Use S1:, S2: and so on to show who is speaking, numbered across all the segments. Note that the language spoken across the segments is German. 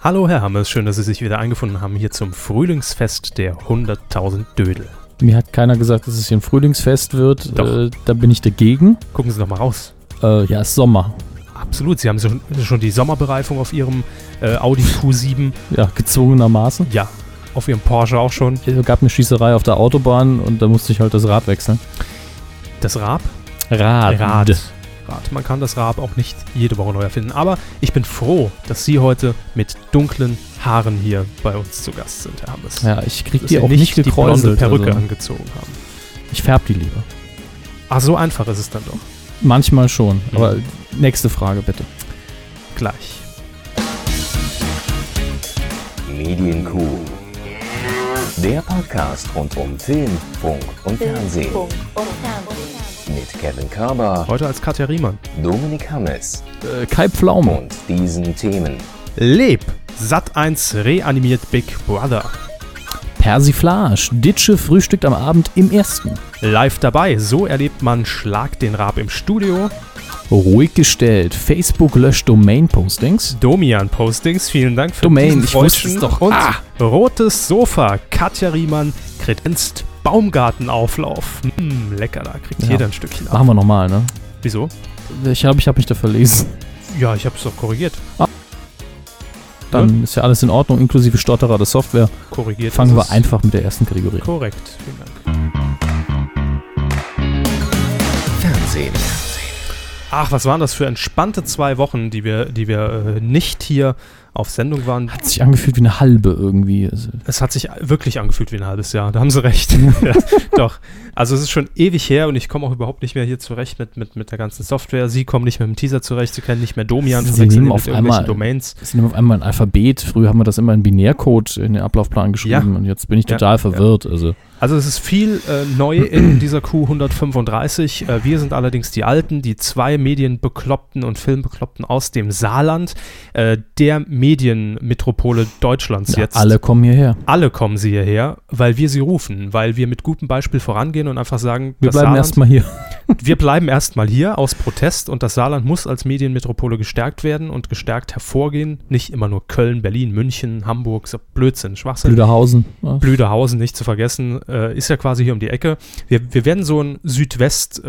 S1: Hallo Herr Hammes, schön, dass Sie sich wieder eingefunden haben hier zum Frühlingsfest der 100.000 Dödel.
S2: Mir hat keiner gesagt, dass es hier ein Frühlingsfest wird.
S1: Doch.
S2: Äh, da bin ich dagegen.
S1: Gucken Sie doch mal raus.
S2: Äh, ja, ist Sommer.
S1: Absolut, Sie haben schon, schon die Sommerbereifung auf Ihrem äh, Audi Q7,
S2: Ja, gezwungenermaßen.
S1: ja, auf Ihrem Porsche auch schon.
S2: Es gab eine Schießerei auf der Autobahn und da musste ich halt das Rad wechseln.
S1: Das Rad.
S2: Rad.
S1: Rad. Man kann das Rad auch nicht jede Woche neu erfinden. Aber ich bin froh, dass Sie heute mit dunklen Haaren hier bei uns zu Gast sind, Herr Hammes.
S2: Ja, ich krieg
S1: Dass
S2: die
S1: Sie
S2: auch nicht,
S1: die blonde
S2: gekräuselt.
S1: Perücke
S2: also.
S1: angezogen haben.
S2: Ich färb die lieber.
S1: Ah, so einfach ist es dann doch.
S2: Manchmal schon.
S1: Mhm.
S2: Aber nächste Frage bitte.
S1: Gleich.
S3: Medienkuh. Der Podcast rund um Film, Funk und Fernsehen.
S4: Funk und Fernsehen.
S3: Mit Kevin Körber,
S1: Heute als Katja Riemann.
S3: Dominik Hammes
S2: Äh, Kai Pflaume.
S3: und diesen Themen.
S1: Leb. Sat1 reanimiert Big Brother.
S2: Persiflage. Ditsche frühstückt am Abend im ersten.
S1: Live dabei, so erlebt man Schlag den Rab im Studio,
S2: Ruhig gestellt. Facebook löscht Domain-Postings.
S1: Domian-Postings, vielen Dank für
S2: Domain,
S1: diesen
S2: ich wusste es
S1: Freudchen.
S2: doch.
S1: Und
S2: Ah!
S1: rotes Sofa, Katja Riemann, kredenzt Baumgartenauflauf. Mm, lecker, da kriegt
S2: Ja.
S1: jeder ein Stückchen ab.
S2: Machen wir nochmal, ne?
S1: Wieso?
S2: Ich habe ich hab mich da verlesen.
S1: Ja, ich hab's doch korrigiert.
S2: Dann ist ja alles in Ordnung, inklusive Stotterer der Software.
S1: Korrigiert.
S2: Fangen
S1: ist
S2: wir
S1: es.
S2: einfach mit der ersten Kategorie. an.
S1: Korrekt, vielen Dank.
S3: Fernsehen.
S1: Ach, was waren das für entspannte zwei Wochen, die wir, die wir äh, nicht hier auf Sendung waren.
S2: Hat sich angefühlt wie eine halbe irgendwie. Also,
S1: Es hat sich wirklich angefühlt wie ein halbes Jahr, da haben sie recht. ja, doch. Also es ist schon ewig her und ich komme auch überhaupt nicht mehr hier zurecht mit, mit, mit der ganzen Software. Sie kommen nicht mehr mit dem Teaser zurecht, sie kennen nicht mehr Domian,
S2: Sie
S1: verwechseln
S2: nehmen
S1: ihn
S2: auf
S1: mit irgendwelchen
S2: einmal-
S1: Domains.
S2: es ist auf einmal ein Alphabet. Früher haben wir das immer in Binärcode in den Ablaufplan geschrieben und jetzt bin ich
S1: Ja,
S2: total verwirrt. Also
S1: Also es ist viel äh, neu in dieser Q135. Äh, wir sind allerdings die Alten, die zwei Medienbekloppten und Filmbekloppten aus dem Saarland, äh, der Medienmetropole Deutschlands
S2: ja,
S1: jetzt.
S2: alle kommen hierher.
S1: Alle kommen sie hierher, weil wir sie rufen, weil wir mit gutem Beispiel vorangehen und einfach sagen,
S2: Wir
S1: das
S2: bleiben
S1: Saarland-
S2: erstmal hier.
S1: Wir bleiben erstmal hier aus Protest und das Saarland muss als Medienmetropole gestärkt werden und gestärkt hervorgehen. Nicht immer nur Köln, Berlin, München, Hamburg, so Blödsinn, Schwachsinn.
S2: Blüderhausen. Ja.
S1: Blüderhausen nicht zu vergessen, äh, ist ja quasi hier um die Ecke. Wir, wir werden so ein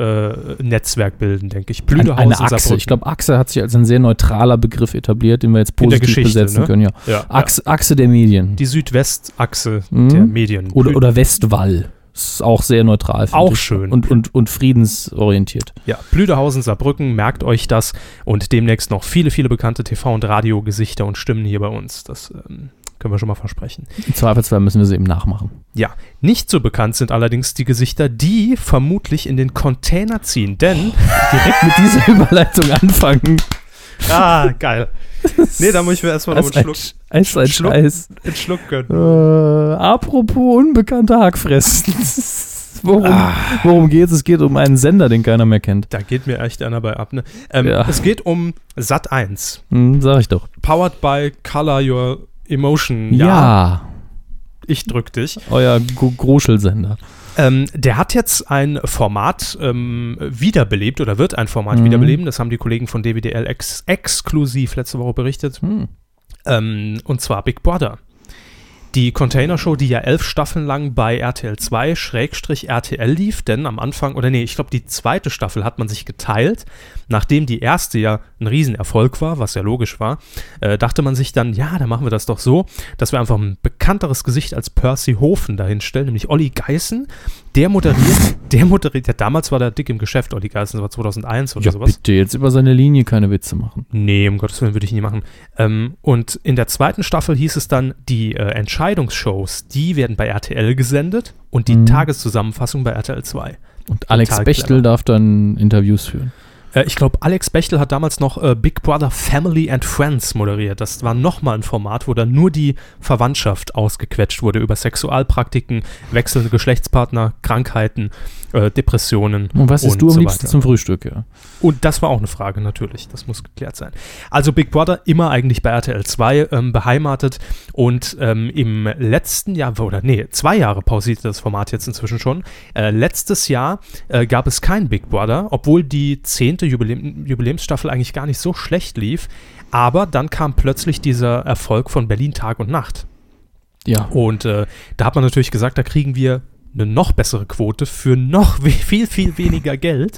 S1: Südwest-Netzwerk bilden, denke ich.
S2: Ein,
S1: Blüderhausen,
S2: eine Achse.
S1: Saarbrücken.
S2: Ich glaube, Achse hat sich als ein sehr neutraler Begriff etabliert, den wir jetzt
S1: In der
S2: positiv
S1: Geschichte,
S2: besetzen
S1: ne?
S2: können. Ja.
S1: ja, ja.
S2: Achse, Achse der Medien.
S1: Die Südwestachse
S2: Mhm.
S1: der Medien.
S2: Oder, oder Westwall. Ist auch sehr neutral. finde
S1: Auch
S2: ich.
S1: schön.
S2: Und, und, und friedensorientiert.
S1: Ja, Blüderhausen, Saarbrücken, merkt euch das und demnächst noch viele, viele bekannte TV- und Radiogesichter und Stimmen hier bei uns. Das ähm, können wir schon mal versprechen.
S2: Im Zweifelsfall müssen wir sie eben nachmachen.
S1: Ja, nicht so bekannt sind allerdings die Gesichter, die vermutlich in den Container ziehen, denn direkt
S2: mit dieser Überleitung anfangen.
S1: Ah, geil. Nee, da muss ich mir erstmal noch
S2: Das ist
S1: einen
S2: ein,
S1: Schluck,
S2: das ist ein
S1: Schluck. einen Schluck
S2: Scheiß. Äh,
S1: gönnen.
S2: apropos unbekannte Hackfressen. worum,
S1: Ah.
S2: worum geht's? Es geht um einen Sender, den keiner mehr kennt.
S1: Da geht mir echt einer bei ab, ne? Ähm,
S2: Ja.
S1: Es geht um Sat 1.
S2: Hm, sag ich doch.
S1: Powered by Color Your Emotion. Ich drück dich.
S2: euer Gro- Groschel-Sender.
S1: Ähm, der hat jetzt ein Format ähm, wiederbelebt oder wird ein Format
S2: Mhm.
S1: wiederbeleben. Das haben die Kollegen von DWDL ex exklusiv letzte Woche berichtet.
S2: Hm.
S1: Ähm, und zwar Big Brother. Die Container-Show, die ja elf Staffeln lang bei RTL 2 Schrägstrich RTL lief, denn am Anfang, oder nee, ich glaube, die zweite Staffel hat man sich geteilt. Nachdem die erste ja ein Riesenerfolg war, was ja logisch war, äh, dachte man sich dann, ja, dann machen wir das doch so, dass wir einfach ein bekannteres Gesicht als Percy Hofen dahinstellen, nämlich Olli Geißen. Der moderiert, der moderiert, ja, damals war der dick im Geschäft, Olli Geißen, das war 2001 oder
S2: Ja,
S1: sowas.
S2: bitte jetzt über seine Linie keine Witze machen.
S1: Nee, um Gottes Willen würde ich nie machen. Ähm, und in der zweiten Staffel hieß es dann, die äh, Entscheidungsshows, die werden bei RTL gesendet und die
S2: Mhm.
S1: Tageszusammenfassung bei RTL 2.
S2: Und Alex
S1: Total
S2: Bechtel
S1: clever.
S2: darf dann Interviews führen.
S1: Äh, ich glaube, Alex Bechtel hat damals noch äh, Big Brother Family and Friends moderiert. Das war nochmal ein Format, wo dann nur die Verwandtschaft ausgequetscht wurde über Sexualpraktiken, wechselnde Geschlechtspartner, Krankheiten, äh, Depressionen.
S2: Und was isst
S1: Und
S2: du am
S1: so
S2: liebsten
S1: weiter.
S2: zum Frühstück? Ja.
S1: Und das war auch eine Frage natürlich, das muss geklärt sein. Also Big Brother immer eigentlich bei RTL 2 ähm, beheimatet und ähm, im letzten Jahr, oder nee, zwei Jahre pausierte das Format jetzt inzwischen schon. Äh, letztes Jahr äh, gab es kein Big Brother, obwohl die zehnte zehnte Jubiläum, Jubiläumsstaffel eigentlich gar nicht so schlecht lief. Aber dann kam plötzlich dieser Erfolg von Berlin Tag und Nacht.
S2: Ja.
S1: Und äh, da hat man natürlich gesagt, da kriegen wir eine noch bessere Quote für noch we- viel, viel weniger Geld.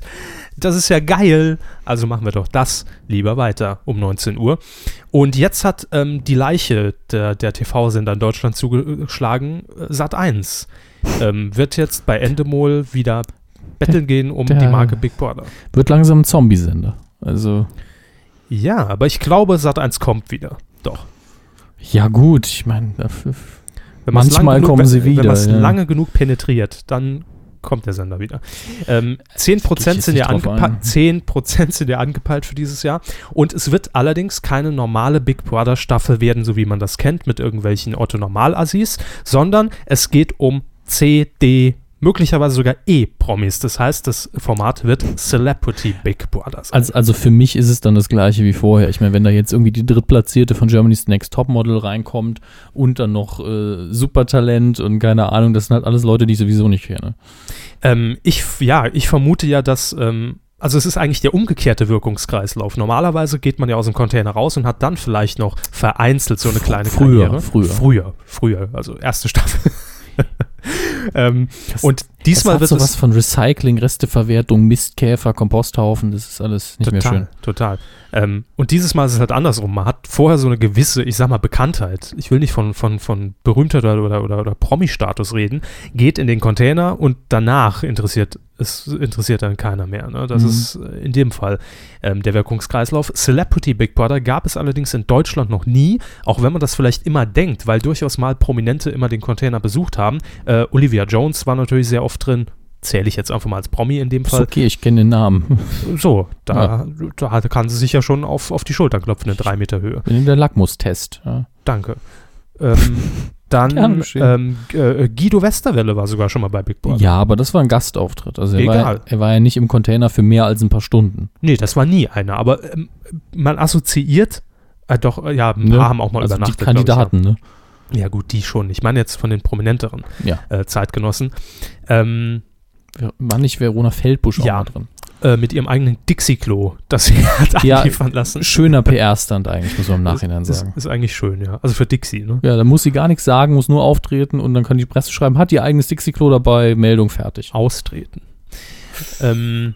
S1: Das ist ja geil. Also machen wir doch das lieber weiter um 19 Uhr. Und jetzt hat ähm, die Leiche der, der TV-Sender in Deutschland zugeschlagen, äh, Sat 1. Ähm, wird jetzt bei Endemol wieder betteln gehen um die
S2: Der-
S1: Marke Big Brother.
S2: Wird langsam ein Zombie-Sender. Also,
S1: Ja, aber ich glaube, Sat 1 kommt wieder. Doch.
S2: ja gut, ich meine, dafür-
S1: Wenn man's lang
S2: Manchmal
S1: genug,
S2: kommen
S1: wenn,
S2: sie
S1: Wenn
S2: wieder,
S1: man es
S2: ja.
S1: lange genug penetriert, dann kommt der Sender wieder. Ähm, 10%
S2: jetzt
S1: sind ja
S2: nicht drauf
S1: angepa-
S2: ein.
S1: 10% sind ja angepeilt für dieses Jahr. Und es wird allerdings keine normale Big Brother Staffel werden, so wie man das kennt, mit irgendwelchen Otto Normalassis, sondern es geht um C, D, möglicherweise sogar E-Promis. Das heißt, das Format wird Celebrity Big Brother sein.
S2: also, also für mich ist es dann das gleiche wie vorher. Ich meine, wenn da jetzt irgendwie die Drittplatzierte von Germany's Next Topmodel reinkommt und dann noch äh, Supertalent und keine Ahnung, das sind halt alles Leute, die ich sowieso nicht kenne.
S1: Ähm, ich, f- ja, ich vermute ja, dass, ähm, also es ist eigentlich der umgekehrte Wirkungskreislauf. Normalerweise geht man ja aus dem Container raus und hat dann vielleicht noch vereinzelt so eine kleine
S2: früher,
S1: Karriere.
S2: früher.
S1: Früher, früher, also erste Staffel. ähm, und diesmal
S2: das
S1: wird
S2: hat sowas
S1: es
S2: von Recycling, Resteverwertung, Mistkäfer, Komposthaufen, das ist alles nicht mehr schön.
S1: total, total. Ähm, und dieses Mal ist es halt andersrum. Man hat vorher so eine gewisse, ich sag mal, Bekanntheit. Ich will nicht von, von, von Berühmtheit oder, oder, oder, oder Promi-Status reden. Geht in den Container und danach interessiert es interessiert dann keiner mehr. Ne? Das
S2: Mhm.
S1: ist äh, in dem Fall ähm, der Wirkungskreislauf. Celebrity Big Brother gab es allerdings in Deutschland noch nie, auch wenn man das vielleicht immer denkt, weil durchaus mal Prominente immer den Container besucht haben. Äh, Olivia Jones war natürlich sehr oft drin. Zähle ich jetzt einfach mal als Promi in dem
S2: Ist
S1: Fall.
S2: okay, ich kenne den Namen.
S1: So, da, da kann sie sich ja schon auf, auf die Schultern klopfen in drei Meter Höhe.
S2: Bin in der Lackmustest. Ja.
S1: Danke. Ähm, dann
S2: Gern geschehen.
S1: ähm, G- äh, Guido Westerwelle war sogar schon mal bei Big Brother.
S2: ja, aber das war ein Gastauftritt. Also er
S1: Egal.
S2: war, er war ja nicht im Container für mehr als ein paar Stunden.
S1: Nee, das war nie einer, aber ähm, man assoziiert, äh, doch, äh, ja, ein
S2: Ne?
S1: paar haben auch mal
S2: also die
S1: übernachtet. glaub ich, ja.
S2: Kandidaten, ne?
S1: Ja, gut, die schon. Ich meine jetzt von den prominenteren
S2: Ja.
S1: äh, Zeitgenossen. Ähm,
S2: ne? Wer- War nicht Verona Feldbusch
S1: Ja.
S2: auch mal drin?
S1: äh, mit ihrem eigenen Dixie-Klo, das sie hat
S2: Ja,
S1: anliefern lassen.
S2: Schöner PR-Stand eigentlich, muss man im Nachhinein
S1: ist,
S2: sagen.
S1: ist eigentlich schön, ja. Also für Dixie, ne?
S2: Ja, da muss sie gar nichts sagen, muss nur auftreten und dann kann die Presse schreiben, hat ihr eigenes Dixie-Klo dabei, Meldung fertig.
S1: austreten. Ähm,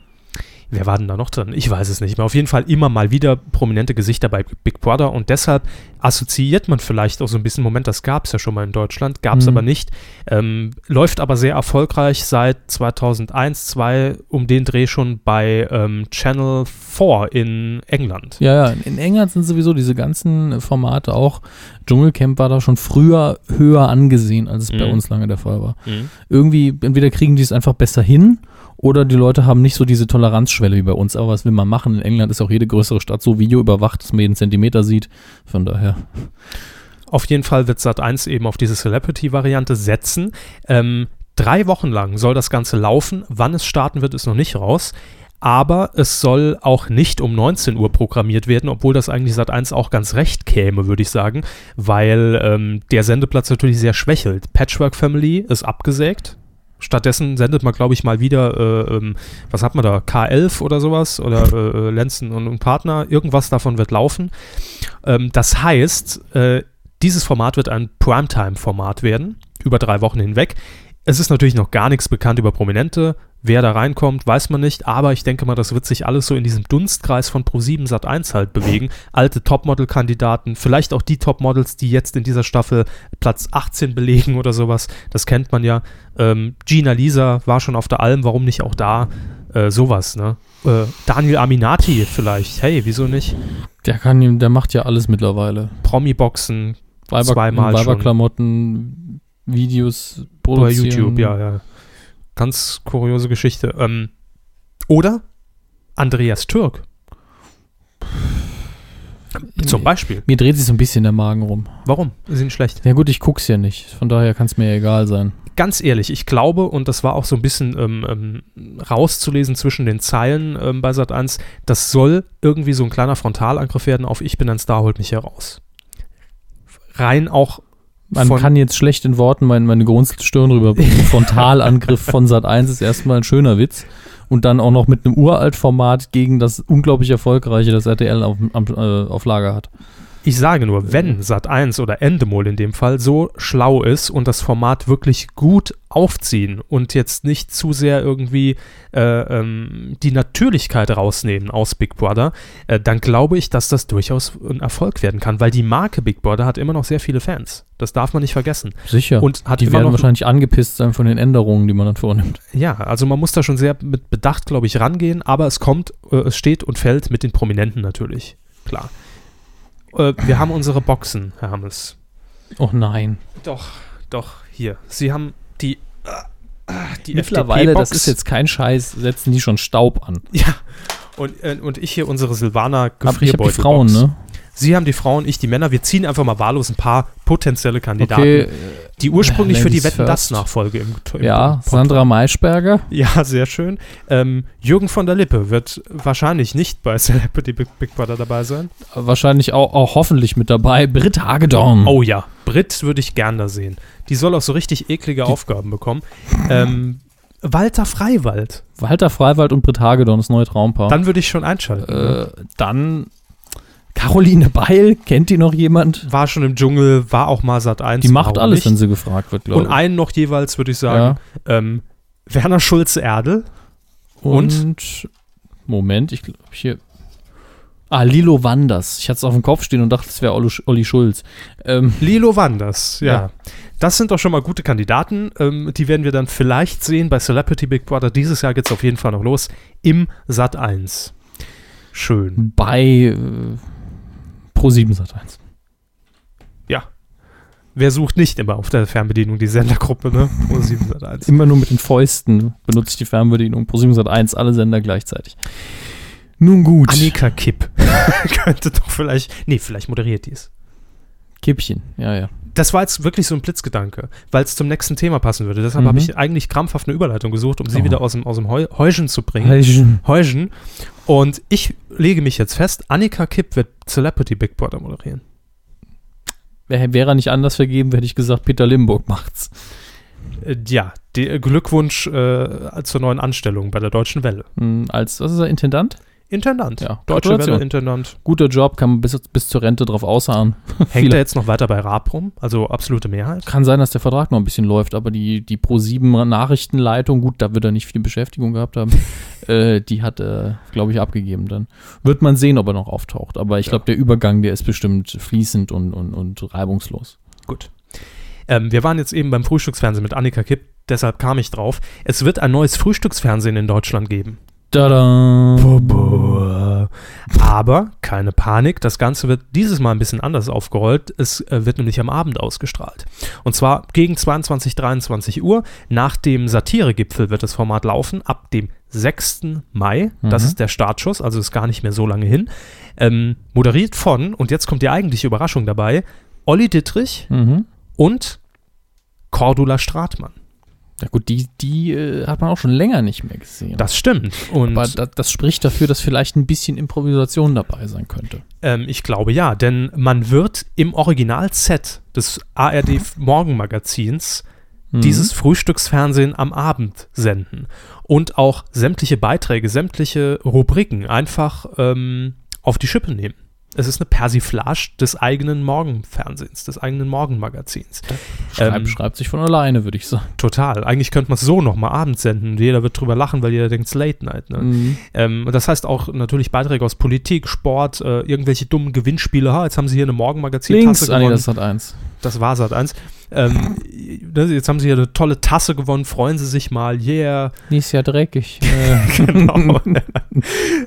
S1: wer war denn da noch drin? Ich weiß es nicht mehr. Auf jeden Fall immer mal wieder prominente Gesichter bei Big Brother und deshalb assoziiert man vielleicht auch so ein bisschen, Moment, das gab es ja schon mal in Deutschland, gab es
S2: Mhm.
S1: aber nicht. Ähm, läuft aber sehr erfolgreich seit 2001, 2 um den Dreh schon bei ähm, Channel 4 in England.
S2: Ja, ja, in England sind sowieso diese ganzen Formate auch. Dschungelcamp war da schon früher höher angesehen, als es bei
S1: Mhm.
S2: uns lange der Fall war.
S1: Mhm.
S2: Irgendwie, entweder kriegen die es einfach besser hin oder die Leute haben nicht so diese Toleranzschwelle wie bei uns. Aber was will man machen? In England ist auch jede größere Stadt so videoüberwacht, dass man jeden Zentimeter sieht. Von daher.
S1: Auf jeden Fall wird Sat1 eben auf diese Celebrity-Variante setzen. Ähm, drei Wochen lang soll das Ganze laufen. Wann es starten wird, ist noch nicht raus. Aber es soll auch nicht um 19 Uhr programmiert werden, obwohl das eigentlich Sat1 auch ganz recht käme, würde ich sagen, weil ähm, der Sendeplatz natürlich sehr schwächelt. Patchwork Family ist abgesägt. Stattdessen sendet man, glaube ich, mal wieder, äh, ähm, was hat man da, K11 oder sowas oder äh, äh, Lenzen und, und Partner. Irgendwas davon wird laufen. Ähm, das heißt, äh, dieses Format wird ein Primetime-Format werden, über drei Wochen hinweg. Es ist natürlich noch gar nichts bekannt über Prominente. Wer da reinkommt, weiß man nicht, aber ich denke mal, das wird sich alles so in diesem Dunstkreis von Pro7 Sat1 halt bewegen. Alte Topmodel-Kandidaten, vielleicht auch die Topmodels, die jetzt in dieser Staffel Platz 18 belegen oder sowas. Das kennt man ja. Ähm, Gina Lisa war schon auf der Alm, warum nicht auch da? Äh, sowas, ne? Äh, Daniel Aminati vielleicht. Hey, wieso nicht?
S2: Der kann, ihm- der macht ja alles mittlerweile.
S1: Promi-Boxen
S2: Weiber,
S1: Zweimal schon.
S2: Weiberklamotten, Videos
S1: Bei
S2: produzieren.
S1: YouTube, ja, ja. Ganz kuriose Geschichte. Ähm, oder Andreas Türk zum Beispiel.
S2: Mir dreht sich so ein bisschen der Magen rum.
S1: Warum? Ist ihnen schlecht.
S2: Ja gut, ich guck's ja nicht. Von daher kann es mir egal sein.
S1: Ganz ehrlich, ich glaube, und das war auch so ein bisschen ähm, ähm, rauszulesen zwischen den Zeilen ähm, bei Sat1, das soll irgendwie so ein kleiner Frontalangriff werden auf Ich bin ein Star, holt mich heraus. Rein auch
S2: Man
S1: Von-
S2: kann jetzt schlecht in Worten meine, meine gerunzelte Stirn rüberbringen. Frontalangriff von Sat 1 ist erstmal ein schöner Witz. und dann auch noch mit einem Uraltformat gegen das unglaublich erfolgreiche, das RTL auf, am, äh, auf Lager hat.
S1: Ich sage nur,
S2: Mhm.
S1: wenn Sat1 oder Endemol in dem Fall so schlau ist und das Format wirklich gut aufziehen und jetzt nicht zu sehr irgendwie äh, ähm, die Natürlichkeit rausnehmen aus Big Brother, äh, dann glaube ich, dass das durchaus ein Erfolg werden kann, weil die Marke Big Brother hat immer noch sehr viele Fans. Das darf man nicht vergessen.
S2: Sicher. Und
S1: Und hat
S2: die
S1: immer
S2: werden
S1: noch
S2: wahrscheinlich angepisst sein von den Änderungen, die man dann vornimmt.
S1: Ja, also man muss da schon sehr mit Bedacht, glaube ich, rangehen, aber es kommt, äh, es steht und fällt mit den Prominenten natürlich. Klar. Äh, wir haben unsere Boxen, Herr Hammes.
S2: Oh nein.
S1: Doch, doch, hier. Sie haben die. äh, die
S2: Mittlerweile,
S1: FDP-Box.
S2: das ist jetzt kein Scheiß, setzen die schon Staub an.
S1: Ja. Und, äh, und ich hier unsere Silvana
S2: Hab- Ich habe die
S1: Gefrierbeutelbox.
S2: Frauen, ne?
S1: Sie haben die Frauen, ich die Männer. Wir ziehen einfach mal wahllos ein paar potenzielle Kandidaten,
S2: Okay, Äh,
S1: die ursprünglich für die
S2: Ladies
S1: Wetten das
S2: first.
S1: Nachfolge im, im
S2: ja,
S1: Podcast-
S2: Sandra Maischberger.
S1: Ja, sehr schön. Ähm, Jürgen von der Lippe wird wahrscheinlich nicht bei Celebrity Big, Big Brother dabei sein.
S2: wahrscheinlich auch, auch hoffentlich mit dabei. Britt Hagedorn.
S1: Oh ja, Brit würde ich gern da sehen. Die soll auch so richtig eklige Aufgaben bekommen. Ähm, Walter Freiwald,
S2: Walter Freiwald und Britt Hagedorn, das neue Traumpaar.
S1: dann würde ich schon einschalten. ne?
S2: äh, dann Caroline Beil, kennt die noch jemand?
S1: War schon im Dschungel, war auch mal Sat 1.
S2: Die macht alles, wenn sie gefragt wird, glaube
S1: Und
S2: ich.
S1: einen noch jeweils, würde ich sagen. Ähm, Werner Schulze-Erdel. und?
S2: Und- Moment, ich glaube hier. Ah, Lilo Wanders. Ich hatte es auf dem Kopf stehen und dachte, es wäre Olli, Sch- Olli Schulz. Ähm,
S1: Lilo Wanders, ja.
S2: Ja.
S1: Das sind doch schon mal gute Kandidaten. Ähm, die werden wir dann vielleicht sehen bei Celebrity Big Brother. Dieses Jahr geht es auf jeden Fall noch los im Sat 1. Schön.
S2: bei äh, Pro7 Sat 1.
S1: Wer sucht nicht immer auf der Fernbedienung die Sendergruppe, ne? Pro 7 Sat 1.
S2: Immer nur mit den Fäusten benutze ich die Fernbedienung. Pro7 Sat 1, alle Sender gleichzeitig. Nun gut.
S1: Annika Kipp. Könnte doch vielleicht. Nee, vielleicht moderiert dies.
S2: Kippchen, ja, ja.
S1: Das war jetzt wirklich so ein Blitzgedanke, weil es zum nächsten Thema passen würde. Deshalb
S2: Mhm.
S1: habe ich eigentlich krampfhaft eine Überleitung gesucht, um sie
S2: Oh.
S1: wieder aus dem, aus dem Heu Heuschen zu bringen.
S2: Heischen.
S1: Heuschen. Und ich lege mich jetzt fest, Annika Kipp wird Celebrity Big Brother moderieren.
S2: Wär- Wäre er nicht anders vergeben, hätte ich gesagt, Peter Limburg macht's.
S1: Äh, ja, die, Glückwunsch äh, zur neuen Anstellung bei der Deutschen Welle.
S2: Hm, Als, was ist er, Intendant?
S1: Intendant.
S2: Ja,
S1: Deutsche
S2: Gratulation.
S1: Welle Intendant.
S2: Guter Job, kann man bis, bis zur Rente drauf ausharren.
S1: Hängt
S2: Viele-
S1: er jetzt noch weiter bei Raab rum? Also absolute Mehrheit.
S2: Kann sein, dass der Vertrag noch ein bisschen läuft, aber die, die Pro-7-Nachrichtenleitung, gut, da wird er nicht viel Beschäftigung gehabt haben, äh, die hat er, glaube ich, abgegeben dann. Wird man sehen, ob er noch auftaucht, aber ich glaube, der Übergang, der ist bestimmt fließend und, und, und reibungslos.
S1: Gut. Ähm, wir waren jetzt eben beim Frühstücksfernsehen mit Annika Kipp, deshalb kam ich drauf. Es wird ein neues Frühstücksfernsehen in Deutschland geben.
S2: Tada!
S1: Aber keine Panik, das Ganze wird dieses Mal ein bisschen anders aufgerollt. Es äh, wird nämlich am Abend ausgestrahlt. Und zwar gegen 22, 23 Uhr. Nach dem Satiregipfel wird das Format laufen, ab dem 6. Mai. Das
S2: Mhm.
S1: ist der Startschuss, also ist gar nicht mehr so lange hin. Ähm, moderiert von, und jetzt kommt die eigentliche Überraschung dabei, Olli Dittrich
S2: Mhm.
S1: und Cordula Stratmann.
S2: Ja gut, die, die äh, hat man auch schon länger nicht mehr gesehen.
S1: Das stimmt. Und
S2: Aber da, das spricht dafür, dass vielleicht ein bisschen Improvisation dabei sein könnte.
S1: Ähm, ich glaube ja, denn man wird im Originalset des ARD Morgenmagazins dieses Frühstücksfernsehen am Abend senden und auch sämtliche Beiträge, sämtliche Rubriken einfach ähm, auf die Schippe nehmen. Es ist eine Persiflage des eigenen Morgenfernsehens, des eigenen Morgenmagazins.
S2: Schreib,
S1: ähm,
S2: schreibt sich von alleine, würde ich sagen.
S1: Total. Eigentlich könnte man es so nochmal abends senden und jeder wird drüber lachen, weil jeder denkt, es Late Night. Ne?
S2: Mhm.
S1: Ähm, das heißt auch natürlich Beiträge aus Politik, Sport, äh, irgendwelche dummen Gewinnspiele. Ha, jetzt haben sie hier eine Morgenmagazin-Tasse
S2: Links, ah, nee,
S1: gewonnen.
S2: das hat eins.
S1: das war Sat 1. Ähm, ne, jetzt haben sie hier eine tolle Tasse gewonnen. Freuen sie sich mal. Yeah.
S2: Die ist ja dreckig. Äh,
S1: Genau.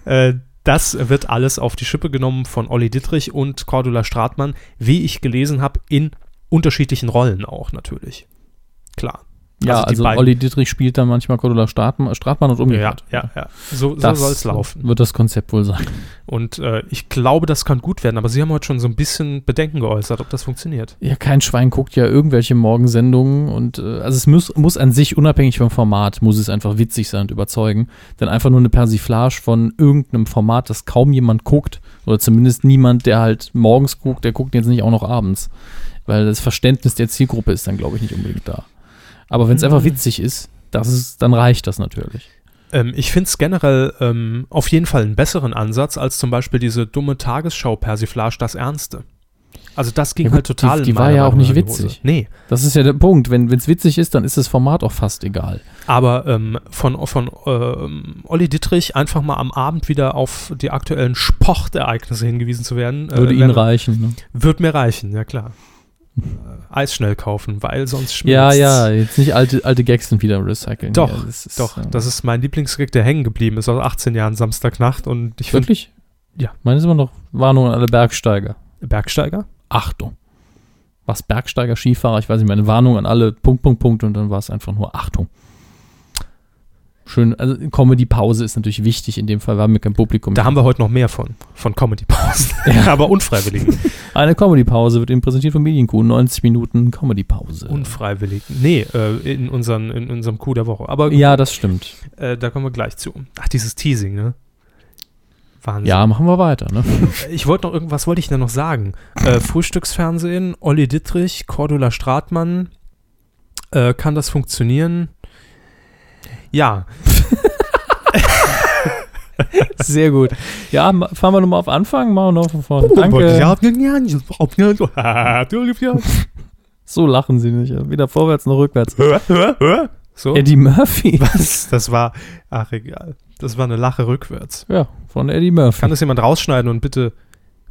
S1: äh, das wird alles auf die Schippe genommen von Olli Dittrich und Cordula Stratmann, wie ich gelesen habe, in unterschiedlichen Rollen auch natürlich. Klar.
S2: ja,
S1: die
S2: also,
S1: beiden-
S2: Olli Dietrich spielt dann manchmal Cordula Stratmann, Stratmann und
S1: Ja,
S2: umgekehrt.
S1: ja, ja. So, so
S2: Das
S1: soll es laufen.
S2: wird das Konzept wohl sein.
S1: Und äh, ich glaube, das kann gut werden, aber Sie haben heute schon so ein bisschen Bedenken geäußert, ob das funktioniert.
S2: Ja, kein Schwein guckt ja irgendwelche Morgensendungen und äh, also es muss, muss an sich, unabhängig vom Format, muss es einfach witzig sein und überzeugen. Denn einfach nur eine Persiflage von irgendeinem Format, das kaum jemand guckt, oder zumindest niemand, der halt morgens guckt, der guckt jetzt nicht auch noch abends. Weil das Verständnis der Zielgruppe
S1: Mhm.
S2: ist dann, glaube ich, nicht unbedingt da. Aber wenn es einfach witzig ist, das ist, dann reicht das natürlich.
S1: Ähm, ich finde es generell ähm, auf jeden Fall einen besseren Ansatz als zum Beispiel diese dumme Tagesschau-Persiflage, das Ernste. Also das ging
S2: Ja
S1: halt
S2: gut, die-
S1: total. in
S2: die war
S1: meiner
S2: ja auch
S1: Meinung in
S2: nicht
S1: die Hose.
S2: witzig.
S1: Nee,
S2: Das ist ja der Punkt. Wenn es witzig ist, dann ist das Format auch fast egal.
S1: aber ähm, von, von ähm, Olli Dittrich einfach mal am Abend wieder auf die aktuellen Sportereignisse hingewiesen zu werden,
S2: Würde
S1: äh,
S2: ihnen
S1: wäre-
S2: reichen. Ne?
S1: Wird mir reichen, ja klar. Äh, Eis schnell kaufen, weil sonst
S2: Ja,
S1: schmilzt
S2: ja, jetzt nicht alte, alte Gags dann wieder recyceln.
S1: Doch,
S2: ja, das ist, äh,
S1: Doch,
S2: ja.
S1: das ist mein Lieblingsgag, der hängen geblieben ist aus 18 Jahren Samstagnacht und ich finde
S2: Wirklich?
S1: Ja.
S2: Meine ist immer noch Warnung an alle Bergsteiger. Mhm.
S1: Bergsteiger.
S2: Achtung. Was Bergsteiger, Skifahrer, ich weiß nicht, meine Warnung an alle, Punkt, Punkt, Punkt und dann war es einfach nur Achtung. Schön, also Comedy-Pause ist natürlich wichtig in dem Fall, wir haben ja kein Publikum.
S1: Da haben wir heute noch mehr von, von Comedy-Pausen, aber unfreiwilligen.
S2: Eine Comedy-Pause wird Ihnen präsentiert von Medienkuh, 90 Minuten Comedy-Pause.
S1: Unfreiwillig. Nee, äh, in, unseren, in unserem Coup der Woche. Aber
S2: Ja, das stimmt.
S1: äh, da kommen wir gleich zu. Ach, dieses Teasing, ne? Wahnsinn.
S2: Ja, machen wir weiter, ne?
S1: Ich wollte noch irgendwas, wollte ich denn noch sagen? Äh, Frühstücksfernsehen, Olli Dittrich, Cordula Stratmann. Äh, kann das funktionieren? Ja,
S2: Sehr gut. Ja, ma- fahren wir nochmal auf Anfang, machen wir noch von vorne. Oh,
S1: Oh,
S2: Danke. So lachen sie nicht. Weder vorwärts noch rückwärts.
S1: so,
S2: Eddie Murphy.
S1: was? Das war, ach egal, das war eine Lache rückwärts.
S2: Ja, von Eddie Murphy.
S1: Kann das jemand rausschneiden und bitte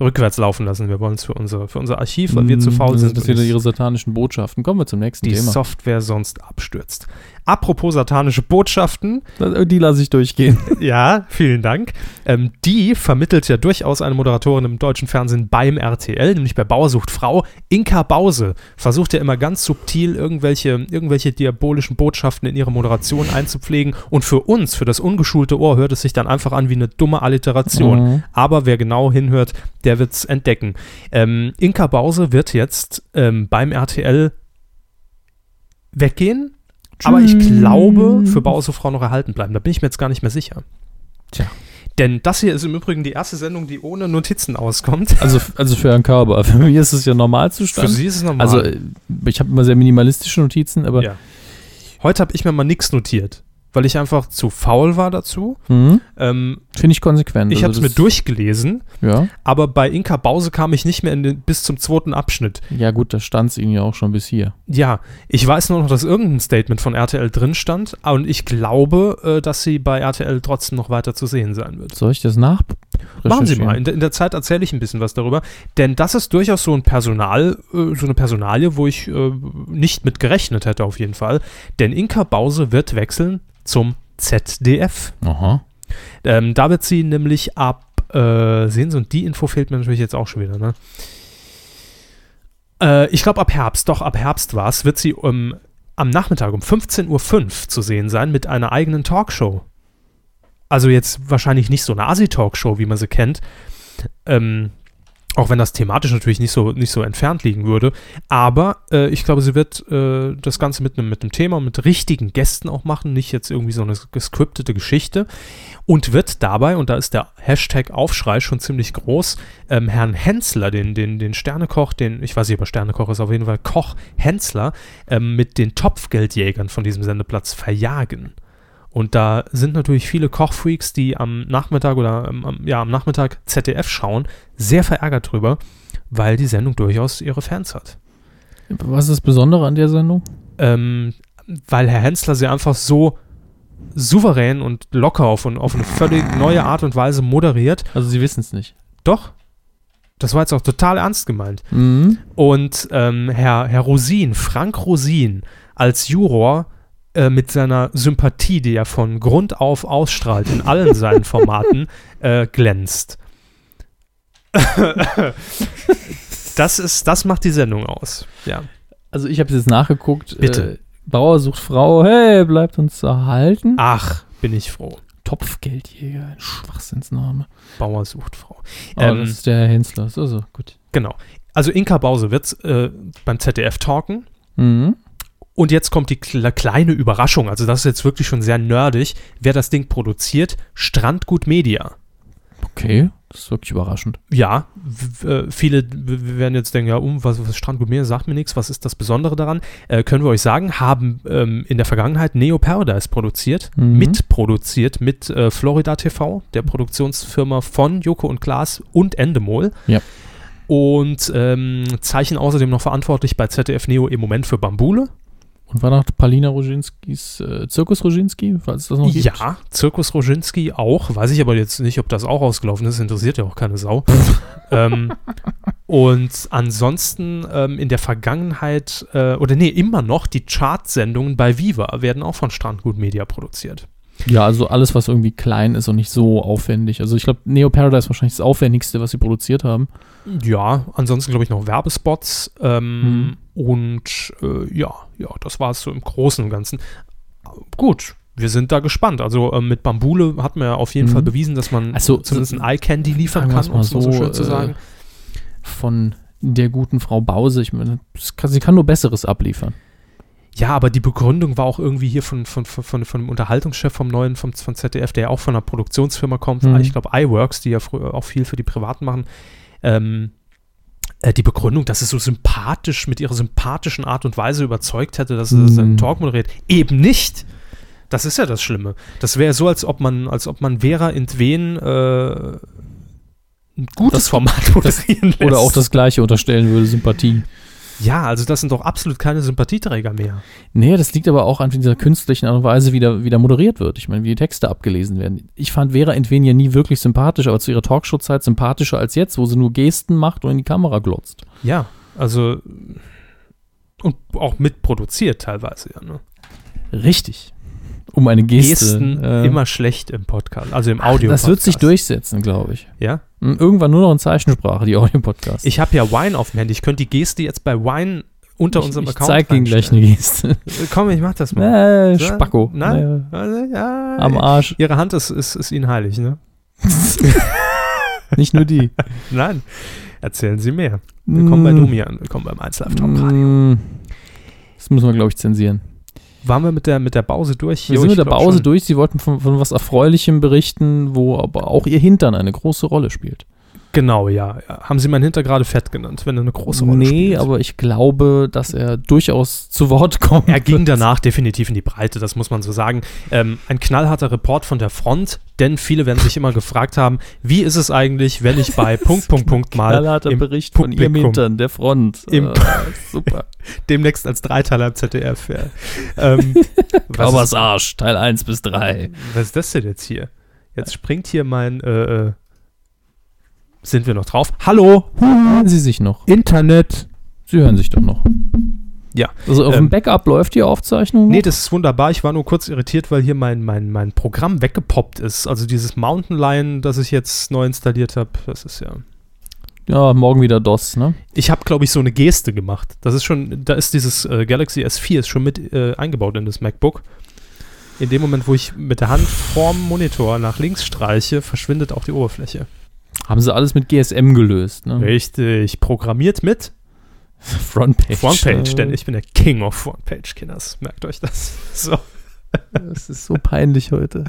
S1: rückwärts laufen lassen? Wir wollen es für, unsere, für unser Archiv, weil wir zu faul sind.
S2: Mm, Mhm. Das
S1: und
S2: wieder
S1: die-
S2: ihre satanischen Botschaften. Kommen wir zum nächsten
S1: die
S2: Thema.
S1: Software sonst abstürzt. Apropos satanische Botschaften,
S2: Das- Die lasse ich durchgehen.
S1: Ja, vielen Dank. Ähm, die vermittelt ja durchaus eine Moderatorin im deutschen Fernsehen beim RTL, nämlich bei Bauer sucht Frau. Inka Bause versucht ja immer ganz subtil irgendwelche, irgendwelche diabolischen Botschaften in ihre Moderation einzupflegen. Und für uns, für das ungeschulte Ohr, hört es sich dann einfach an wie eine dumme Alliteration.
S2: Mhm.
S1: Aber wer genau hinhört, der wird es entdecken. Ähm, Inka Bause wird jetzt ähm, beim RTL weggehen. Aber ich glaube, für Bauer Frau noch erhalten bleiben. Da bin ich mir jetzt gar nicht mehr sicher.
S2: Tja.
S1: Denn das hier ist im Übrigen die erste Sendung, die ohne Notizen auskommt.
S2: Also, also für Herrn Körber. Für mich ist es ja Normalzustand.
S1: Für sie ist es normal.
S2: also, äh, ich habe immer sehr minimalistische Notizen, aber.
S1: Ja. Heute habe ich mir mal nichts notiert, weil ich einfach zu faul war dazu.
S2: Mhm.
S1: Ähm,
S2: Finde ich konsequent.
S1: ich habe es
S2: also
S1: mir
S2: das-
S1: durchgelesen,
S2: Ja.
S1: aber bei Inka Bause kam ich nicht mehr in den, bis zum zweiten Abschnitt.
S2: ja, gut, da stand es Ihnen ja auch schon bis hier.
S1: Ja, ich weiß nur noch, dass irgendein Statement von RTL drin stand und ich glaube, äh, dass sie bei RTL trotzdem noch weiter zu sehen sein wird.
S2: Soll ich das nach?
S1: Machen Sie mal. In der, in der Zeit erzähle ich ein bisschen was darüber. Denn das ist durchaus so ein Personal, äh, so eine Personalie, wo ich äh, nicht mit gerechnet hätte auf jeden Fall. Denn Inka Bause wird wechseln zum ZDF.
S2: Aha.
S1: Ähm, da wird sie nämlich ab, äh, sehen Sie, und die Info fehlt mir natürlich jetzt auch schon wieder, ne? Äh, ich glaube ab Herbst, doch ab Herbst war es, wird sie ähm, am Nachmittag um 15.05 Uhr zu sehen sein mit einer eigenen Talkshow. Also jetzt wahrscheinlich nicht so eine Asi-Talkshow, wie man sie kennt. Ähm, auch wenn das thematisch natürlich nicht so, nicht so entfernt liegen würde. Aber äh, ich glaube, sie wird äh, das Ganze mit einem mit einem Thema, und mit richtigen Gästen auch machen, nicht jetzt irgendwie so eine gescriptete Geschichte und wird dabei, und da ist der Hashtag Aufschrei schon ziemlich groß, ähm, Herrn Hensler, den, den, den Sternekoch, den, ich weiß nicht, ob er Sternekoch ist, auf jeden Fall Koch Hensler, ähm, mit den Topfgeldjägern von diesem Sendeplatz verjagen. Und da sind natürlich viele Kochfreaks, die am Nachmittag oder am- am, ja, am Nachmittag ZDF schauen, sehr verärgert drüber, weil die Sendung durchaus ihre Fans hat
S2: Was ist das Besondere an der Sendung?
S1: ähm, weil Herr Hensler sie einfach so souverän und locker auf, und auf eine völlig neue Art und Weise moderiert.
S2: Also, Sie wissen es nicht.
S1: Doch, das war jetzt auch total ernst gemeint.
S2: Mhm.
S1: Und ähm, Herr, Herr Rosin, Frank Rosin, als Juror äh, mit seiner Sympathie, die er von Grund auf ausstrahlt in allen seinen Formaten, äh, glänzt. das, ist, das macht die Sendung aus. Ja.
S2: Also, ich habe es jetzt nachgeguckt.
S1: Bitte.
S2: Äh, Bauer sucht Frau. Hey, bleibt uns erhalten.
S1: Ach, bin ich froh.
S2: Topfgeldjäger, ein Schwachsinnsname.
S1: Bauer sucht Frau.
S2: Oh,
S1: Ähm,
S2: das ist der Herr Hensler. So, so, gut.
S1: Genau. Also Inka Bause wird äh, beim ZDF talken.
S2: Mhm.
S1: Und jetzt kommt die kle- kleine Überraschung. Also das ist jetzt wirklich schon sehr nerdig. Wer das Ding produziert? Strandgut Media.
S2: Okay, Das ist wirklich überraschend.
S1: Ja, w- äh, viele w- werden jetzt denken, ja, um, was, was Strand Gourmet sagt mir nichts, was ist das Besondere daran? Äh, können wir euch sagen, haben ähm, in der Vergangenheit Neo Paradise produziert,
S2: Mhm.
S1: mitproduziert mit äh, Florida TV, der Produktionsfirma von Joko und Klaas und Endemol.
S2: Ja.
S1: Und ähm, Zeichen außerdem noch verantwortlich bei ZDF Neo im Moment für Bambule.
S2: Und war noch Palina Roginskis äh, Zirkus Roginski, falls das noch gibt?
S1: Ja, Zirkus Roginski auch. Weiß ich aber jetzt nicht, ob das auch ausgelaufen ist. Interessiert ja auch keine Sau. ähm, und ansonsten ähm, in der Vergangenheit, äh, oder nee, immer noch die Chartsendungen bei Viva werden auch von Strandgut Media produziert.
S2: Ja, also alles, was irgendwie klein ist und nicht so aufwendig. Also ich glaube, Neo Paradise ist wahrscheinlich das aufwendigste, was sie produziert haben.
S1: Ja, ansonsten glaube ich noch Werbespots. Ähm,
S2: Hm.
S1: Und äh, ja, ja, das war es so im Großen und Ganzen. Gut. Wir sind da gespannt. Also ähm, mit Bambule hat man ja auf jeden
S2: Mhm.
S1: Fall bewiesen, dass man
S2: Also,
S1: zumindest ein Eye Candy liefern
S2: sagen
S1: kann,
S2: wir's
S1: um
S2: mal
S1: es mal so
S2: so,
S1: schön zu
S2: äh,
S1: sagen.
S2: Von der guten Frau Bause. Ich meine, das kann, sie kann nur Besseres abliefern.
S1: Ja, aber die Begründung war auch irgendwie hier von, von, von, von, von dem Unterhaltungschef vom neuen, vom, von ZDF, der ja auch von einer Produktionsfirma kommt,
S2: Mhm.
S1: ich glaube iWorks, die ja früher auch viel für die Privaten machen. Ähm, äh, die Begründung, dass es so sympathisch, mit ihrer sympathischen Art und Weise überzeugt hätte, dass es
S2: Mhm.
S1: einen Talk moderiert. Eben nicht! Das ist ja das Schlimme. Das wäre so, als ob man, als ob man Vera Entwen äh, ein gutes
S2: Das-
S1: Format moderieren lässt.
S2: Oder auch das Gleiche unterstellen würde, Sympathie.
S1: Ja, also das sind doch absolut keine Sympathieträger mehr.
S2: Nee, das liegt aber auch an dieser künstlichen Art und Weise, wie da, wie da moderiert wird. Ich meine, wie die Texte abgelesen werden. Ich fand Vera Entwen ja nie wirklich sympathisch, aber zu ihrer Talkshow-Zeit sympathischer als jetzt, wo sie nur Gesten macht und in die Kamera glotzt.
S1: Ja, also und auch mitproduziert teilweise, ja. Ne?
S2: Richtig. Um eine Geste.
S1: Gesten
S2: äh,
S1: immer schlecht im Podcast, also im Audio.
S2: Das wird sich durchsetzen, glaube ich.
S1: Ja,
S2: Hm, Irgendwann nur noch in Zeichensprache, die Audio-Podcasts.
S1: ich habe ja Wine auf dem Handy. Ich könnte die Geste jetzt bei Wine unter unserem
S2: ich, ich
S1: Account.
S2: zeig Ihnen gleich eine Geste.
S1: reinstellen. Komm, ich mach das mal.
S2: Äh,
S1: Ja,
S2: Spacko.
S1: nein. Also, ja,
S2: Naja, am Arsch.
S1: Ihre Hand ist, ist, ist Ihnen heilig, ne?
S2: Nicht nur die.
S1: Nein. Erzählen Sie mehr. Willkommen bei
S2: Mm.
S1: Domi an. Willkommen beim 1 Live Talk Radio.
S2: Mm, Das müssen wir, glaube ich, zensieren.
S1: Waren wir mit der, mit der Pause durch?
S2: Wir
S1: Jo,
S2: sind
S1: ich
S2: mit der
S1: glaub
S2: Pause
S1: schon.
S2: durch. Sie wollten von, von was Erfreulichem berichten, wo aber auch ihr Hintern eine große Rolle spielt.
S1: Genau, ja, ja. Haben Sie meinen Hinter gerade fett genannt, wenn er eine große Rolle
S2: nee,
S1: spielt?
S2: aber ich glaube, dass er durchaus zu Wort kommt.
S1: Er ging danach definitiv in die Breite, das muss man so sagen. Ähm, ein knallharter Report von der Front, denn viele werden sich immer gefragt haben, wie ist es eigentlich, wenn ich bei Punkt, Punkt, Punkt mal
S2: Knallharter
S1: im
S2: Bericht von ihrem
S1: Publikum.
S2: Hintern, der Front.
S1: Im-
S2: äh, super.
S1: demnächst als Dreiteiler im ZDF. Ja. Ähm, was,
S2: Kaubers
S1: ist,
S2: Arsch, Teil 1 bis 3.
S1: was ist das denn jetzt hier? Jetzt springt hier mein, äh, äh, sind wir noch drauf? Hallo,
S2: Hören Sie sich noch.
S1: Hm. Internet.
S2: Sie hören sich doch noch.
S1: Ja.
S2: Also auf
S1: Ähm,
S2: dem Backup läuft die Aufzeichnung?
S1: Nee,
S2: Nee,
S1: das ist wunderbar. Ich war nur kurz irritiert, weil hier mein, mein, mein Programm weggepoppt ist. Also dieses Mountain Lion, das ich jetzt neu installiert habe, das ist ja.
S2: ja, morgen wieder DOS, ne?
S1: Ich habe, glaube ich, so eine Geste gemacht. Das ist schon, da ist dieses äh, Galaxy S4 ist schon mit äh, eingebaut in das MacBook. In dem Moment, wo ich mit der Hand vorm Monitor nach links streiche, verschwindet auch die Oberfläche.
S2: Haben sie alles mit GSM gelöst, ne?
S1: Richtig, programmiert mit
S2: Frontpage.
S1: Frontpage,
S2: äh,
S1: denn ich bin der King of Frontpage, Kinders. Merkt euch das. So.
S2: Das ist so peinlich heute.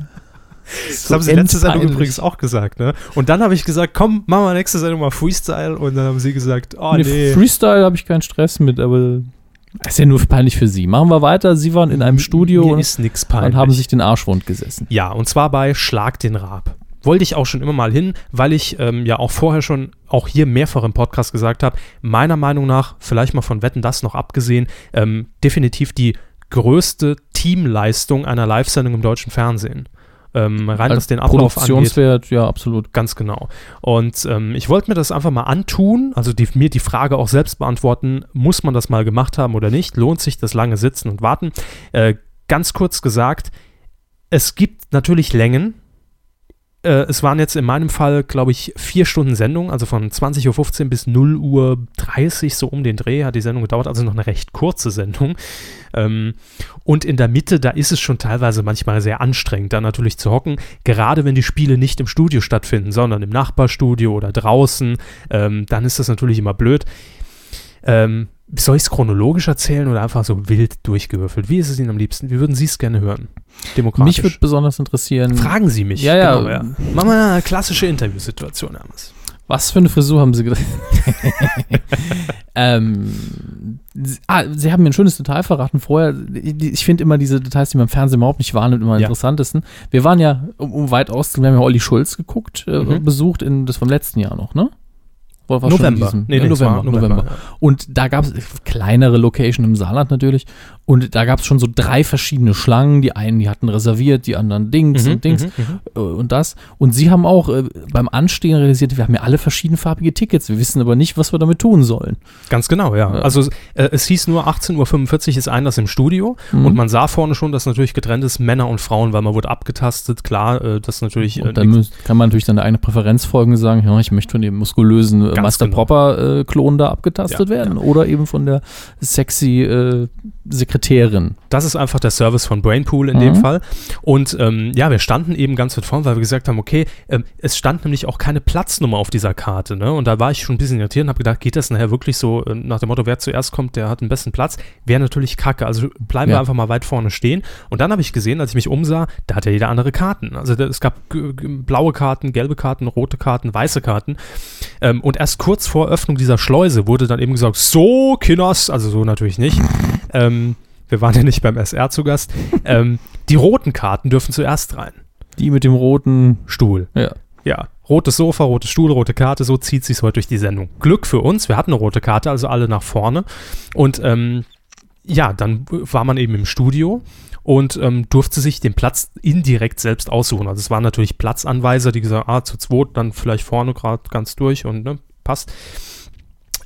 S1: Das haben sie letzte Sendung übrigens auch gesagt, ne? Und dann habe ich gesagt, komm, machen wir nächste Sendung mal Freestyle. Und dann haben sie gesagt, oh
S2: nee,
S1: nee.
S2: Freestyle habe ich keinen Stress mit, aber das ist ja nur peinlich für sie. Machen wir weiter. Sie waren in einem Studio
S1: Mir
S2: und,
S1: ist nix peinlich.
S2: und haben sich den Arsch wund gesessen.
S1: Ja, und zwar bei Schlag den Raab. Wollte ich auch schon immer mal hin, weil ich ähm, ja auch vorher schon, auch hier mehrfach im Podcast gesagt habe, meiner Meinung nach, vielleicht mal von Wetten das noch abgesehen, ähm, definitiv die größte Teamleistung einer Live-Sendung im deutschen Fernsehen. Ähm, rein was den Ablauf angeht.
S2: Also Produktionswert, ja, absolut.
S1: Ganz genau. Und ähm, ich wollte mir das einfach mal antun, also die, mir die Frage auch selbst beantworten, muss man das mal gemacht haben oder nicht? Lohnt sich das lange Sitzen und Warten? Äh, ganz kurz gesagt, es gibt natürlich Längen. Äh, es waren jetzt in meinem Fall, glaube ich, vier Stunden Sendung, also von 20.15 Uhr bis 0.30 Uhr, so um den Dreh hat die Sendung gedauert, also noch eine recht kurze Sendung. Ähm, und in der Mitte, da ist es schon teilweise manchmal sehr anstrengend, da natürlich zu hocken, gerade wenn die Spiele nicht im Studio stattfinden, sondern im Nachbarstudio oder draußen, ähm, dann ist das natürlich immer blöd. Ähm, Soll ich es chronologisch erzählen oder einfach so wild durchgewürfelt? Wie ist es Ihnen am liebsten? Wie würden Sie es gerne hören? Demokratisch.
S2: Mich würde besonders interessieren,
S1: Fragen Sie mich. Genau,
S2: Ja, ja.
S1: Machen wir eine klassische Interviewsituation, Hermes.
S2: was für eine Frisur haben sie gedacht? ähm, sie- ah, sie haben mir ein schönes Detail verraten vorher. Ich, ich finde immer diese Details, die man im Fernsehen überhaupt nicht wahrnimmt, immer am
S1: Ja.
S2: interessantesten. Wir waren ja, um, um weit auszugehen, wir haben ja Olli Schulz geguckt, äh,
S1: Mhm.
S2: besucht, in, das vom letzten Jahr noch, ne? Oder war schon in diesem-
S1: Nee,
S2: ja,
S1: nee, es
S2: November,
S1: war
S2: November. Und da gab es kleinere Location im Saarland natürlich. Und da gab es schon so drei verschiedene Schlangen. Die einen, die hatten reserviert, die anderen Dings
S1: Mhm,
S2: und Dings
S1: mhm, mhm.
S2: äh, und das. Und sie haben auch äh, beim Anstehen realisiert, wir haben ja alle verschiedenfarbige Tickets. Wir wissen aber nicht, was wir damit tun sollen.
S1: Ganz genau, ja.
S2: Ja.
S1: Also äh, es hieß nur 18.45 Uhr ist Einlass im Studio Mhm. und
S2: Mhm.
S1: man sah vorne schon, dass natürlich getrennt ist Männer und Frauen, weil man wurde abgetastet. Klar, äh, das natürlich. Äh,
S2: Und dann müß- kann man natürlich dann der eigene Präferenz folgen und sagen, ja, ich möchte von dem muskulösen äh,
S1: Ganz
S2: Master
S1: genau.
S2: Proper äh, Klon da abgetastet
S1: Ja,
S2: werden oder eben von der sexy äh, Sekretärin.
S1: das ist einfach der Service von Brainpool in
S2: Mhm.
S1: dem Fall. Und ähm, ja, wir standen eben ganz weit vorn, weil wir gesagt haben, okay, ähm, es stand nämlich auch keine Platznummer auf dieser Karte. Ne? Und da war ich schon ein bisschen irritiert und habe gedacht, geht das nachher wirklich so äh, nach dem Motto, wer zuerst kommt, der hat den besten Platz? Wäre natürlich kacke. Also bleiben
S2: Ja.
S1: wir einfach mal weit vorne stehen. Und dann habe ich gesehen, als ich mich umsah, da hat ja jeder andere Karten. Also da, es gab g- g- blaue Karten, gelbe Karten, rote Karten, weiße Karten. Ähm, und erst kurz vor Öffnung dieser Schleuse wurde dann eben gesagt, so, Kinders, also so natürlich nicht. Ähm, wir waren ja nicht beim SR zu Gast. ähm, die roten Karten dürfen zuerst rein.
S2: Die mit dem roten.
S1: Stuhl.
S2: Ja.
S1: Ja. Rotes Sofa, rotes Stuhl, rote Karte, so zieht sich's heute durch die Sendung. Glück für uns, wir hatten eine rote Karte, also alle nach vorne. Und ähm, ja, dann war man eben im Studio und ähm, durfte sich den Platz indirekt selbst aussuchen. Also es waren natürlich Platzanweiser, die gesagt haben, ah, zu zweit, dann vielleicht vorne gerade ganz durch und ne, passt.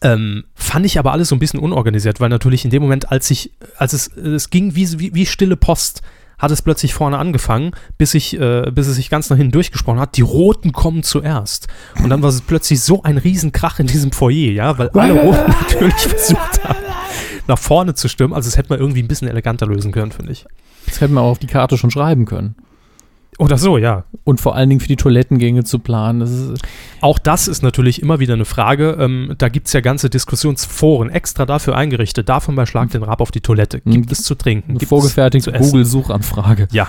S1: Ähm, fand ich aber alles so ein bisschen unorganisiert, weil natürlich in dem Moment, als ich, als es, es ging wie, wie, wie stille Post, hat es plötzlich vorne angefangen, bis ich, äh, bis es sich ganz nach hinten durchgesprochen hat, die Roten kommen zuerst. Und dann war es plötzlich so ein Riesenkrach in diesem Foyer, ja, weil alle Roten natürlich versucht haben, nach vorne zu stürmen. Also das hätte man irgendwie ein bisschen eleganter lösen können, finde ich.
S2: Das hätten wir auch auf die Karte schon schreiben können.
S1: Oder so, ja.
S2: Und vor allen Dingen für die Toilettengänge zu planen. Das ist,
S1: Auch das ist natürlich immer wieder eine Frage. Ähm, da gibt es ja ganze Diskussionsforen extra dafür eingerichtet. Davon bei Schlag den Rab auf die Toilette. Gibt
S2: Mhm.
S1: es zu trinken?
S2: eine
S1: Gibt
S2: vorgefertigte
S1: es zu essen?
S2: Google-Suchanfrage.
S1: Ja.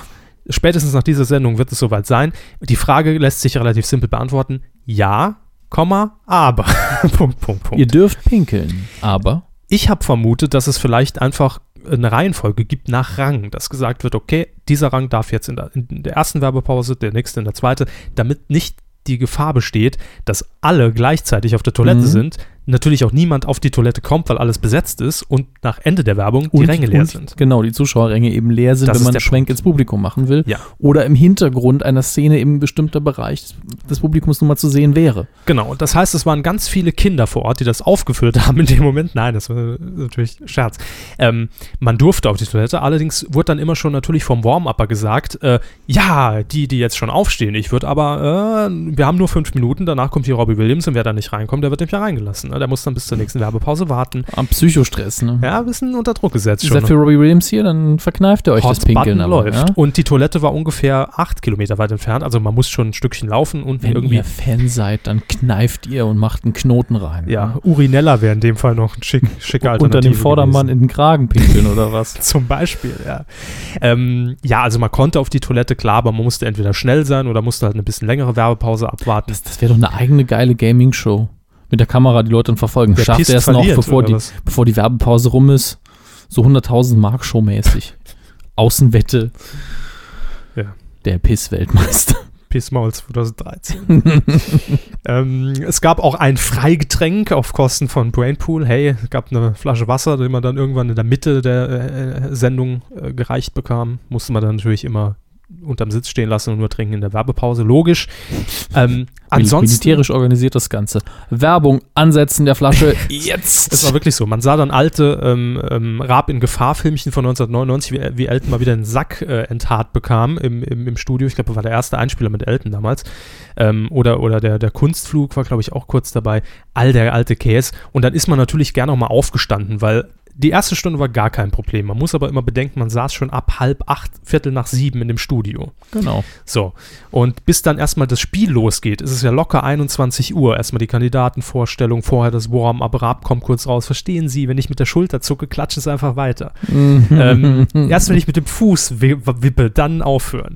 S1: Spätestens nach dieser Sendung wird es soweit sein. Die Frage lässt sich relativ simpel beantworten. Ja, Komma, aber. Punkt, Punkt, Punkt.
S2: Ihr dürft pinkeln, aber
S1: Ich habe vermutet, dass es vielleicht einfach eine Reihenfolge gibt nach Rang, dass gesagt wird, okay, dieser Rang darf jetzt in der, in der ersten Werbepause, der nächste in der zweiten, damit nicht die Gefahr besteht, dass alle gleichzeitig auf der Toilette
S2: Mhm.
S1: sind, natürlich auch niemand auf die Toilette kommt, weil alles besetzt ist und nach Ende der Werbung die
S2: und-
S1: Ränge leer
S2: und-
S1: sind.
S2: Genau, die Zuschauerränge eben leer sind,
S1: Das
S2: wenn
S1: ist
S2: man
S1: der
S2: einen Schwenk ins Publikum machen will.
S1: Ja.
S2: Oder im Hintergrund einer Szene eben bestimmter Bereich des, des Publikums nun mal zu sehen wäre.
S1: Genau, das heißt, es waren ganz viele Kinder vor Ort, die das aufgeführt haben in dem Moment. Nein, das war natürlich Scherz. Ähm, man durfte auf die Toilette, allerdings wurde dann immer schon natürlich vom Warm-Upper gesagt, äh, ja, die, die jetzt schon aufstehen, ich würde aber, äh, wir haben nur fünf Minuten, danach kommt hier Robbie Williams und wer da nicht reinkommt, der wird nämlich reingelassen. Ne? Der muss dann bis zur nächsten Werbepause warten.
S2: Am Psychostress, ne?
S1: Ja, ein bisschen unter Druck gesetzt
S2: Ist er
S1: schon.
S2: für Robbie Williams hier, dann verkneift er euch das
S1: Hot
S2: Pinkeln.
S1: Button
S2: aber, ne?
S1: läuft.
S2: Ja?
S1: Und die Toilette war ungefähr acht Kilometer weit entfernt, also man muss schon ein Stückchen laufen und
S2: Wenn
S1: irgendwie
S2: ihr Fan seid, dann kneift ihr und macht einen Knoten rein. ne?
S1: Ja, Urinella wäre in dem Fall noch ein schick, schicker Alternative
S2: Unter dem Vordermann
S1: gewesen.
S2: in den Kragen pinkeln oder was?
S1: Zum Beispiel, ja. Ähm, ja, also man konnte auf die Toilette, klar, aber man musste entweder schnell sein oder musste halt eine bisschen längere Werbepause abwarten.
S2: Das, das wäre doch eine eigene geile Gaming-Show. Mit der Kamera die Leute dann verfolgen.
S1: Wer
S2: Schafft
S1: pisst,
S2: er es noch,
S1: verliert,
S2: bevor
S1: oder
S2: die,
S1: was?
S2: bevor die Werbepause rum ist? So 100.000 Mark Show-mäßig. Außenwette.
S1: Ja.
S2: Der Piss-Weltmeister.
S1: Pissmaul 2013. ähm, es gab auch ein Freigetränk auf Kosten von Brainpool. Hey, es gab eine Flasche Wasser, die man dann irgendwann in der Mitte der äh, Sendung äh, gereicht bekam. Musste man dann natürlich immer unterm Sitz stehen lassen und nur trinken in der Werbepause. Logisch. Ähm, ansonsten
S2: Militärisch organisiert das Ganze. Werbung, Ansetzen der Flasche. Jetzt!
S1: Das war wirklich so. Man sah dann alte ähm, ähm, Raab in Gefahr-Filmchen von 1999, wie, wie Elton mal wieder einen Sack äh, enthaart bekam im, im, im Studio. Ich glaube, das war der erste Einspieler mit Elton damals. Ähm, oder oder der, der Kunstflug war, glaube ich, auch kurz dabei. All der alte Käse. Und dann ist man natürlich gern nochmal aufgestanden, weil die erste Stunde war gar kein Problem. Man muss aber immer bedenken, man saß schon ab halb acht, Viertel nach sieben in dem Studio.
S2: Genau.
S1: So. Und bis dann erstmal das Spiel losgeht, ist es ja locker 21 Uhr. Erstmal die Kandidatenvorstellung, vorher das Warm-up, Rab kommt kurz raus. Verstehen Sie, wenn ich mit der Schulter zucke, klatsche es einfach weiter. ähm, erst wenn ich mit dem Fuß wi- wippe, dann aufhören.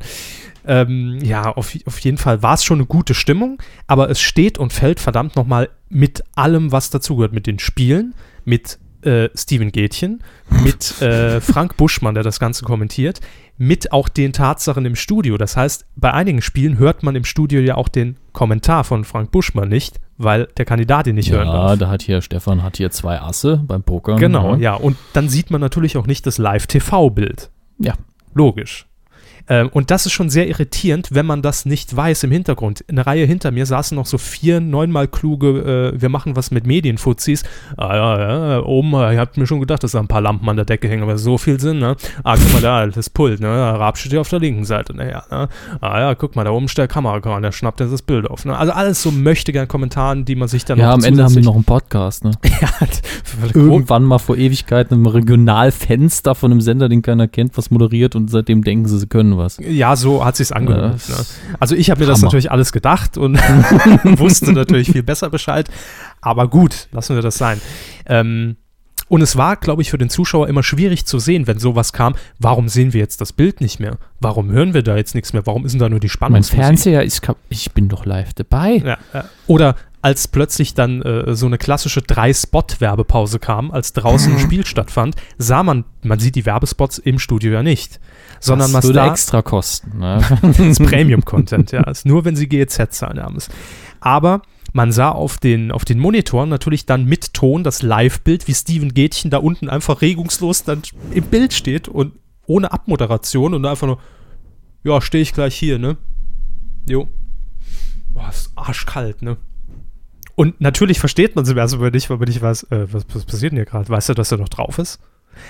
S1: Ähm, ja, auf, auf jeden Fall war es schon eine gute Stimmung, aber es steht und fällt verdammt nochmal mit allem, was dazugehört, mit den Spielen, mit äh, Steven Gätchen, mit äh, Frank Buschmann, der das Ganze kommentiert, mit auch den Tatsachen im Studio. Das heißt, bei einigen Spielen hört man im Studio ja auch den Kommentar von Frank Buschmann nicht, weil der Kandidat ihn nicht hören darf.
S2: Ja, da hat hier, Stefan hat hier zwei Asse beim ne? Poker.
S1: Genau,
S2: ja.
S1: ja. Und dann sieht man natürlich auch nicht das Live-TV-Bild.
S2: Ja.
S1: Logisch. Ähm, und das ist schon sehr irritierend, wenn man das nicht weiß im Hintergrund. Eine Reihe hinter mir saßen noch so vier neunmal kluge, äh, wir machen was mit Medienfuzis. Ah, ja, ja, oben, äh, ihr habt mir schon gedacht, dass da ein paar Lampen an der Decke hängen, aber so viel Sinn, ne? Ah, guck mal da, das Pult, ne? Raab steht ja auf der linken Seite, naja, ne? Ah ja, guck mal, da oben steht der Kamerakran, der schnappt jetzt das Bild auf, ne? Also alles so möchte gern Kommentaren, die man sich dann
S2: Ja, am Ende haben wir
S1: zusätzlich-
S2: noch einen Podcast, ne?
S1: Gro-
S2: Irgendwann mal vor Ewigkeiten im Regionalfenster von einem Sender, den keiner kennt, was moderiert und seitdem denken sie, sie können was.
S1: Ja, so hat sich's angehört.
S2: Ja.
S1: ne? Also ich habe mir das
S2: Hammer.
S1: natürlich alles gedacht und wusste natürlich viel besser Bescheid. Aber gut, lassen wir das sein. Ähm, und es war, glaube ich, für den Zuschauer immer schwierig zu sehen, wenn sowas kam, warum sehen wir jetzt das Bild nicht mehr? Warum hören wir da jetzt nichts mehr? Warum ist denn da nur die Spannung?
S2: Mein Fernseher ist kap Ich bin doch live dabei.
S1: Ja, ja. Oder als plötzlich dann äh, so eine klassische Drei-Spot-Werbepause kam, als draußen
S2: Mhm.
S1: ein Spiel stattfand, sah man, man sieht die Werbespots im Studio ja nicht. Sondern
S2: das
S1: was
S2: würde
S1: da,
S2: extra kosten. Ne?
S1: Das ist Premium-Content, ja. Ist nur, wenn sie GEZ zahlen haben. es. Aber man sah auf den, auf den Monitoren natürlich dann mit Ton das Live-Bild, wie Steven Gätchen da unten einfach regungslos dann im Bild steht und ohne Abmoderation und einfach nur, ja, stehe ich gleich hier, ne? Jo. Boah, ist arschkalt, ne? Und natürlich versteht man also es im ersten Moment nicht, weil man nicht weiß, äh, was, was passiert denn hier gerade? Weißt du, dass er noch drauf ist?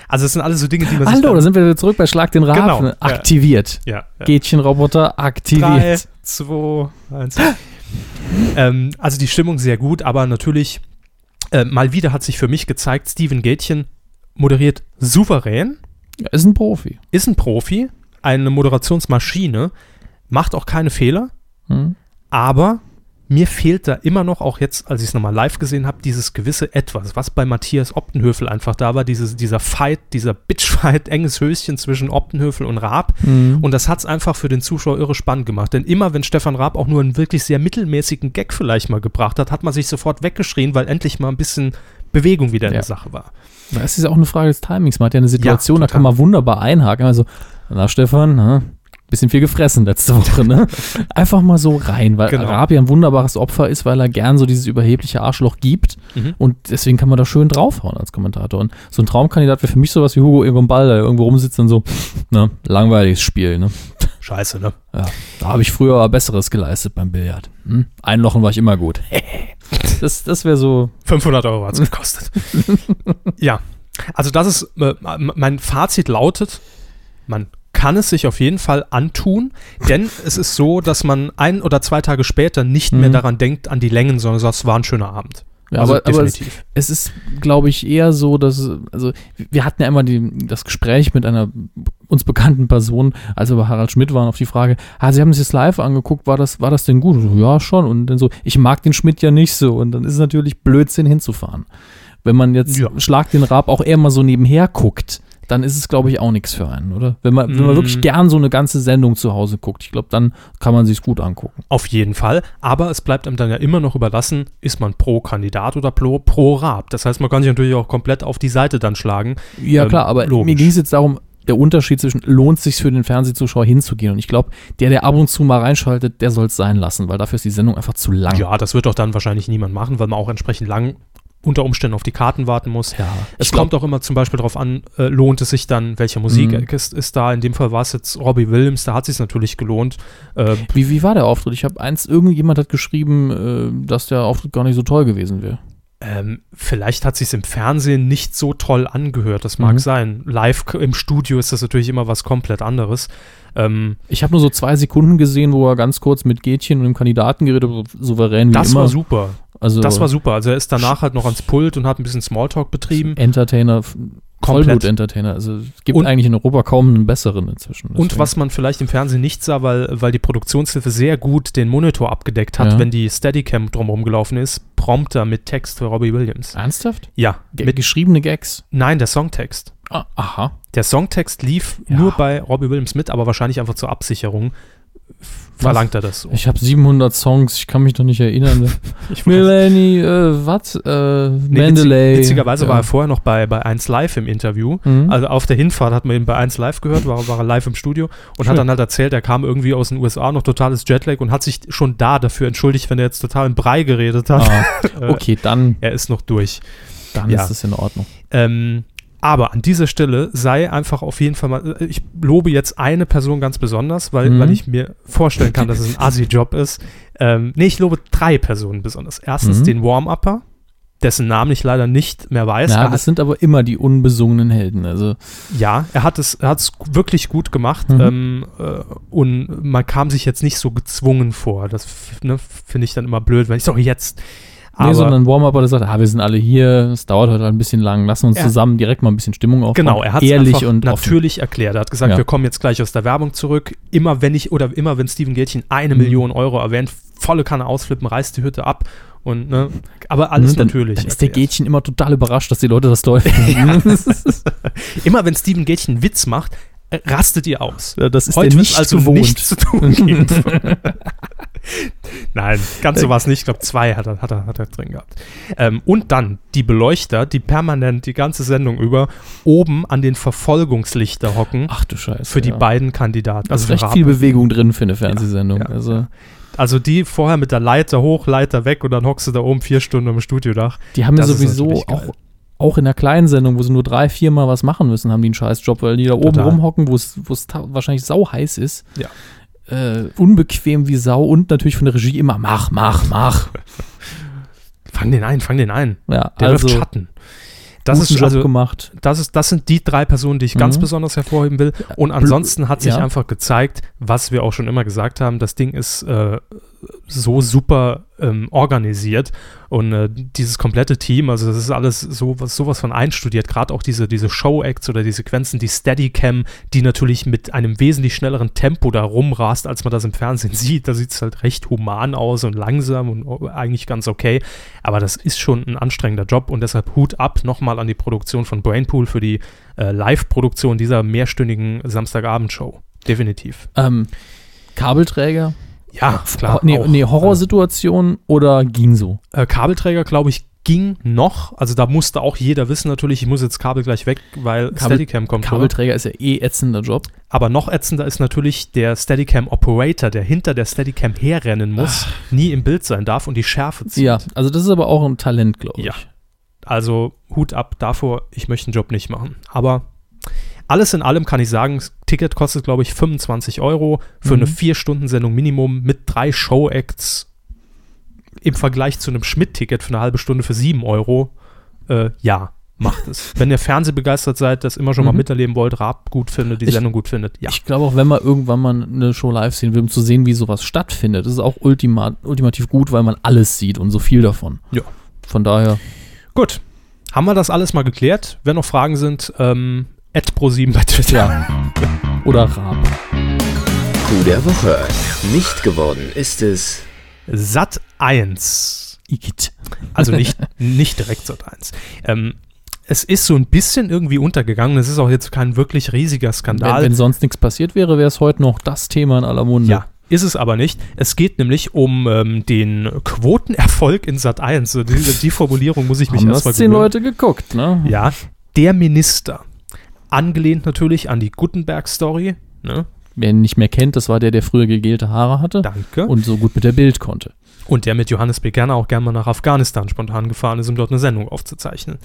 S1: Also, es sind alles so Dinge, die man
S2: Hallo, da
S1: sich.
S2: sind wir wieder zurück bei Schlag den Raben.
S1: Genau, ja.
S2: Aktiviert.
S1: Dann, ja, ja.
S2: Gätchenroboter
S1: Drei,
S2: aktiviert.
S1: zwei, eins. ähm, also die Stimmung sehr gut, aber natürlich, äh, mal wieder hat sich für mich gezeigt, Steven Gätchen moderiert souverän,
S2: Ja, Ist ein Profi.
S1: ist ein Profi, eine Moderationsmaschine, macht auch keine Fehler,
S2: Hm?
S1: aber mir fehlt da immer noch, auch jetzt, als ich es nochmal live gesehen habe, dieses gewisse Etwas, was bei Matthias Optenhöfel einfach da war, dieses, dieser Fight, dieser Bitchfight, enges Höschen zwischen Optenhöfel und Raab.
S2: Mhm.
S1: Und das hat es einfach für den Zuschauer irre spannend gemacht. Denn immer, wenn Stefan Raab auch nur einen wirklich sehr mittelmäßigen Gag vielleicht mal gebracht hat, hat man sich sofort weggeschrien, weil endlich mal ein bisschen Bewegung wieder in
S2: Ja.
S1: der Sache war.
S2: Das ist auch eine Frage des Timings. Man hat ja eine Situation, da
S1: total.
S2: kann man wunderbar einhaken. Also, na Stefan, hm, bisschen viel gefressen letzte Woche, ne? Einfach mal so rein, weil
S1: Genau.
S2: Arabi ein wunderbares Opfer ist, weil er gern so dieses überhebliche Arschloch gibt.
S1: Mhm.
S2: Und deswegen kann man da schön draufhauen als Kommentator. Und so ein Traumkandidat wäre für mich sowas wie Hugo Egon Ball, der irgendwo rumsitzt und so, ne? Langweiliges Spiel, ne?
S1: Scheiße, ne?
S2: Ja, da habe ich früher aber Besseres geleistet beim Billard. Hm? Einlochen war ich immer gut. das das wäre so.
S1: 500 Euro hat es gekostet. ja, also das ist, äh, m- mein Fazit lautet, man kann es sich auf jeden Fall antun, denn es ist so, dass man ein oder zwei Tage später nicht mehr
S2: Mhm.
S1: daran denkt, an die Längen, sondern sagt, es war ein schöner Abend.
S2: Ja,
S1: Also
S2: aber, aber es,
S1: definitiv.
S2: es ist, glaube ich, eher so, dass, also wir hatten ja einmal die, das Gespräch mit einer uns bekannten Person, als wir bei Harald Schmidt waren, auf die Frage, ah, Sie haben sich das live angeguckt, war das, war das denn gut? Und so, ja, schon. Und dann so, ich mag den Schmidt ja nicht so. Und dann ist es natürlich Blödsinn hinzufahren. Wenn man jetzt
S1: Ja.
S2: Schlag den Rab auch eher mal so nebenher guckt, dann ist es, glaube ich, auch nichts für einen, oder? Wenn man, wenn man
S1: Mhm.
S2: wirklich gern so eine ganze Sendung zu Hause guckt, ich glaube, dann kann man sich gut angucken.
S1: Auf jeden Fall, aber es bleibt einem dann ja immer noch überlassen, ist man pro Kandidat oder pro, pro Rab. Das heißt, man kann sich natürlich auch komplett auf die Seite dann schlagen.
S2: Ja,
S1: Ähm,
S2: klar, aber
S1: logisch.
S2: mir ging es jetzt darum, der Unterschied zwischen lohnt sich für den Fernsehzuschauer hinzugehen. Und ich glaube, der, der ab und zu mal reinschaltet, der soll es sein lassen, weil dafür ist die Sendung einfach zu lang.
S1: Ja, das wird doch dann wahrscheinlich niemand machen, weil man auch entsprechend lang unter Umständen auf die Karten warten muss.
S2: Ja,
S1: Es
S2: ich glaub-
S1: kommt auch immer zum Beispiel darauf an, äh, lohnt es sich dann, welche Musik
S2: Mhm.
S1: ist, ist da. In dem Fall war es jetzt Robbie Williams, da hat es sich natürlich gelohnt. Äh,
S2: Wie, wie war der Auftritt? Ich habe eins, irgendjemand hat geschrieben, äh, dass der Auftritt gar nicht so toll gewesen wäre.
S1: ähm, vielleicht hat sich im Fernsehen nicht so toll angehört, das mag
S2: Mhm.
S1: sein. Live k- im Studio ist das natürlich immer was komplett anderes. Ähm,
S2: Ich habe nur so zwei Sekunden gesehen, wo er ganz kurz mit Gätchen und dem Kandidaten geredet hat, souverän wie
S1: das
S2: immer.
S1: war super.
S2: Also
S1: Das war super. Also er ist danach halt noch ans Pult und hat ein bisschen Smalltalk betrieben.
S2: Entertainer, f-
S1: Komplett.
S2: Vollblut-Entertainer. Also es gibt
S1: Und-
S2: eigentlich in Europa kaum einen besseren inzwischen.
S1: Und was man vielleicht im Fernsehen nicht sah, weil, weil die Produktionshilfe sehr gut den Monitor abgedeckt hat,
S2: Ja.
S1: wenn die Steadicam drumherum gelaufen ist, Prompter mit Text für Robbie Williams.
S2: Ernsthaft?
S1: Ja,
S2: Ah. Ge geschriebene Gags?
S1: nein, der Songtext.
S2: Ah, aha.
S1: Der Songtext lief
S2: Ja.
S1: nur bei Robbie Williams mit, aber wahrscheinlich einfach zur Absicherung f- verlangt er das. so.
S2: Ich habe 700 Songs, ich kann mich doch nicht erinnern. Melanie, äh, was? Äh,
S1: Nee, witzig-
S2: Mandalay.
S1: Witzigerweise
S2: ja.
S1: war er vorher noch bei, bei 1 Live im Interview.
S2: Mhm.
S1: Also auf der Hinfahrt hat man ihn bei 1 Live gehört, war, war er live im Studio und
S2: Schön.
S1: hat dann halt erzählt, er kam irgendwie aus den USA, noch totales Jetlag und hat sich schon da dafür entschuldigt, wenn er jetzt total im Brei geredet hat.
S2: Ah, okay, dann,
S1: Er ist noch durch.
S2: dann
S1: äh, ja.
S2: ist es in Ordnung.
S1: Ähm, aber an dieser Stelle sei einfach auf jeden Fall mal, äh, ich lobe jetzt eine Person ganz besonders, weil,
S2: Mhm.
S1: weil ich mir vorstellen kann, dass es ein Assi-Job ist. Ähm, nee, ich lobe drei Personen besonders. Erstens
S2: Mhm.
S1: den Warm-Upper, dessen Namen ich leider nicht mehr weiß.
S2: Ja,
S1: Er hat-
S2: das sind aber immer die unbesungenen Helden. Also
S1: Ja, er hat es, er hat es wirklich gut gemacht
S2: Mhm.
S1: ähm, äh, und man kam sich jetzt nicht so gezwungen vor. Das f- ne, finde ich dann immer blöd, wenn ich sage, jetzt. Aber
S2: Nee, sondern ein Warm-Up oder sagt, ah, wir sind alle hier, es dauert heute ein bisschen lang, lassen uns
S1: Ja.
S2: zusammen direkt mal ein bisschen Stimmung aufbauen.
S1: genau, er hat es
S2: ehrlich und offen.
S1: natürlich erklärt. Er hat gesagt,
S2: Ja.
S1: wir kommen jetzt gleich aus der Werbung zurück. Immer wenn ich oder immer wenn Steven Gätchen eine
S2: Mhm.
S1: Million Euro erwähnt, volle Kanne ausflippen, reißt die Hütte ab und ne, aber alles
S2: Mhm, dann,
S1: natürlich.
S2: Dann ist der
S1: erklärt.
S2: Gätchen immer total überrascht, dass die Leute das toll
S1: immer wenn Steven Gätchen einen Witz macht, äh, rastet ihr aus.
S2: Das
S1: Heute wird's also nichts zu tun geben. Nein, ganz
S2: Äh,
S1: so war es nicht. Ich glaube, zwei hat er, hat, er, hat er drin gehabt. Ähm, und dann die Beleuchter, die permanent die ganze Sendung über oben an den Verfolgungslichter hocken
S2: Ach du Scheiße.
S1: für die
S2: ja.
S1: beiden Kandidaten.
S2: Also
S1: für
S2: recht
S1: Raab.
S2: viel Bewegung drin für eine Fernsehsendung.
S1: Ja, ja,
S2: also
S1: also die vorher mit der Leiter hoch, Leiter weg und dann hockst du da oben vier Stunden im Studiodach.
S2: die haben ja
S1: Das ist
S2: sowieso
S1: natürlich geil.
S2: auch, auch in der kleinen Sendung, wo sie nur drei, viermal was machen müssen, haben die einen Scheißjob, weil die da oben
S1: Total.
S2: rumhocken, wo es wo es ta- wahrscheinlich sau heiß ist.
S1: Ja.
S2: Äh, unbequem wie Sau und natürlich von der Regie immer mach, mach, mach.
S1: Fang den ein, fang den ein.
S2: Ja,
S1: Der
S2: also
S1: wirft Schatten. Das
S2: guten
S1: ist,
S2: Job
S1: also,
S2: gemacht.
S1: das, ist, das sind die drei Personen, die ich ganz
S2: Mhm.
S1: besonders hervorheben will. Und ansonsten hat sich
S2: ja.
S1: einfach gezeigt, was wir auch schon immer gesagt haben, das Ding ist äh, so super ähm, organisiert und äh, dieses komplette Team, also das ist alles so, was, sowas von einstudiert, gerade auch diese, diese Show-Acts oder die Sequenzen, die Steadicam, die natürlich mit einem wesentlich schnelleren Tempo da rumrast, als man das im Fernsehen sieht. Da sieht es halt recht human aus und langsam und oh, eigentlich ganz okay. Aber das ist schon ein anstrengender Job und deshalb Hut ab nochmal an die Produktion von Brainpool für die äh, Live-Produktion dieser mehrstündigen Samstagabendshow. Definitiv.
S2: Ähm, Kabelträger?
S1: Ja, klar.
S2: nee,
S1: auch.
S2: nee, Horrorsituation oder ging so?
S1: Äh, Kabelträger, glaube ich, ging noch. Also da musste auch jeder wissen natürlich, ich muss jetzt Kabel gleich weg, weil
S2: Kabel-
S1: Steadicam kommt. oder?
S2: Kabelträger ist ja eh ätzender Job.
S1: Aber noch ätzender ist natürlich der Steadicam-Operator, der hinter der Steadicam herrennen muss, nie im Bild sein darf und die Schärfe zieht.
S2: Ja, also das ist aber auch ein Talent, glaube ich.
S1: Ja. Also Hut ab davor, ich möchte den Job nicht machen. Aber alles in allem kann ich sagen, das Ticket kostet, glaube ich, 25 Euro für
S2: Mhm.
S1: eine 4-Stunden-Sendung Minimum mit drei Show-Acts. Im Vergleich zu einem Schmidt-Ticket für eine halbe Stunde für 7 Euro, äh, ja, macht es. Wenn ihr fernsehbegeistert seid, das immer schon mal
S2: Mhm.
S1: miterleben wollt, Raab gut findet, die
S2: Ich-
S1: Sendung gut findet, ja.
S2: Ich glaube auch, wenn man irgendwann mal eine Show live sehen will, um zu sehen, wie sowas stattfindet, ist es auch ultima ultimativ gut, weil man alles sieht und so viel davon.
S1: Ja.
S2: Von daher,
S1: Gut. Haben wir das alles mal geklärt? Wenn noch Fragen sind, ähm, pro7 bei Twitter.
S2: ja. oder Raab.
S3: Coup der Woche. Nicht geworden ist es
S1: Sat 1.
S2: Igitt.
S1: Also nicht, nicht direkt Sat 1. Ähm, es ist so ein bisschen irgendwie untergegangen. Es ist auch jetzt kein wirklich riesiger
S2: Wenn,
S1: Skandal.
S2: wenn sonst nichts passiert wäre, wäre es heute noch das Thema in aller Munde.
S1: ja. Ist es aber nicht. Es geht nämlich um ähm, den Quotenerfolg in Sat 1. So, diese, die Formulierung muss ich mich
S2: Haben das
S1: erstmal
S2: zehn Leute geguckt, ne?
S1: Ja, der Minister. Angelehnt natürlich an die Gutenberg-Story. Ne?
S2: Wer ihn nicht mehr kennt, das war der, der früher gegelte Haare hatte
S1: Danke.
S2: und so gut mit der Bild konnte.
S1: Und der mit Johannes Begerner auch gerne mal nach Afghanistan spontan gefahren ist, um dort eine Sendung aufzuzeichnen.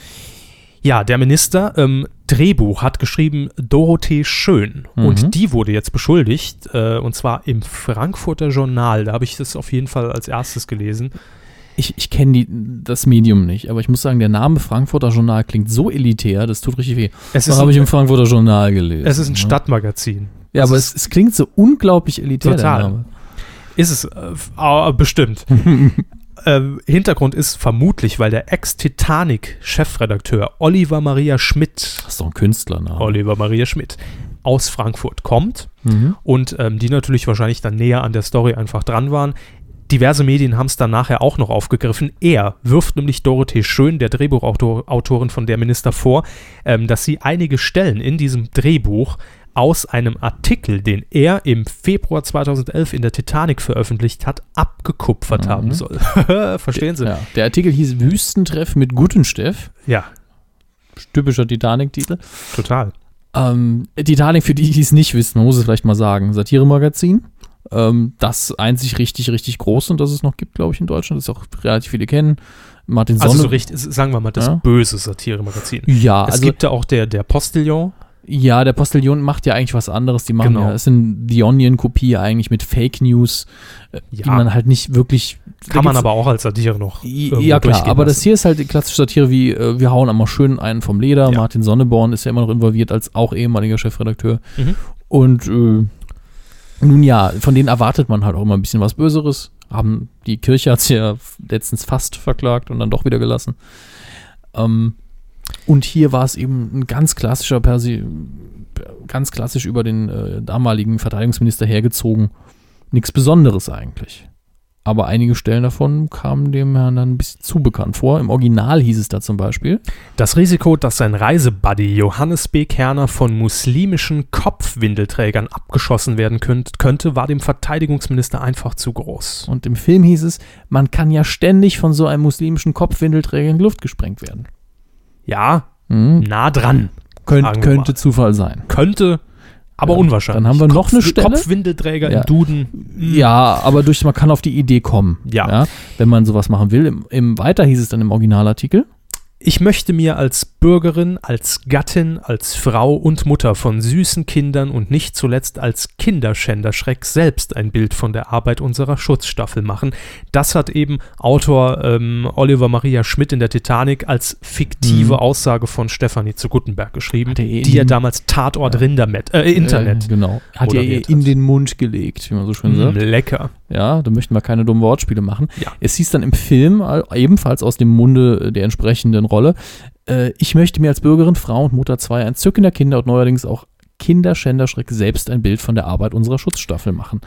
S1: Ja, der Minister ähm, Drehbuch hat geschrieben Dorothee Schön.
S2: Mhm.
S1: Und die wurde jetzt beschuldigt, äh, und zwar im Frankfurter Journal. Da habe ich das auf jeden Fall als erstes gelesen.
S2: Ich, ich kenne das Medium nicht, aber ich muss sagen, der Name Frankfurter Journal klingt so elitär, das tut richtig weh.
S1: Es
S2: Das
S1: ist,
S2: habe ich
S1: ein,
S2: im Frankfurter Journal gelesen.
S1: es ist ein
S2: ne?
S1: Stadtmagazin.
S2: Ja, aber es, es klingt so unglaublich elitär.
S1: Total.
S2: Der Name.
S1: Ist es äh, f- ah, bestimmt. Ähm, Hintergrund ist vermutlich, weil der Ex-Titanic-Chefredakteur Oliver Maria Schmidt,
S2: Das ist doch ein Künstlername.
S1: Oliver Maria Schmidt, aus Frankfurt kommt
S2: Mhm.
S1: und ähm, die natürlich wahrscheinlich dann näher an der Story einfach dran waren. Diverse Medien haben es dann nachher auch noch aufgegriffen. Er wirft nämlich Dorothee Schön, der Drehbuchautorin von Der Minister, vor, ähm, dass sie einige Stellen in diesem Drehbuch aus einem Artikel, den er im Februar 2011 in der Titanic veröffentlicht hat, abgekupfert
S2: Mhm.
S1: haben soll. Verstehen Sie?
S2: Ja. Der Artikel hieß Wüstentreff mit Gutensteff.
S1: ja
S2: Typischer Titanic-Titel.
S1: total.
S2: Ähm, Titanic, für die, die es nicht wissen, man muss es vielleicht mal sagen, Satire-Magazin. Ähm, das einzig richtig, richtig große und das es noch gibt, glaube ich, in Deutschland, das auch relativ viele kennen. Martin Sonne.
S1: Also so richtig, sagen wir mal, das
S2: Ja.
S1: böse Satire-Magazin.
S2: ja,
S1: es
S2: also
S1: gibt ja auch der, der Postillon.
S2: ja, der Postillon macht ja eigentlich was anderes. Die machen
S1: Genau.
S2: ja, es sind The Onion-Kopie eigentlich mit Fake News, äh, die
S1: Ja.
S2: man halt nicht wirklich. da
S1: Kann man
S2: gibt's-
S1: aber auch als Satire noch. irgendwo
S2: Ja, klar,
S1: durchgehen
S2: aber das
S1: lassen.
S2: hier ist halt die klassische Satire wie äh, wir hauen einmal schön einen vom Leder.
S1: Ja.
S2: Martin Sonneborn ist ja immer noch involviert als auch ehemaliger Chefredakteur.
S1: Mhm.
S2: Und äh, nun ja, von denen erwartet man halt auch immer ein bisschen was Böseres. Haben die Kirche hat sie ja f- letztens fast verklagt und dann doch wieder gelassen. Ähm, und hier war es eben ein ganz klassischer Persi, ganz klassisch über den äh, damaligen Verteidigungsminister hergezogen. Nichts Besonderes eigentlich. Aber einige Stellen davon kamen dem Herrn dann ein bisschen zu bekannt vor. Im Original hieß es da zum Beispiel.
S1: Das Risiko, dass sein Reisebuddy Johannes B. Kerner von muslimischen Kopfwindelträgern abgeschossen werden könnt, könnte, war dem Verteidigungsminister einfach zu groß.
S2: Und im Film hieß es, man kann ja ständig von so einem muslimischen Kopfwindelträger in die Luft gesprengt werden.
S1: Ja,
S2: Mhm.
S1: nah dran.
S2: Könnt,
S1: Sagen wir
S2: könnte Zufall sein.
S1: Könnte, aber
S2: Ja,
S1: unwahrscheinlich.
S2: dann haben wir noch eine Stelle.
S1: Kopfwindelträger
S2: Ja.
S1: im Duden.
S2: Ja, aber durch, man kann auf die Idee kommen,
S1: Ja.
S2: wenn man sowas machen will. Im, Im Weiter hieß es dann im Originalartikel.
S1: Ich möchte mir als Bürgerin, als Gattin, als Frau und Mutter von süßen Kindern und nicht zuletzt als Kinderschänderschreck selbst ein Bild von der Arbeit unserer Schutzstaffel machen. Das hat eben Autor ähm, Oliver Maria Schmidt in der Titanic als fiktive
S2: Mhm.
S1: Aussage von Stefanie zu Gutenberg geschrieben,
S2: Hat er eh in
S1: die ja
S2: dem-
S1: damals Tatort Rindermet, äh, Internet.
S2: Äh, genau. Hat ihr
S1: Moderiert
S2: in
S1: hat.
S2: den Mund gelegt, wie man so schön
S1: Mm,
S2: sagt.
S1: lecker.
S2: Ja, da möchten wir keine dummen Wortspiele machen.
S1: Ja.
S2: Es hieß dann im Film, äh, ebenfalls aus dem Munde äh, der entsprechenden Rolle, äh, ich möchte mir als Bürgerin, Frau und Mutter zweier entzückender Kinder und neuerdings auch Kinderschänderschreck selbst ein Bild von der Arbeit unserer Schutzstaffel machen.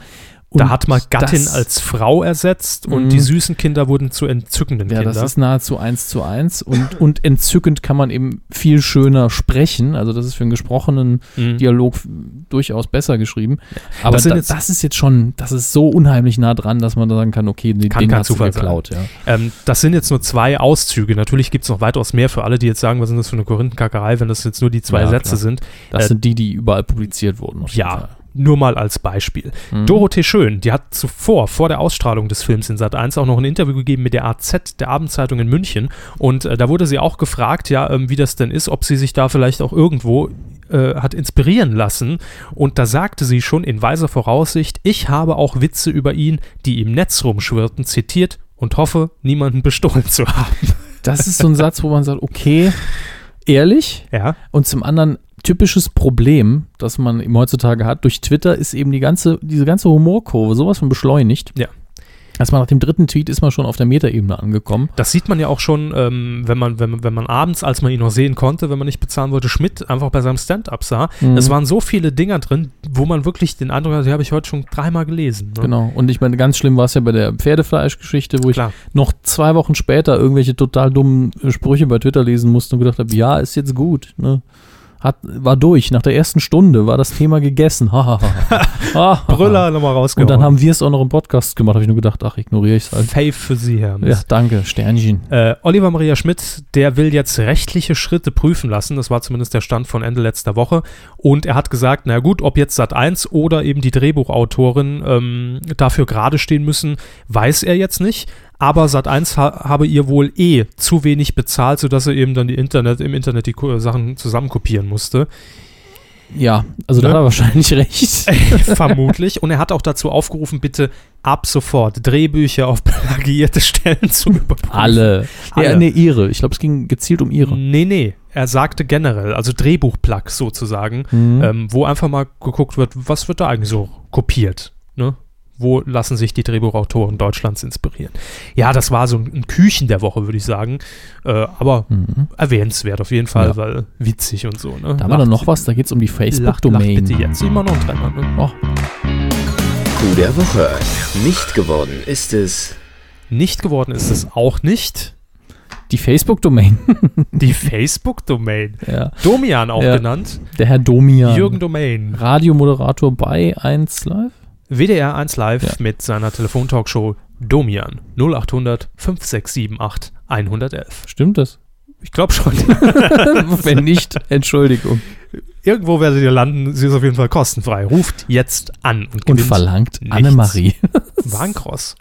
S1: Da
S2: Und
S1: hat man Gattin
S2: das-
S1: als Frau ersetzt und
S2: Mhm.
S1: die süßen Kinder wurden zu entzückenden
S2: Ja,
S1: Kindern.
S2: das ist nahezu eins zu eins und, und entzückend kann man eben viel schöner sprechen. Also das ist für einen gesprochenen
S1: Mhm.
S2: Dialog durchaus besser geschrieben.
S1: Das
S2: Aber das,
S1: sind
S2: da,
S1: jetzt-
S2: das ist jetzt schon, das ist so unheimlich nah dran, dass man da sagen kann, okay, den,
S1: Kann
S2: den
S1: kein
S2: hat sie
S1: Zufall sein.
S2: geklaut. Ja.
S1: Ähm, das sind jetzt nur zwei Auszüge. Natürlich gibt es noch weitaus mehr für alle, die jetzt sagen, was sind das für eine Korinthenkackerei, wenn das jetzt nur die zwei
S2: Ja,
S1: Sätze
S2: klar.
S1: sind.
S2: Das
S1: Äh,
S2: sind die, die überall publiziert wurden. auf jeden
S1: Ja,
S2: Fall.
S1: nur mal als Beispiel.
S2: Mhm.
S1: Dorothee Schön, die hat zuvor, vor der Ausstrahlung des Films in Sat 1, auch noch ein Interview gegeben mit der AZ, der Abendzeitung in München. Und äh, da wurde sie auch gefragt, ja, ähm, wie das denn ist, ob sie sich da vielleicht auch irgendwo äh, hat inspirieren lassen. Und da sagte sie schon in weiser Voraussicht, ich habe auch Witze über ihn, die im Netz rumschwirrten, zitiert und hoffe, niemanden bestohlen zu haben.
S2: Das ist so ein Satz, wo man sagt, okay, ehrlich.
S1: Ja.
S2: Und zum anderen, typisches Problem, das man eben heutzutage hat, durch Twitter ist eben die ganze, diese ganze Humorkurve sowas von beschleunigt.
S1: Ja.
S2: Dass man nach dem dritten Tweet ist man schon auf der Metaebene angekommen.
S1: Das sieht man ja auch schon, ähm, wenn, man, wenn, man- wenn man abends, als man ihn noch sehen konnte, wenn man nicht bezahlen wollte, Schmidt einfach bei seinem Stand-up sah.
S2: Mhm.
S1: Es waren so viele Dinger drin, wo man wirklich den Eindruck hatte, die habe ich heute schon dreimal gelesen. Ne?
S2: Genau. Und ich meine, ganz schlimm war es ja bei der Pferdefleischgeschichte, wo ich
S1: Klar.
S2: noch zwei Wochen später irgendwelche total dummen äh, Sprüche bei Twitter lesen musste und gedacht habe, ja, ist jetzt gut. Ne? Hat, war durch. Nach der ersten Stunde war das Thema gegessen. Ha, ha, ha, ha. Ha, ha.
S1: Brüller nochmal
S2: Und
S1: rausgehauen.
S2: dann haben wir es auch noch im Podcast gemacht. Habe ich nur gedacht, ach, ignoriere ich es halt.
S1: Fave für Sie, Herr.
S2: Ja,
S1: Mist.
S2: danke, Sternchen.
S1: Äh, Oliver Maria Schmidt, der will jetzt rechtliche Schritte prüfen lassen. Das war zumindest der Stand von Ende letzter Woche. Und er hat gesagt, na gut, ob jetzt Sat 1 oder eben die Drehbuchautorin ähm, dafür gerade stehen müssen, weiß er jetzt nicht. Aber Sat 1 ha habe ihr wohl eh zu wenig bezahlt, sodass er eben dann die Internet, im Internet die Ko äh, Sachen zusammenkopieren musste.
S2: Ja, also da
S1: Ne?
S2: hat er wahrscheinlich recht.
S1: Vermutlich. Und er hat auch dazu aufgerufen, bitte ab sofort Drehbücher auf plagiierte Stellen zu überprüfen.
S2: Alle.
S1: Alle.
S2: Ja, nee, ihre. Ich glaube, es ging gezielt um ihre.
S1: Nee, nee. Er sagte generell, also Drehbuchplugs sozusagen,
S2: Mhm.
S1: ähm, wo einfach mal geguckt wird, was wird da eigentlich so kopiert. Ne? wo lassen sich die Drehbuchautoren Deutschlands inspirieren. Ja, das war so ein ein Küchen der Woche, würde ich sagen. Äh, aber
S2: Mhm.
S1: erwähnenswert auf jeden Fall,
S2: Ja.
S1: weil witzig und so. Ne?
S2: Da haben wir dann noch was, da geht es um die
S1: Lacht, lacht bitte
S2: Facebook-Domain.
S1: jetzt immer noch dreimal. Ne?
S2: Och,
S3: Coup der Woche. Nicht geworden ist es
S1: Nicht geworden ist es auch nicht.
S2: die Facebook-Domain.
S1: Die Facebook-Domain.
S2: ja.
S1: Domian auch
S2: Ja.
S1: genannt.
S2: Der Herr Domian.
S1: Jürgen Domain.
S2: Radiomoderator bei 1 Live.
S1: WDR 1 Live
S2: Ja.
S1: mit seiner Telefontalkshow Domian 0800 5678 111.
S2: Stimmt das?
S1: Ich glaube schon.
S2: Wenn nicht, Entschuldigung.
S1: Irgendwo werdet ihr landen. Sie ist auf jeden Fall kostenfrei. Ruft jetzt an und
S2: Und
S1: gewinnt
S2: verlangt
S1: nichts.
S2: Annemarie.
S1: Warncross.